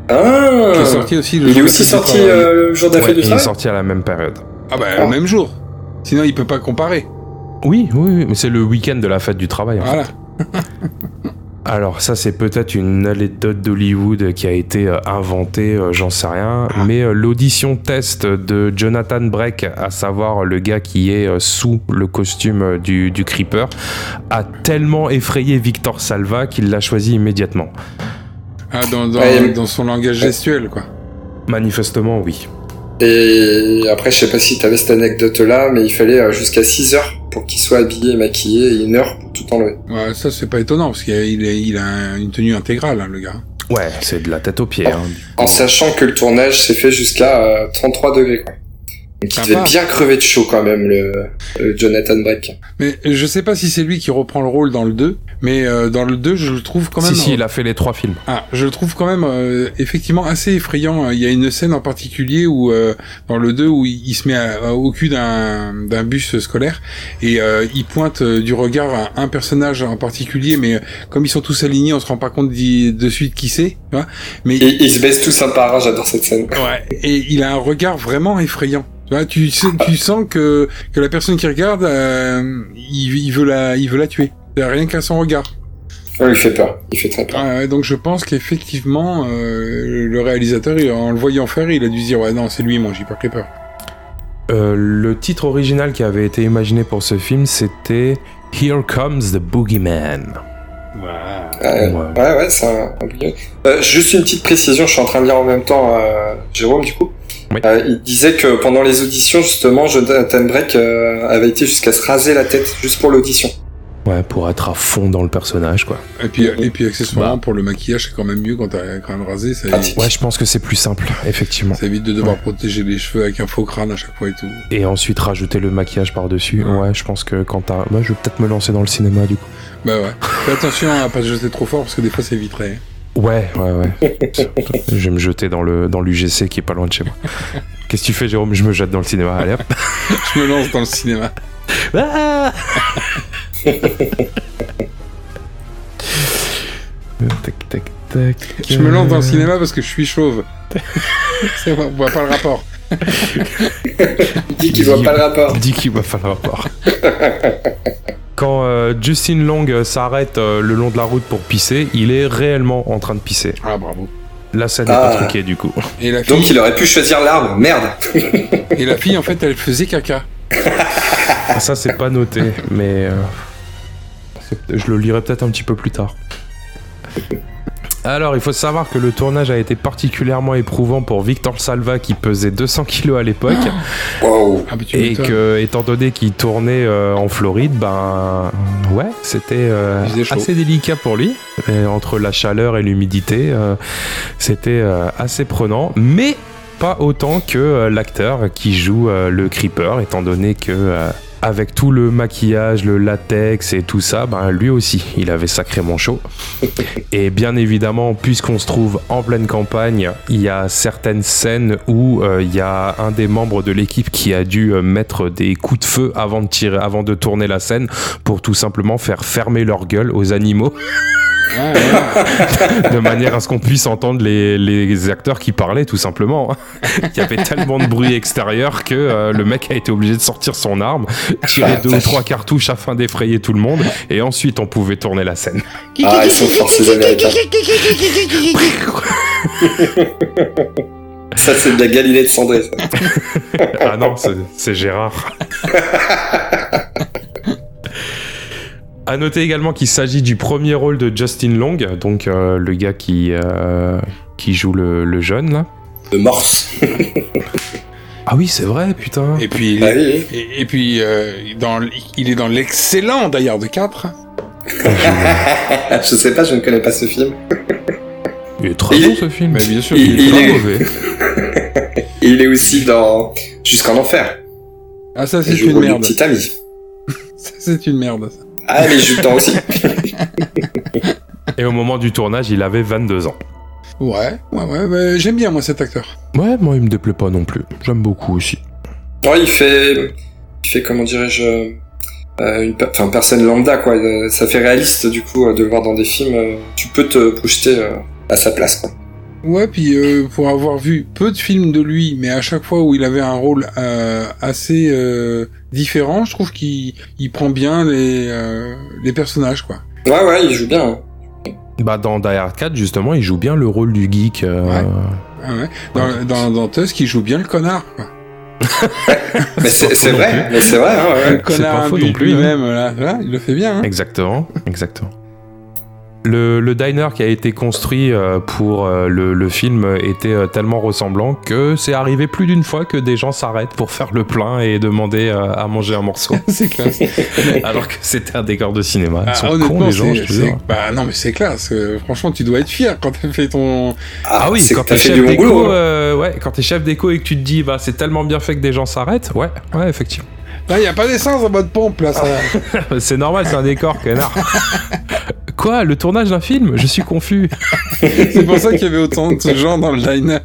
D: Ah
C: Qui est sorti aussi le
D: Il est
C: jour de la
D: aussi
C: fête du
D: sorti
C: travail.
D: euh, le jour de la
B: Ouais,
D: fête du
B: il est
D: travail
B: sorti à la même période.
C: Ah bah le même jour. Sinon il peut pas comparer.
B: Oui, oui, oui, mais c'est le week-end de la fête du travail. en fait.
C: Voilà.
B: Alors ça, c'est peut-être une anecdote d'Hollywood qui a été euh, inventée, euh, j'en sais rien.
C: Ah.
B: Mais euh, l'audition test de Jonathan Breck, à savoir le gars qui est euh, sous le costume euh, du, du Creeper, a tellement effrayé Victor Salva qu'il l'a choisi immédiatement.
C: Ah, dans, dans,
D: Ouais.
C: dans son langage gestuel, quoi.
B: Manifestement, oui.
D: Et après, je sais pas si t'avais cette anecdote-là, mais il fallait euh, jusqu'à 6 heures pour qu'il soit habillé et maquillé et une heure pour tout enlever.
C: Ouais, ça c'est pas étonnant parce qu'il a, il a, il a un- une tenue intégrale, hein, le gars.
B: Ouais, c'est de la tête aux pieds. hein.
D: En sachant que le tournage s'est fait jusqu'à euh, 33 degrés, quoi. Donc il
C: Sympa.
D: devait bien crever de chaud, quand même, le, le Jonathan Breck.
C: Mais euh, je sais pas si c'est lui qui reprend le rôle dans le 2, mais euh, dans le 2, je le trouve quand même. euh,
B: Si, si, il a fait les trois films.
C: Ah, je le trouve quand même euh, effectivement assez effrayant. Il y a une scène en particulier où euh, dans le 2 où il, il se met à- au cul d'un d'un bus scolaire et euh, il pointe euh, du regard à un personnage en particulier, mais euh, comme ils sont tous alignés, on se rend pas compte d'y- de suite qui c'est. tu vois. Mais
D: Et ils se baissent tous un par un, j'adore cette scène.
C: Ouais, et il a un regard vraiment effrayant. Tu vois, tu, sais- tu sens que, que la personne qui regarde, euh, il, il veut la, il veut la tuer. Rien qu'à son regard.
D: Ouais, il fait peur, il fait très peur.
C: Ouais, donc je pense qu'effectivement, euh, le réalisateur, il- en le voyant faire, il a dû se dire, ouais, non, c'est lui, moi, j'ai pas peur.
B: Euh, le titre original qui avait été imaginé pour ce film, c'était Here Comes the Boogeyman.
D: Ouais,
B: Ouais.
D: ouais, ouais, c'est un, un bouillon. Euh, juste une petite précision, je suis en train de lire en même temps euh, Jérôme, du coup. Euh, il disait que pendant les auditions, justement, Jonathan Breck euh, avait été jusqu'à se raser la tête juste pour l'audition.
B: Ouais, pour être à fond dans le personnage, quoi.
C: Et puis, et puis accessoirement, pour le maquillage, c'est quand même mieux quand t'as quand même rasé. Ça évite,
B: Ouais, je pense que c'est plus simple, effectivement.
C: ça évite de devoir protéger les cheveux avec un faux crâne à chaque fois et tout.
B: Et ensuite rajouter le maquillage par-dessus. Ouais. je pense que quand t'as. Moi, je vais peut-être me lancer dans le cinéma, du coup.
C: Bah ouais. Fais attention à pas se jeter trop fort parce que des fois c'est vitré. hein.
B: Ouais, ouais, ouais. je vais me jeter dans le dans l'UGC qui est pas loin de chez moi. Qu'est-ce que tu fais, Jérôme Je me jette dans le cinéma. Allez hop.
C: Je me lance dans le cinéma.
B: Ah Euh, tac, tac, tac.
C: Je me lance dans
B: euh,
C: le cinéma parce que je suis chauve. C'est- on voit pas le rapport.
D: Il dit qu'il voit pas le rapport.
B: Euh, Dis qu'il va falloir rapport. Quand euh, Justin Long euh, s'arrête euh, le long de la route pour pisser, il est réellement en train de pisser.
C: Ah bravo.
B: La scène est
D: Ah.
B: pas truquée du coup.
C: Et la fille,
D: Donc il aurait pu choisir l'arbre, merde
C: et la fille en fait, elle faisait caca.
B: Ah, Ça c'est pas noté, mais euh, c'est- je le lirai peut-être un petit peu plus tard. Alors, il faut savoir que le tournage a été particulièrement éprouvant pour Victor Salva qui pesait 200 kilos à l'époque
D: Wow
C: Ah bah tu
B: et
C: m'étonnes.
B: que, étant donné qu'il tournait euh, en Floride, ben ouais, c'était euh,
C: Il faisait chaud.
B: assez délicat pour lui. Et entre la chaleur et l'humidité, euh, c'était euh, assez prenant, mais pas autant que euh, l'acteur qui joue euh, le Creeper, étant donné que euh, avec tout le maquillage, le latex et tout ça, ben lui aussi, il avait sacrément chaud. Et bien évidemment, puisqu'on se trouve en pleine campagne, il y a certaines scènes où euh, il y a un des membres de l'équipe qui a dû euh, mettre des coups de feu avant de tirer, avant de tourner la scène, pour tout simplement faire fermer leur gueule aux animaux,
C: Ah, ouais.
B: de manière à ce qu'on puisse entendre les, les acteurs qui parlaient, tout simplement. hein. Il y avait tellement de bruit extérieur que euh, le mec a été obligé de sortir son arme, tirer deux ou trois cartouches afin d'effrayer tout le monde, et ensuite on pouvait tourner la scène.
D: Ah, ils sont forts ces Américains Ça c'est de la Galilée de Sandré, ça.
B: Ah non, c'est- c'est Gérard. À noter également qu'il s'agit du premier rôle de Justin Long, donc euh, le gars qui, euh, qui joue le, le jeune là.
D: De Morse
B: Ah oui, c'est vrai, putain.
C: Et puis, il
D: Ah
C: est,
D: oui, oui.
C: et, et puis euh, dans, l- il est dans l'excellent d'ailleurs de 4.
D: Ah, Je sais pas, je ne connais pas ce film.
B: Il est très
D: Il-
B: bon ce film.
C: Mais bien sûr.
B: Il
D: Il,
B: est
D: il
B: pas
D: est,
B: mauvais.
D: et il est aussi dans Jusqu'en Enfer.
C: Ah ça
D: Il
C: c'est
D: joue
C: une
D: le
C: merde.
D: petit ami.
C: Ça, C'est une merde. ça.
D: Ah, mais Jutan aussi.
B: Et au moment du tournage, il avait 22 ans.
C: Ouais, ouais, ouais. bah, J'aime bien moi cet acteur.
B: Ouais, moi il me déplaît pas non plus. J'aime beaucoup aussi.
D: Ouais, il fait, il fait comment dirais-je, euh, une per- enfin, personne lambda quoi. Euh, Ça fait réaliste du coup euh, de le voir dans des films. euh, Tu peux te projeter euh, à sa place quoi.
C: Ouais, puis euh, pour avoir vu peu de films de lui, mais à chaque fois où il avait un rôle euh, assez euh, différent, je trouve qu'il il prend bien les, euh, les personnages, quoi.
D: Ouais, ouais, il joue bien. hein.
B: Bah dans Die Hard 4 justement, il joue bien le rôle du geek. euh,
C: Ouais. Ah ouais. Dans, dans, dans Tusk, il joue bien le connard, quoi.
D: Mais c'est c'est vrai, mais c'est vrai. Hein, ouais.
C: le connard
B: pas faux
C: imbue
B: non plus,
C: lui-même, là, là, il le fait bien. Hein.
B: Exactement, exactement. Le, le diner qui a été construit euh, pour euh, le, le film était euh, tellement ressemblant que c'est arrivé plus d'une fois que des gens s'arrêtent pour faire le plein et demander euh, à manger un morceau,
C: c'est classe.
B: alors que c'était un décor de cinéma. Ils
C: Ah,
B: sont cons
C: honnêtement,
B: les gens, je
C: c'est,
B: te
C: c'est-
B: jure.
C: bah non, mais c'est classe. euh, Franchement, tu dois être fier quand t'as fait ton.
B: Ah oui,
D: c'est
B: quand
D: que t'as
B: t'es
D: fait
B: chef
D: du bon
B: déco,
D: boulot. hein.
B: euh, ouais, quand t'es chef déco et que tu te dis bah c'est tellement bien fait que des gens s'arrêtent, ouais, ouais effectivement.
C: Là, y a pas d'essence en mode pompe, là. Ça...
B: c'est normal, c'est un décor, connard. Quoi, le tournage d'un film Je suis confus.
C: c'est pour ça qu'il y avait autant de gens dans le diner.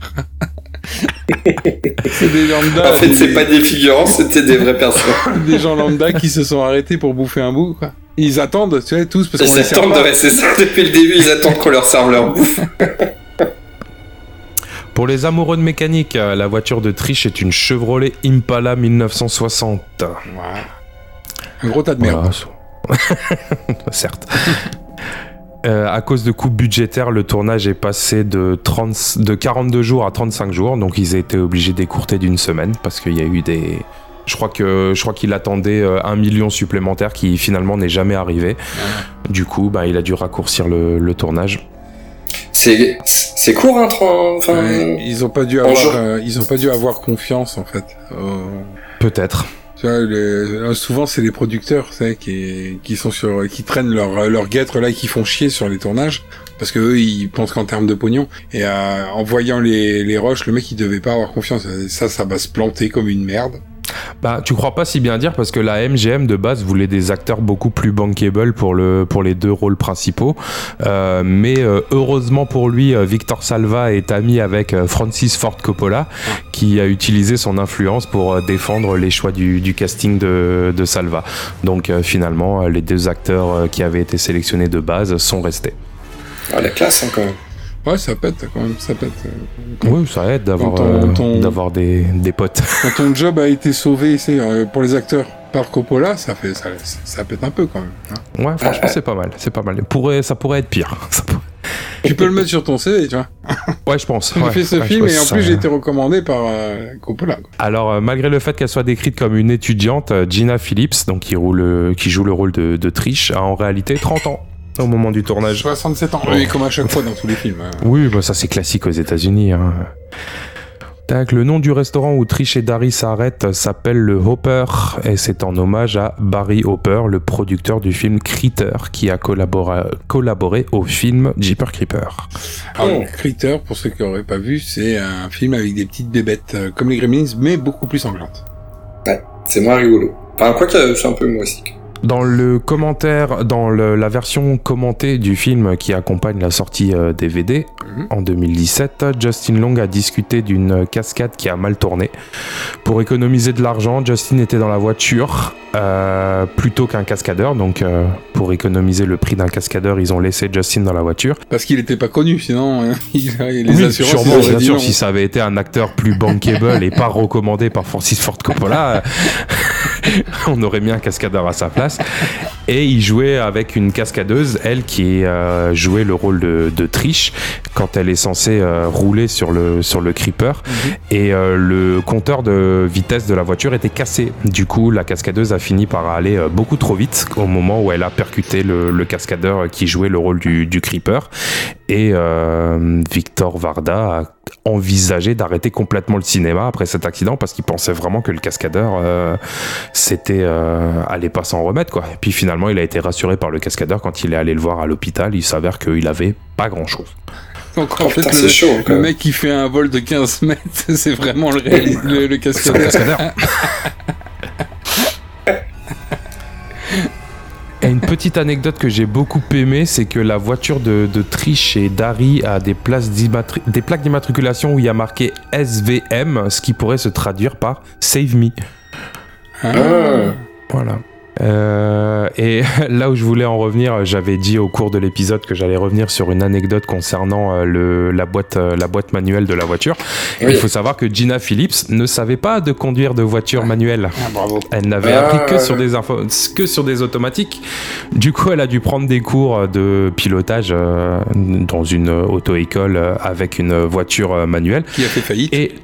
C: c'est des lambda.
D: En fait,
C: des-
D: c'est pas des figurants, c'était des vraies personnes.
C: des gens lambda qui se sont arrêtés pour bouffer un bout, quoi. Ils attendent, tu vois, tous, parce qu'on
D: Ils
C: les sert
D: attendent de
C: pas.
D: rester ça depuis le début. Ils attendent qu'on leur serve leur bouffe.
B: Pour les amoureux de mécanique, euh, la voiture de Trish est une Chevrolet Impala 1960.
C: Ouais. Un gros tas de merde.
B: Voilà, c'est- Certes. Euh, à cause de coupes budgétaires, le tournage est passé de, 30 de 42 jours à 35 jours, donc ils étaient obligés d'écourter d'une semaine parce qu'il y a eu des. Je crois que je crois qu'il attendait euh, un million supplémentaire qui finalement n'est jamais arrivé. Du coup, bah, il a dû raccourcir le, le tournage.
D: C'est c'est court, hein, 30... enfin.
C: Ouais, ils ont pas dû
D: Bonjour.
C: avoir, euh, ils ont pas dû avoir confiance en fait. Euh,
B: Peut-être.
C: tu vois, le- euh, souvent c'est les producteurs, tu sais, qui, qui sont sur, qui traînent leur euh, leur guêtre là et qui font chier sur les tournages parce que eux ils pensent qu'en termes de pognon. Et euh, en voyant les les roches, le mec il devait pas avoir confiance. Ça, ça va se planter comme une merde.
B: Bah, tu crois pas si bien dire parce que la MGM de base voulait des acteurs beaucoup plus bankable pour, le, pour les deux rôles principaux. Euh, mais euh, heureusement pour lui, euh, Victor Salva est ami avec euh, Francis Ford Coppola qui a utilisé son influence pour euh, défendre les choix du, du casting de, de Salva. Donc euh, finalement, euh, les deux acteurs euh, qui avaient été sélectionnés de base sont restés.
D: Ah, la classe, hein, quand même.
C: Ouais, ça pète quand même, ça pète.
B: Oui, ça aide d'avoir
C: Quand on-
B: euh,
C: quand on-
B: d'avoir des, des potes.
C: Quand ton job a été sauvé, c'est euh, pour les acteurs par Coppola, ça fait ça, ça pète un peu quand même. hein.
B: Ouais, franchement, c'est pas mal. C'est pas mal. Pourrait, ça pourrait être pire. Ça pourrait-
C: Tu peux le mettre sur ton CV, tu vois.
B: Ouais, je pense.
C: J'ai
B: ouais.
C: fait ce
B: Ouais, je
C: film
B: pense
C: et en
B: que
C: plus
B: ça-
C: j'ai été recommandé par euh, Coppola. quoi.
B: Alors, euh, malgré le fait qu'elle soit décrite comme une étudiante, euh, Gina Phillips, donc qui, roule, euh, qui joue le rôle de, de Trish, a en réalité 30 ans au moment du tournage.
C: 67 ans, oui, comme à chaque fois dans tous les films. hein.
B: Oui, bah ça c'est classique aux États-Unis. hein. Tac, le nom du restaurant où Trish et Darry s'arrêtent euh, s'appelle le Hopper et c'est en hommage à Barry Hopper, le producteur du film Critter, qui a collabora- collaboré au film Jeeper Creeper.
D: Oh.
C: Alors, Critter, pour ceux qui n'auraient pas vu, c'est un film avec des petites bébêtes euh, comme les Gremlins, mais beaucoup plus sanglantes.
D: C'est moins rigolo. Enfin, quoi que c'est un peu humoristique.
B: Dans le commentaire, dans le- la version commentée du film qui accompagne la sortie euh, DVD en 2017, Justin Long a discuté d'une cascade qui a mal tourné. Pour économiser de l'argent, Justin était dans la voiture euh, plutôt qu'un cascadeur. Donc, euh, pour économiser le prix d'un cascadeur, ils ont laissé Justin dans la voiture.
C: Parce qu'il n'était pas connu, sinon hein, il, les
B: Oui,
C: assurances.
B: sûrement,
C: ils auraient
B: bien
C: dit
B: sûr,
C: non.
B: si ça avait été un acteur plus bankable et pas recommandé par Francis Ford Coppola, euh, on aurait mis un cascadeur à sa place. Et il jouait avec une cascadeuse, elle qui euh, jouait le rôle de, de Triche quand elle est censée euh, rouler sur le, sur le creeper.
C: Mhm.
B: Et euh, le compteur de vitesse de la voiture était cassé. Du coup, la cascadeuse a fini par aller euh, beaucoup trop vite au moment où elle a percuté le, le cascadeur qui jouait le rôle du, du creeper. Et euh, Victor Varda a envisagé d'arrêter complètement le cinéma après cet accident parce qu'il pensait vraiment que le cascadeur euh, c'était euh, allait pas s'en remettre quoi. Et puis finalement, il a été rassuré par le cascadeur quand il est allé le voir à l'hôpital. Il s'avère qu'il avait pas grand chose.
C: Donc en fait, le,
D: Putain, c'est chaud, quand
C: le
D: même.
C: mec qui fait un vol de 15 mètres, c'est vraiment le, réalis- le, le cascadeur.
B: Et une petite anecdote que j'ai beaucoup aimée, c'est que la voiture de, de Trish et Dari a des, places d'immatri- des plaques d'immatriculation où il y a marqué SVM, ce qui pourrait se traduire par Save Me.
C: Hein
D: Ah.
B: Voilà. Euh, et là où je voulais en revenir, j'avais dit au cours de l'épisode que j'allais revenir sur une anecdote concernant euh, le, la, boîte, euh, la boîte manuelle de la voiture. Et
D: Oui.
B: Il faut savoir que Gina Phillips ne savait pas de conduire de voiture manuelle.
C: Ah, bravo.
B: Elle n'avait
D: Ah,
B: appris que
D: ouais,
B: sur,
D: ouais.
B: des infos, que sur des automatiques. Du coup, elle a dû prendre des cours euh, de pilotage euh, dans une auto-école euh, avec une voiture euh, manuelle.
C: Qui a fait faillite.
B: Et,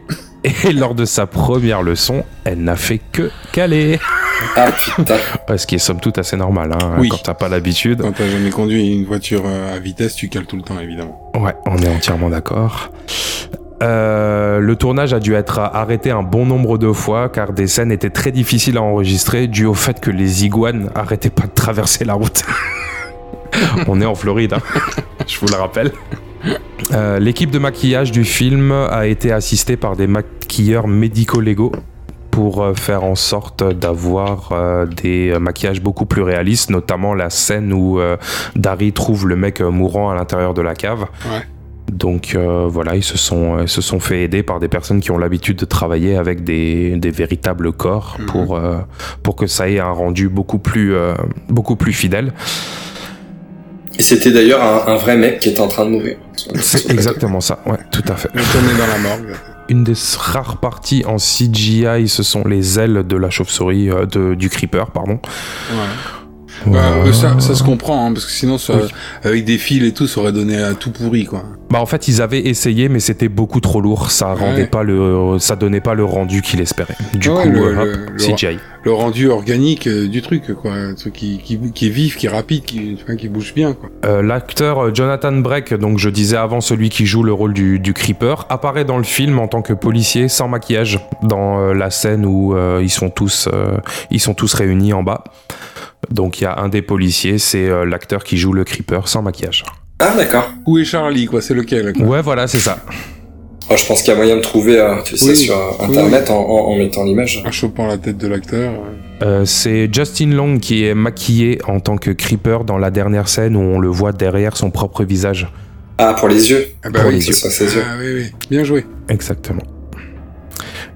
B: et lors de sa première leçon, elle n'a fait que caler.
D: Ah putain.
B: Ouais, Ce qui est somme toute assez normal hein,
C: Oui.
B: quand t'as pas l'habitude.
C: Quand t'as jamais conduit une voiture euh, à vitesse, tu cales tout le temps, évidemment.
B: Ouais, on est entièrement d'accord. Euh, le tournage a dû être arrêté un bon nombre de fois car des scènes étaient très difficiles à enregistrer dû au fait que les iguanes arrêtaient pas de traverser la route. on est en Floride, hein, je vous le rappelle. Euh, L'équipe de maquillage du film a été assistée par des maquilleurs médico-légaux pour euh, faire en sorte d'avoir euh, des euh, maquillages beaucoup plus réalistes, notamment la scène où euh, Dari trouve le mec euh, mourant à l'intérieur de la cave.
C: Ouais.
B: Donc euh, voilà, ils se, sont, ils se sont fait aider par des personnes qui ont l'habitude de travailler avec des, des véritables corps
C: Mhm.
B: pour, euh, pour que ça ait un rendu beaucoup plus, euh, beaucoup plus fidèle.
D: Et c'était d'ailleurs un, un vrai mec qui était en train de mourir.
B: C'est exactement ça, ouais, tout à fait.
C: Le tourner dans la morgue.
B: Une des rares parties en CGI, ce sont les ailes de la chauve-souris, euh, de- du creeper, pardon.
C: Ouais. Bah, euh, ça, ça se comprend, hein, parce que sinon, ça- avec des fils et tout, ça aurait donné un tout pourri, quoi.
B: Bah en fait ils avaient essayé mais c'était beaucoup trop lourd, ça rendait
C: Ouais.
B: pas le, ça donnait pas le rendu qu'il espérait. Du
C: Ouais,
B: coup
C: le-
B: euh, hop,
C: le- le-
B: CGI.
C: Le rendu organique euh, du truc, quoi. Un truc qui, qui, qui est vif, qui est rapide, qui, tu vois, qui bouge bien, quoi.
B: Euh, L'acteur euh, Jonathan Breck, donc je disais avant celui qui joue le rôle du, du Creeper, apparaît dans le film en tant que policier sans maquillage dans euh, la scène où euh, ils sont tous euh, ils sont tous réunis en bas. Donc il y a un des policiers, c'est euh, l'acteur qui joue le Creeper sans maquillage.
D: Ah, d'accord.
C: Où est Charlie, quoi C'est lequel quoi.
B: Ouais voilà c'est ça.
D: Oh, je pense qu'il y a moyen de trouver, euh, tu sais,
C: Oui.
D: sur euh,
C: Oui,
D: Internet en, en- en mettant l'image.
C: En chopant la tête de l'acteur. euh.
B: Euh, c'est Justin Long qui est maquillé en tant que Creeper dans la dernière scène où on le voit derrière son propre visage.
D: Ah, pour les yeux.
C: Ah bah
B: Pour
C: oui,
B: les yeux.
D: Ça, ses yeux.
C: Ah oui, oui. Bien joué.
B: Exactement.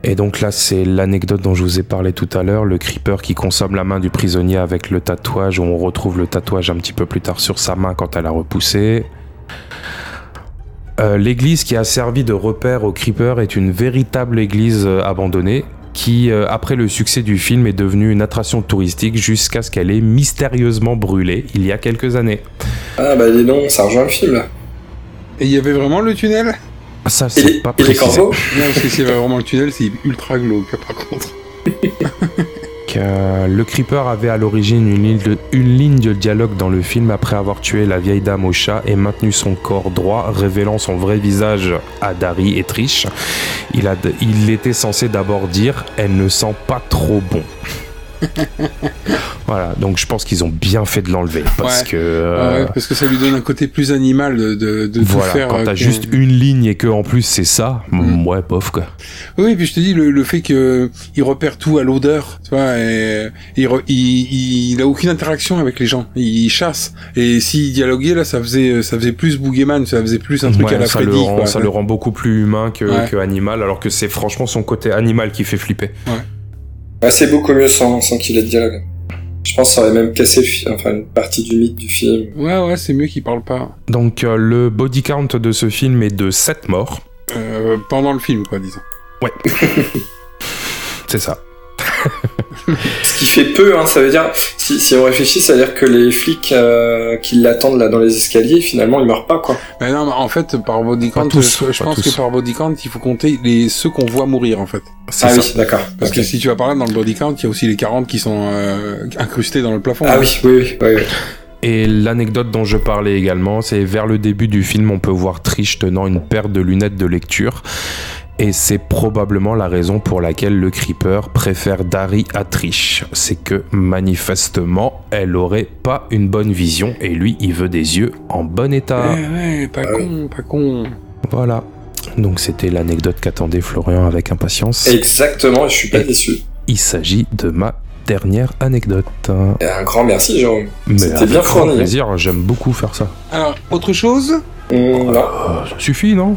B: Et donc là, c'est l'anecdote dont je vous ai parlé tout à l'heure, le creeper qui consomme la main du prisonnier avec le tatouage, où on retrouve le tatouage un petit peu plus tard sur sa main quand elle a repoussé. Euh, l'église qui a servi de repère au creeper est une véritable église euh, abandonnée qui, euh, après le succès du film, est devenue une attraction touristique jusqu'à ce qu'elle ait mystérieusement brûlé il y a quelques années.
D: Ah, bah, il est long, ça rejoint le film, là.
C: Et il y avait vraiment le tunnel
B: Ça,
D: Et
B: c'est
D: les,
B: pas
D: et les
B: précisé.
D: corbeaux
C: Non, parce que s'il y avait vraiment le tunnel, c'est ultra glauque, par contre.
B: Que, euh, le Creeper avait à l'origine une, ligne de- une ligne de dialogue dans le film après avoir tué la vieille dame au chat et maintenu son corps droit, révélant son vrai visage à Dari et Trish. Il, a, il était censé d'abord dire Elle ne sent pas trop bon. voilà, donc je pense qu'ils ont bien fait de l'enlever parce
C: Ouais.
B: que. euh,
C: Ah ouais, parce que ça lui donne un côté plus animal de, de, de tout
B: Voilà,
C: faire.
B: quand
C: euh,
B: t'as
C: que-
B: juste une ligne et que en plus c'est ça,
C: Mm.
B: ouais, bof quoi.
C: Oui, puis je te dis le, le fait que il repère tout à l'odeur, tu vois, et, il, re- il, il a aucune interaction avec les gens, il chasse. Et s'il dialoguait là, ça faisait ça faisait plus Boogeyman, ça faisait plus un truc
B: Ouais,
C: à la
B: ça, le
C: Freddy,
B: rend,
C: quoi.
B: ça le rend beaucoup plus humain que,
C: Ouais.
B: que animal, alors que c'est franchement son côté animal qui fait flipper.
D: Ah, c'est beaucoup mieux sans, sans qu'il ait de dialogue. Je pense que ça aurait même cassé le film, enfin, une partie du mythe du film.
C: Ouais, ouais, c'est mieux qu'il parle pas
B: Donc euh, le body count de ce film est de 7 morts.
C: Euh, pendant le film, quoi, disons.
B: C'est ça.
D: Ce qui fait peu, hein, ça veut dire, si, si on réfléchit, ça veut dire que les flics euh, qui l'attendent là dans les escaliers, finalement, ils meurent pas, quoi.
C: Mais non, mais en fait, par body
B: Pas
C: count,
B: tous,
C: je, je
B: pas
C: pense
B: tous.
C: que par body count, il faut compter les ceux qu'on voit mourir, en fait.
B: C'est
D: Ah
B: ça.
D: oui, d'accord.
C: Parce
D: ok.
C: que si tu vas par là, dans le body count, il y a aussi les 40 qui sont euh, incrustés dans le plafond.
D: Ah
C: hein.
D: oui, oui, oui, oui, oui.
B: Et l'anecdote dont je parlais également, c'est vers le début du film, on peut voir Trish tenant une paire de lunettes de lecture. Et c'est probablement la raison pour laquelle le Creeper préfère Dari à Trish. C'est que manifestement, elle aurait pas une bonne vision et lui, il veut des yeux en bon état.
C: Ouais, Eh ouais, pas
B: Ah
C: con, pas con.
B: Voilà. Donc c'était l'anecdote qu'attendait Florian avec impatience.
D: Exactement, je suis pas
B: Et-
D: déçu.
B: Il s'agit de ma dernière anecdote.
D: Et un grand merci, Jérôme.
B: Mais
D: C'était
B: avec
D: bien
B: grand
D: fourni.
B: plaisir, j'aime beaucoup faire ça.
C: Alors, autre chose
D: Mm, non.
B: Oh, ça suffit, non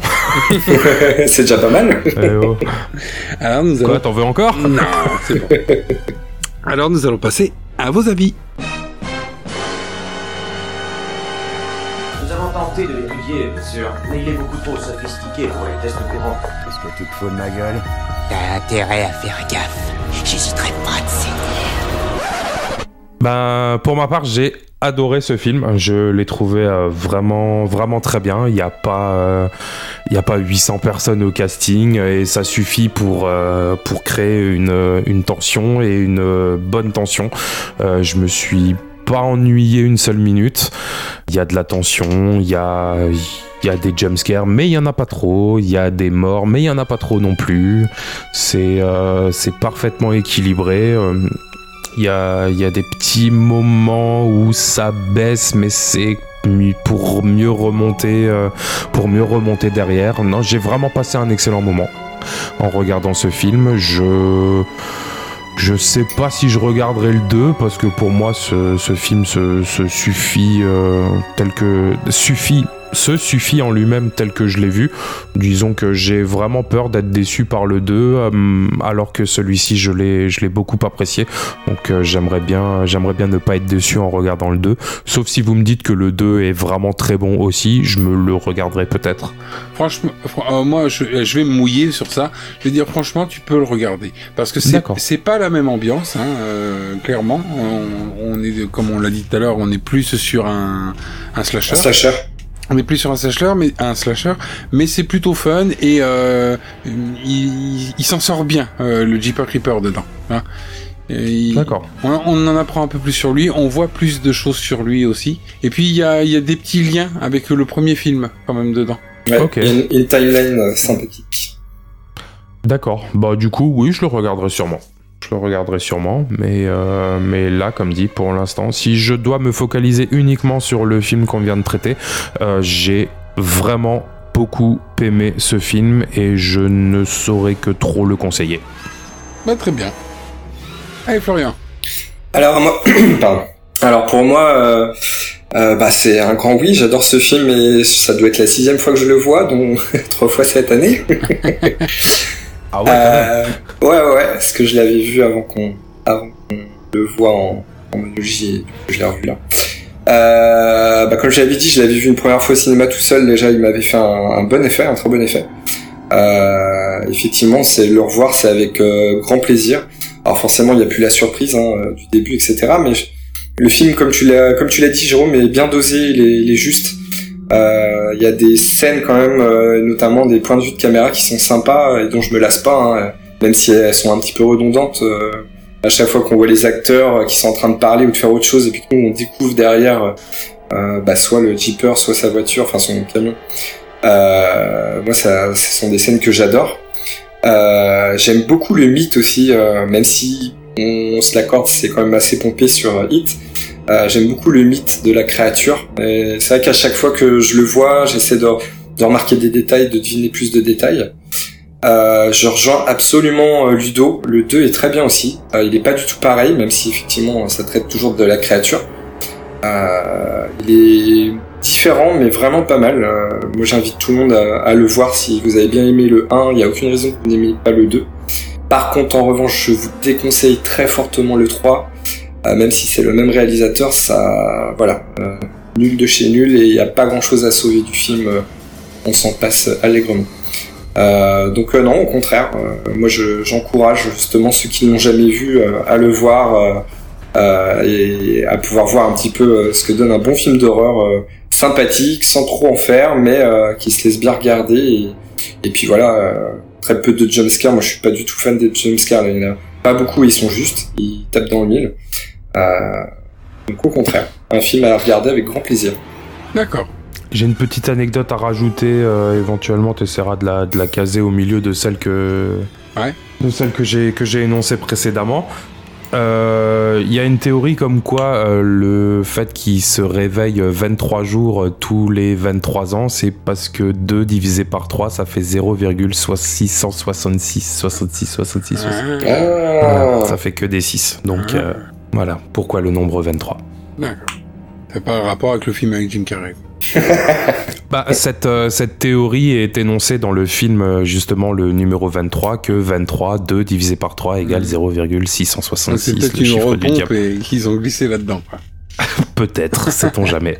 D: c'est déjà pas mal.
B: Eh oh.
C: Alors, nous allons
B: Quoi, t'en veux encore
C: Non, c'est bon. Alors nous allons passer à vos avis.
G: Nous avons tenté de l'étudier, bien sûr, mais il est beaucoup trop sophistiqué pour les tests courants.
L: Qu'est-ce que tu te fous de ma gueule
I: T'as intérêt à faire gaffe. J'hésiterai pas de saigner.
B: Ben, pour ma part, j'ai adoré ce film. Je l'ai trouvé euh, vraiment, vraiment très bien. Il n'y a pas, euh, il y a pas 800 personnes au casting et ça suffit pour euh, pour créer une une tension et une euh, bonne tension. Euh, je me suis pas ennuyé une seule minute. Il y a de la tension, il y a il y a des jumpscares, mais il y en a pas trop. Il y a des morts, mais il y en a pas trop non plus. C'est euh, c'est parfaitement équilibré. Euh, il y a, il y a des petits moments où ça baisse, mais c'est mi- pour mieux remonter, euh, pour mieux remonter derrière. Non, j'ai vraiment passé un excellent moment en regardant ce film. Je je sais pas si je regarderai le 2 parce que pour moi ce, ce film se, se suffit euh, tel que suffit se suffit en lui-même tel que je l'ai vu. Disons que j'ai vraiment peur d'être déçu par le 2, euh, alors que celui-ci, je l'ai, je l'ai beaucoup apprécié. Donc euh, j'aimerais bien, j'aimerais bien ne pas être déçu en regardant le 2. Sauf si vous me dites que le 2 est vraiment très bon aussi, je me le regarderai peut-être.
C: Franchement, fr- euh, moi, je, je vais me mouiller sur ça. Je vais dire, franchement, tu peux le regarder. Parce que c'est,
B: D'accord.
C: c'est pas la même ambiance, hein, euh, clairement. On, on est, comme on l'a dit tout à l'heure, on est plus sur un, un slasher.
D: Un slasher.
C: On est plus sur un slasher, mais un slasher, mais c'est plutôt fun et euh, il, il s'en sort bien euh, le Jeeper Creeper dedans. hein. Et il-
B: D'accord.
C: on, on en apprend un peu plus sur lui, on voit plus de choses sur lui aussi. Et puis il y a, il y a des petits liens avec le premier film quand même dedans.
D: Ouais,
B: Ok.
D: il y a une, une timeline euh, sympathique.
B: D'accord. Bah du coup, oui, je le regarderai sûrement. Je le regarderai sûrement, mais, euh, mais là, comme dit, pour l'instant, si je dois me focaliser uniquement sur le film qu'on vient de traiter, euh, j'ai vraiment beaucoup aimé ce film et je ne saurais que trop le conseiller.
C: Bah, très bien. Allez Florian.
D: Alors moi, pardon. Alors pour moi, euh, euh, bah, c'est un grand oui. J'adore ce film et ça doit être la sixième fois que je le vois, donc trois fois cette année.
B: Ah ouais,
D: Euh, ouais, ouais, ouais, parce que je l'avais vu avant qu'on avant qu'on le voit en, en monologie, et du coup, je l'ai revu là. Euh, bah, comme je l'avais dit, je l'avais vu une première fois au cinéma tout seul, déjà il m'avait fait un, un bon effet, un très bon effet. Euh, effectivement, c'est le revoir, c'est avec euh, grand plaisir. Alors forcément, il n'y a plus la surprise hein, euh, du début, etc. Mais je- le film, comme tu l'as comme tu l'as dit, Jérôme, est bien dosé, il est, il est juste. Euh, Il y a des scènes quand même, euh, notamment des points de vue de caméra qui sont sympas euh, et dont je me lasse pas, hein, même si elles sont un petit peu redondantes. euh, à chaque fois qu'on voit les acteurs euh, qui sont en train de parler ou de faire autre chose et puis qu'on découvre derrière euh, bah, soit le jeeper, soit sa voiture, enfin son camion. Euh, moi, ça, ce sont des scènes que j'adore. Euh, J'aime beaucoup le mythe aussi, euh, même si on, se l'accorde, c'est quand même assez pompé sur euh, Hit. Euh, J'aime beaucoup le mythe de la créature. Et C'est vrai qu'à chaque fois que je le vois, j'essaie de, de remarquer des détails, de deviner plus de détails. Euh, je rejoins absolument euh, Ludo. Le 2 est très bien aussi. Euh, il n'est pas du tout pareil, même si effectivement ça traite toujours de la créature. Euh, il est différent, mais vraiment pas mal. Euh, moi j'invite tout le monde à, à le voir si vous avez bien aimé le 1. Il n'y a aucune raison que vous n'aimiez pas le 2. Par contre, en revanche, je vous déconseille très fortement le 3. Euh, même si c'est le même réalisateur, ça. Voilà. Euh, nul de chez nul et il n'y a pas grand chose à sauver du film. Euh, on s'en passe allègrement. Euh, donc euh, non, au contraire, euh, moi je- j'encourage justement ceux qui ne l'ont jamais vu euh, à le voir euh, euh, et à pouvoir voir un petit peu euh, ce que donne un bon film d'horreur euh, sympathique, sans trop en faire, mais euh, qui se laisse bien regarder. Et, et puis voilà, euh, très peu de jumpscares, moi je suis pas du tout fan des jumpscares, il n'y en a pas beaucoup, ils sont justes, ils tapent dans le mille. Euh, donc au contraire, un film à regarder avec grand plaisir.
C: D'accord.
B: J'ai une petite anecdote à rajouter, euh, éventuellement tu essaieras de la, de la caser au milieu de celle que,
C: Ouais.
B: de celle que j'ai que j'ai énoncée précédemment. Euh, Il y a une théorie comme quoi euh, le fait qu'il se réveille 23 jours euh, tous les 23 ans, c'est parce que 2 divisé par 3, ça fait 0,666, 66, 66, 66.
D: Ah.
B: Voilà, ça fait que des 6. Donc
C: Ah.
B: euh, voilà, pourquoi le nombre 23
C: D'accord. C'est pas un rapport avec le film avec Jim Carrey.
B: Bah, cette, euh, cette théorie est énoncée dans le film, euh, justement, le numéro 23, que 23, 2 divisé par 3 égale
D: Mm.
C: Mhm. Donc,
D: Ah,
C: C'est
B: 0,666,
C: peut-être
B: le
C: une
B: chiffre du
C: repompe
B: diable.
C: et qu'ils ont glissé là-dedans. quoi.
B: Peut-être, sait-on jamais.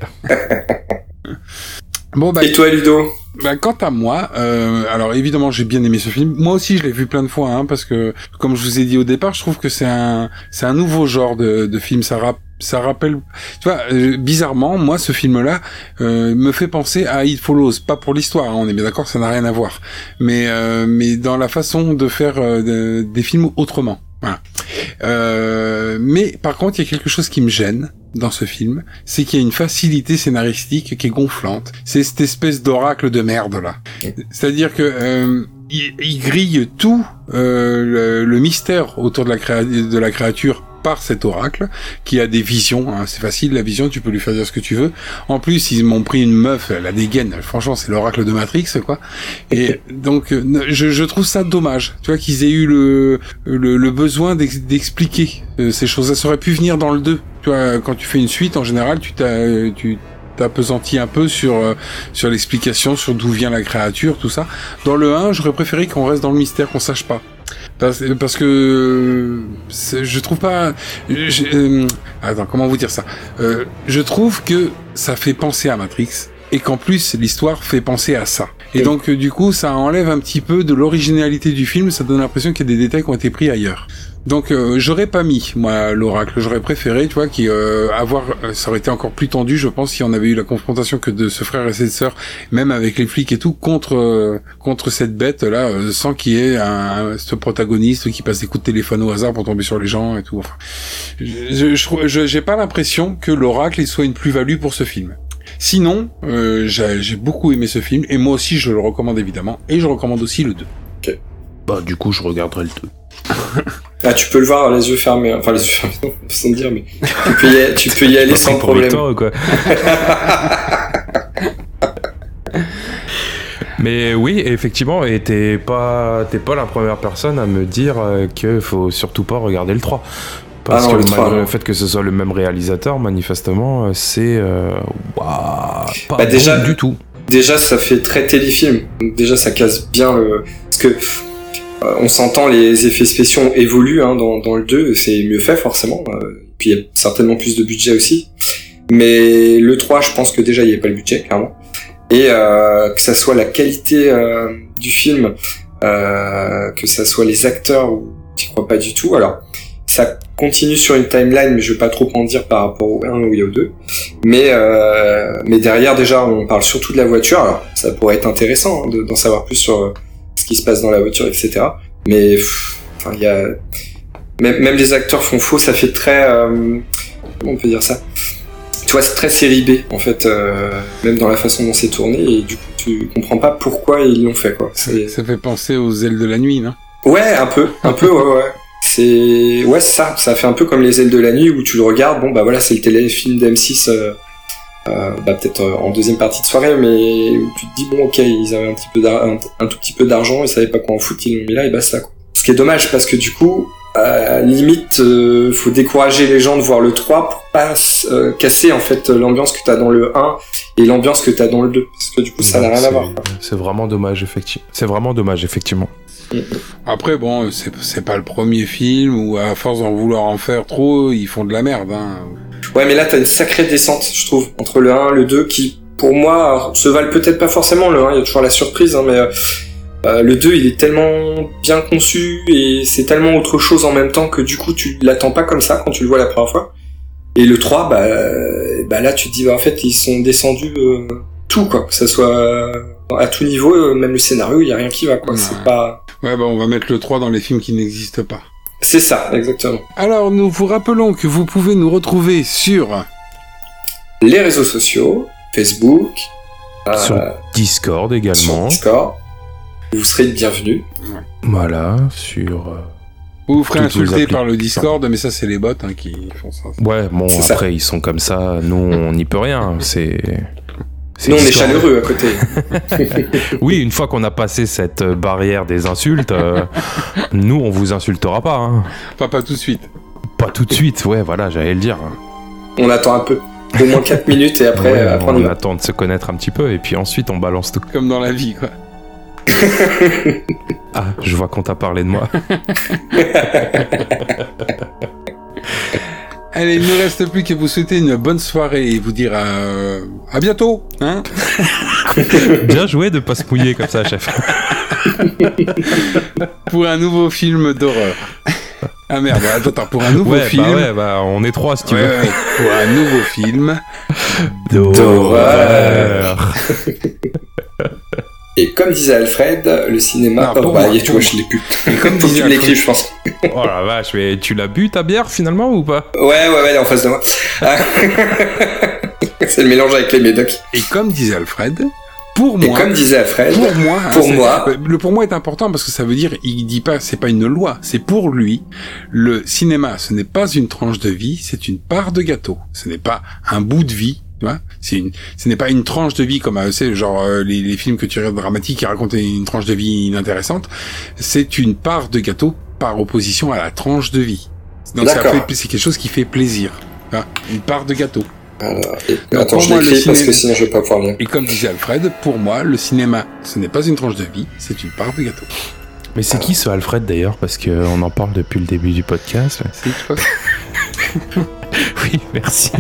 C: Bon bah
D: Et toi Ludo
C: Bah, quant à moi, euh, alors évidemment j'ai bien aimé ce film. Moi aussi je l'ai vu plein de fois hein, parce que comme je vous ai dit au départ, je trouve que c'est un c'est un nouveau genre de, de film. Ça rap- ça rappelle, tu vois, euh, bizarrement moi ce film là me fait penser à It Follows, pas pour l'histoire. hein, on est bien d'accord, ça n'a rien à voir, mais euh, mais dans la façon de faire euh, de- des films autrement. Voilà. Euh, mais par contre, il y a quelque chose qui me gêne dans ce film, c'est qu'il y a une facilité scénaristique qui est gonflante. C'est cette espèce d'oracle de merde là. C'est-à-dire que euh, il, il grille tout euh, le, le mystère autour de la, créa- de la créature par cet oracle qui a des visions. hein. C'est facile, la vision, tu peux lui faire dire ce que tu veux. En plus, ils m'ont pris une meuf, elle a des gaines. Franchement, c'est l'oracle de Matrix, quoi. Et donc, euh, ne- je, je trouve ça dommage, tu vois, qu'ils aient eu le, le, le besoin d'ex- d'expliquer euh, ces choses-là. Ça aurait pu venir dans le 2. Tu vois, quand tu fais une suite, en général, tu, t'as- tu, t'appesantis un peu sur, euh, sur l'explication, sur d'où vient la créature, tout ça. Dans le 1, j'aurais préféré qu'on reste dans le mystère, qu'on sache pas. Parce, parce que euh, je trouve pas. je- euh, attends, comment vous dire ça Euh, Je trouve que ça fait penser à Matrix et qu'en plus l'histoire fait penser à ça. Et donc euh, du coup, ça enlève un petit peu de l'originalité du film. Ça donne l'impression qu'il y a des détails qui ont été pris ailleurs. Donc euh, j'aurais pas mis moi l'oracle, j'aurais préféré, tu vois, qui euh, avoir euh, ça aurait été encore plus tendu, je pense, si on avait eu la confrontation que de ce frère et cette sœur, même avec les flics et tout contre euh, contre cette bête là, euh, sans qu'il y ait un, ce protagoniste qui passe des coups de téléphone au hasard pour tomber sur les gens et tout. Enfin, je- je trou- je j'ai pas l'impression que l'oracle il soit une plus-value pour ce film. Sinon, euh, j'ai j'ai beaucoup aimé ce film et moi aussi je le recommande évidemment et je recommande aussi le 2.
M: Bah, du coup, je regarderai le 2.
D: Bah, tu peux le voir les yeux fermés, hein. enfin les yeux fermés, non, sans te dire, mais tu peux y, tu peux y aller sans problème.
K: quoi. Mais oui, effectivement, et t'es pas, t'es pas la première personne à me dire euh, que faut surtout pas regarder le 3. Parce
D: Ah non,
K: que
D: le 3,
K: malgré
D: non.
K: le fait que ce soit le même réalisateur, manifestement, euh, c'est euh, ouah, pas
D: Bah, déjà-
K: bon du tout.
D: Déjà, ça fait très téléfilm. Donc, déjà, ça casse bien le. Parce que euh, on s'entend, les effets spéciaux évoluent hein, dans, dans le 2, c'est mieux fait forcément. euh, puis il y a certainement plus de budget aussi. Mais le 3, je pense que déjà, il n'y a pas le budget, clairement. Et euh, que ça soit la qualité euh, du film, euh, que ça soit les acteurs, ou j'y crois pas du tout. Alors, ça continue sur une timeline, mais je vais pas trop en dire par rapport au 1 ou au 2. Mais, euh, mais derrière, déjà, on parle surtout de la voiture. Alors, ça pourrait être intéressant hein, de- d'en savoir plus sur euh, ce qui se passe dans la voiture, etc. Mais, pff, enfin, il y a. Même, même les acteurs font faux, ça fait très. euh, comment on peut dire ça Tu vois, c'est très série B, en fait, euh, même dans la façon dont c'est tourné, et du coup, tu comprends pas pourquoi ils l'ont fait, quoi. C'est-
C: Ça fait penser aux ailes de la nuit, non
D: Ouais, un peu, un peu, ouais, ouais. C'est ouais, c'est ça. Ça fait un peu comme les ailes de la nuit où tu le regardes. Bon, bah voilà, c'est le téléfilm d'M6, euh, euh, bah peut-être euh, en deuxième partie de soirée, mais où tu te dis bon, ok, ils avaient un petit peu d'ar- un, un tout petit peu d'argent, ils savaient pas quoi en foutre, ils l'ont mis là et basta. Quoi. Ce qui est dommage parce que du coup, euh, limite, euh, faut décourager les gens de voir le 3 pour pas euh, casser en fait l'ambiance que t'as dans le 1 et l'ambiance que t'as dans le 2, parce que du coup, ça n'a rien à
K: C'est-
D: voir.
K: C'est vraiment dommage, effectivement. C'est vraiment dommage, effectivement.
C: Après, bon, c'est c'est pas le premier film où, à force d'en vouloir en faire trop, ils font de la merde. Hein.
D: Ouais, mais là, t'as une sacrée descente, je trouve, entre le 1 et le 2, qui, pour moi, alors, se valent peut-être pas forcément. Le 1, il y a toujours la surprise, hein, mais euh, euh, le 2, il est tellement bien conçu et c'est tellement autre chose en même temps que du coup, tu l'attends pas comme ça quand tu le vois la première fois. Et le 3, bah, euh, bah là, tu te dis, bah, en fait, ils sont descendus euh, tout, quoi. Que ça soit euh, à tout niveau, euh, même le scénario, il y a rien qui va, quoi. C'est pas.
C: Ouais, bah on va mettre le 3 dans les films qui n'existent pas.
D: C'est ça, exactement.
C: Alors, nous vous rappelons que vous pouvez nous retrouver sur...
D: Les réseaux sociaux, Facebook, euh,
K: Sur Discord également.
D: Discord. Vous serez le bienvenu.
K: Voilà, sur. euh,
C: Vous vous ferez
K: toutes vos
C: insulter
K: applis.
C: par le Discord, mais ça, c'est les bots hein, qui font ça.
K: Ouais, bon,
C: C'est
K: après,
C: ça.
K: ils sont comme ça. Nous, on n'y peut rien. C'est. c'est
D: Nous, on est
K: l'histoire.
D: chaleureux à côté.
K: oui, une fois qu'on a passé cette euh, barrière des insultes, euh, nous, on vous insultera pas. hein.
C: Pas, pas tout de suite.
K: Pas tout de suite, ouais, voilà, j'allais le dire.
D: On attend un peu. Au moins 4 minutes et après,
K: Ouais,
D: euh, après on y
K: on
D: va.
K: attend de se connaître un petit peu et puis ensuite, on balance tout.
C: Comme dans la vie, quoi.
K: Ah, je vois qu'on t'a parlé de moi.
C: Allez, il ne reste plus qu'à vous souhaiter une bonne soirée et vous dire à, à bientôt. Hein
K: Bien joué de pas se mouiller comme ça, chef.
C: pour un nouveau film d'horreur. Ah merde, attends, attends, pour un nouveau
K: Ouais, bah
C: film...
K: ouais, bah, on est trois si tu
C: Ouais,
K: veux.
C: ouais, pour un nouveau film...
D: D'horreur. Et comme disait Alfred, le cinéma.
K: Non,
D: oh,
K: Ah, pour
D: bah,
K: moi,
D: y a- tu
K: pour
D: vois, je l'ai plus.
K: comme
D: Faut que
K: disait
D: tu me l'écrives,
K: Alfred.
D: je pense.
K: Oh la vache, mais tu l'as bu ta bière finalement ou pas
D: Ouais, ouais, ouais, elle est en face de moi. Ah. C'est le mélange avec les médocs.
C: Et comme disait Alfred, pour
D: Et
C: moi-
D: comme disait Alfred,
C: Pour moi, hein,
D: pour
C: c'est-
D: moi,
C: le pour moi est important parce que ça veut dire, il dit pas, c'est pas une loi, c'est pour lui. Le cinéma, ce n'est pas une tranche de vie, c'est une part de gâteau. Ce n'est pas un bout de vie, tu vois. C'est une, ce n'est pas une tranche de vie comme, euh, c'est genre euh, les, les films que tu regardes dramatiques qui racontent une tranche de vie inintéressante. C'est une part de gâteau par opposition à la tranche de vie. Donc ça
D: D'accord.
C: fait, c'est quelque chose qui fait plaisir. tu vois. Une part de gâteau.
D: Alors, et- Attends, je l'écris parce que sinon je vais pas pouvoir lire.
C: Et comme disait Alfred, pour moi, le cinéma, ce n'est pas une tranche de vie, c'est une part de gâteau.
B: Mais c'est qui ce Alfred d'ailleurs Parce qu'on en parle depuis le début du podcast.
C: C'est toi.
B: oui, merci.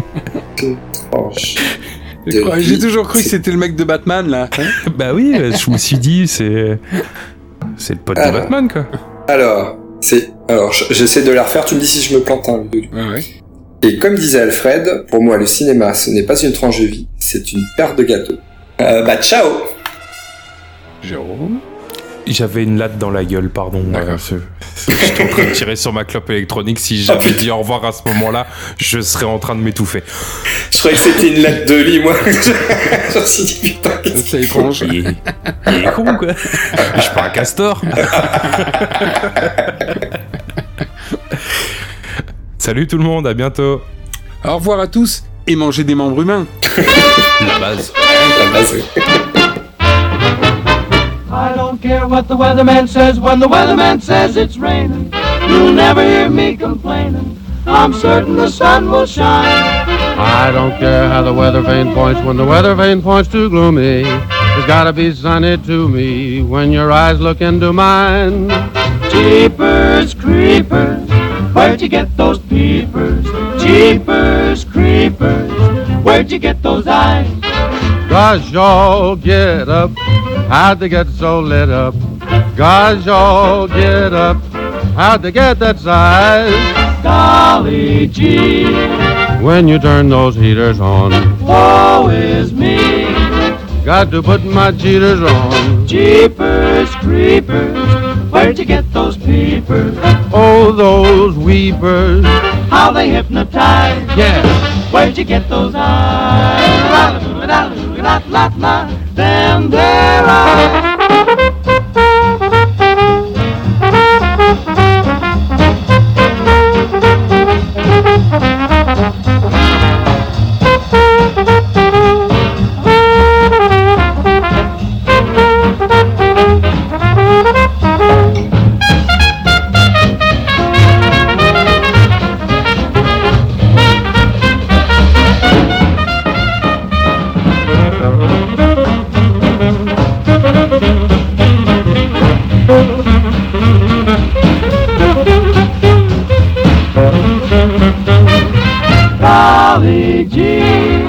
D: Oh,
C: Je crois- J'ai toujours cru que c'était le mec de Batman, là.
B: bah oui, je me suis dit, c'est. C'est le pote de
D: Alors.
B: Batman, quoi.
D: Alors, c'est. Alors, je- j'essaie de la refaire, tu me dis si je me plante hein, Ludo. Et comme disait Alfred, pour moi, le cinéma, ce n'est pas une tranche de vie, c'est une paire de gâteaux. Euh, bah, ciao
B: Oh.
C: Jérôme
B: J'avais une latte dans la gueule, pardon. euh, c'est- J'étais en train de tirer sur ma clope électronique. Si j'avais dit au revoir à ce moment-là, je serais en train de m'étouffer.
D: Je croyais que c'était une latte de lit, moi. Je me suis dit, putain, qu'est-ce
C: C'est
D: étrange.
B: Il est, il est con, quoi. Je suis pas un castor. Salut tout le monde, à bientôt.
C: Au revoir à tous et mangez des membres humains.
B: La base.
D: La base,
I: I don't care what the weatherman says when the weatherman says it's raining. You'll never hear me complaining. I'm certain the sun will shine.
J: I don't care how the weather vane points when the weather vane points too gloomy. It's gotta be sunny to me when your eyes look into mine.
I: Jeepers creepers, where'd you get those peepers? Jeepers creepers, where'd you get those eyes?
J: Gosh, y'all get up. How'd they get so lit up? Gosh, y'all get up. How'd they get that size?
I: Golly gee,
J: When you turn those heaters on,
I: woe is me.
J: got to put my cheaters on.
I: Jeepers creepers, where'd you get those peepers?
J: Oh, those weepers.
I: How they hypnotize.
J: Yeah.
I: Where'd you get those eyes? La-la-la-la-la-la-la, Them there eyes. Golly gee,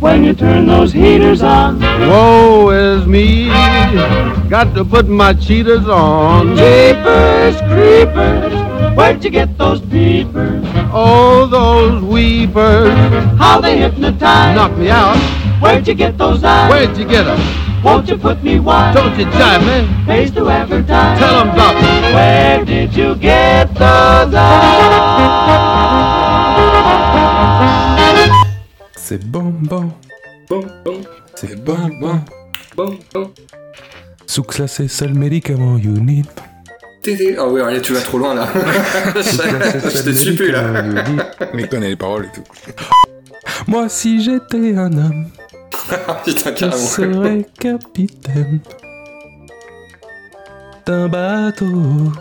I: when you turn those heaters on.
J: Woe is me, got to put my cheaters on.
I: Jeepers, creepers, where'd you get those peepers?
J: Oh, those weepers,
I: How they hypnotize.
J: knock me out.
I: Where'd you get those eyes?
J: Where'd you get 'em?
I: Won't you put me wise?
J: Don't you jive me,
I: Pays to advertise.
J: tell 'em drop me.
I: Where did you get those eyes?
B: C'est bon, bon. C'est bon, bon.
D: Bon, bon.
B: Sous-classé, c'est le seul médicament you need.
D: Tédé. Ah oui, allez, tu vas trop loin, là. je te suis plus, là.
C: Mais il connaît les paroles et tout.
B: Moi, si j'étais un homme,
D: Putain,
B: je serais capitaine d'un bateau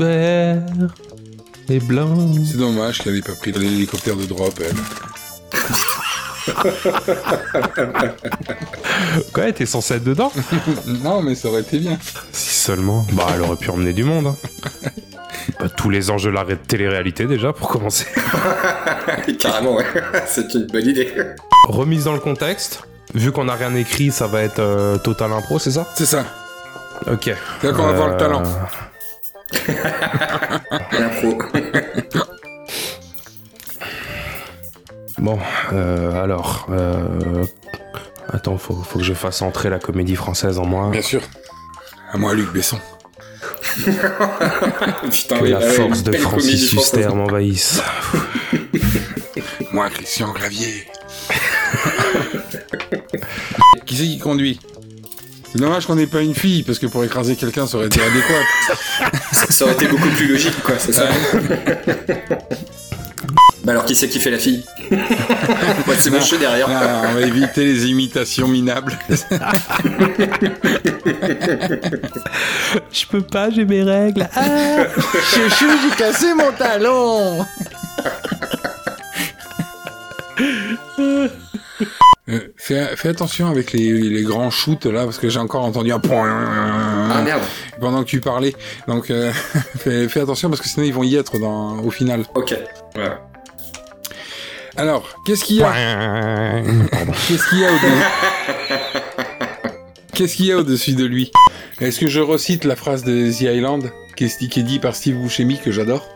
B: vert et blanc.
C: C'est dommage qu'elle n'ait pas pris l'hélicoptère de drop, elle.
B: Quoi, t'es censé être dedans
C: non, mais ça aurait été bien.
B: Si seulement. Bah, elle aurait pu emmener du monde. hein. Bah, tous les enjeux de la ré- télé-réalité, déjà, pour commencer.
D: Carrément, ouais. C'est une bonne idée.
B: Remise dans le contexte. Vu qu'on n'a rien écrit, ça va être euh, total impro, c'est ça
C: C'est ça.
B: Ok. Euh,
C: Là qu'on va voir le talent.
D: L'impro.
B: Bon, euh, alors. euh, Attends, faut, faut que je fasse entrer la comédie française en moi.
C: Bien sûr. À moi, Luc Besson.
D: Putain,
B: que
D: oui,
B: la
D: ah ouais,
B: force
D: une
B: de
D: belle comédie
B: Francis
D: française.
B: Huster m'envahisse.
C: Moi, Christian Clavier. qui c'est qui conduit C'est dommage qu'on n'ait pas une fille, parce que pour écraser quelqu'un, ça aurait été adéquat.
D: Ça aurait été beaucoup plus logique, quoi, c'est ça Bah alors, qui c'est qui fait la fille Moi, c'est bon, je suis derrière.
C: Ah, on va éviter les imitations minables.
B: Je peux pas, j'ai mes règles. Ah
I: Chouchou, j'ai cassé mon talon.
C: Euh, Fais, fais attention avec les, les grands shoots là, parce que j'ai encore entendu un point. Ah
D: merde.
C: Pendant que tu parlais. Donc euh, fais, fais attention parce que sinon ils vont y être dans, au final.
D: Ok. Ouais.
C: Alors, qu'est-ce qu'il y a Qu'est-ce qu'il y a au-dessus Qu'est-ce qu'il y a au-dessus de lui Est-ce que je recite la phrase de The Island qui est, qui est dit par Steve Buscemi que j'adore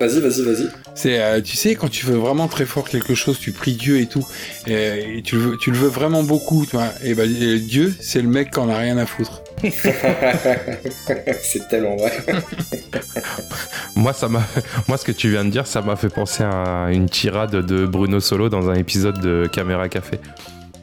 D: Vas-y, vas-y, vas-y.
C: C'est, euh, tu sais, quand tu veux vraiment très fort quelque chose, tu pries Dieu et tout, et, et tu, le veux, tu le veux vraiment beaucoup, tu vois. Et ben et Dieu, c'est le mec qu'on a rien à foutre.
D: c'est tellement vrai.
B: Moi, ça m'a... Moi, ce que tu viens de dire, ça m'a fait penser à une tirade de Bruno Solo dans un épisode de Caméra Café.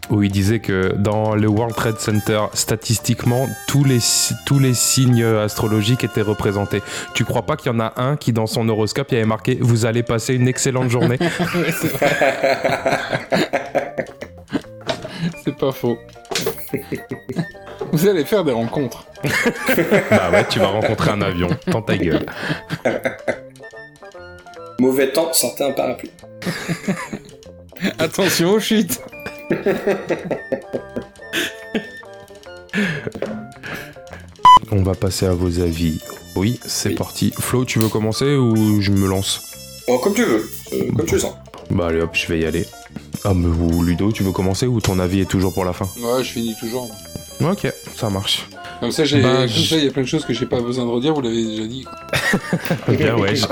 B: Où il disait que dans le World Trade Center, statistiquement, tous les, si- tous les signes astrologiques étaient représentés. Tu crois pas qu'il y en a un qui, dans son horoscope, il y avait marqué Vous allez passer une excellente journée
C: C'est pas faux. Vous allez faire des rencontres.
B: Bah ouais, tu vas rencontrer un avion. Tends ta gueule.
D: Mauvais temps, sortez un parapluie.
C: Attention aux chutes.
B: On va passer à vos avis. Oui, c'est parti. Flo, tu veux commencer ou je me lance
D: Bon, comme tu veux, euh, comme tu le sens.
B: Bah allez hop, je vais y aller. Ah mais ou Ludo, tu veux commencer ou ton avis est toujours pour la fin
C: Ouais, je finis toujours.
B: Ok, ça marche.
C: Comme ça, j'ai,
B: Bah,
C: comme ça, il y a plein de choses que j'ai pas besoin de redire. Vous l'avez déjà dit.
B: Eh Bien ouais. je-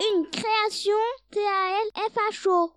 F: Une création T-A-L-F-H-O.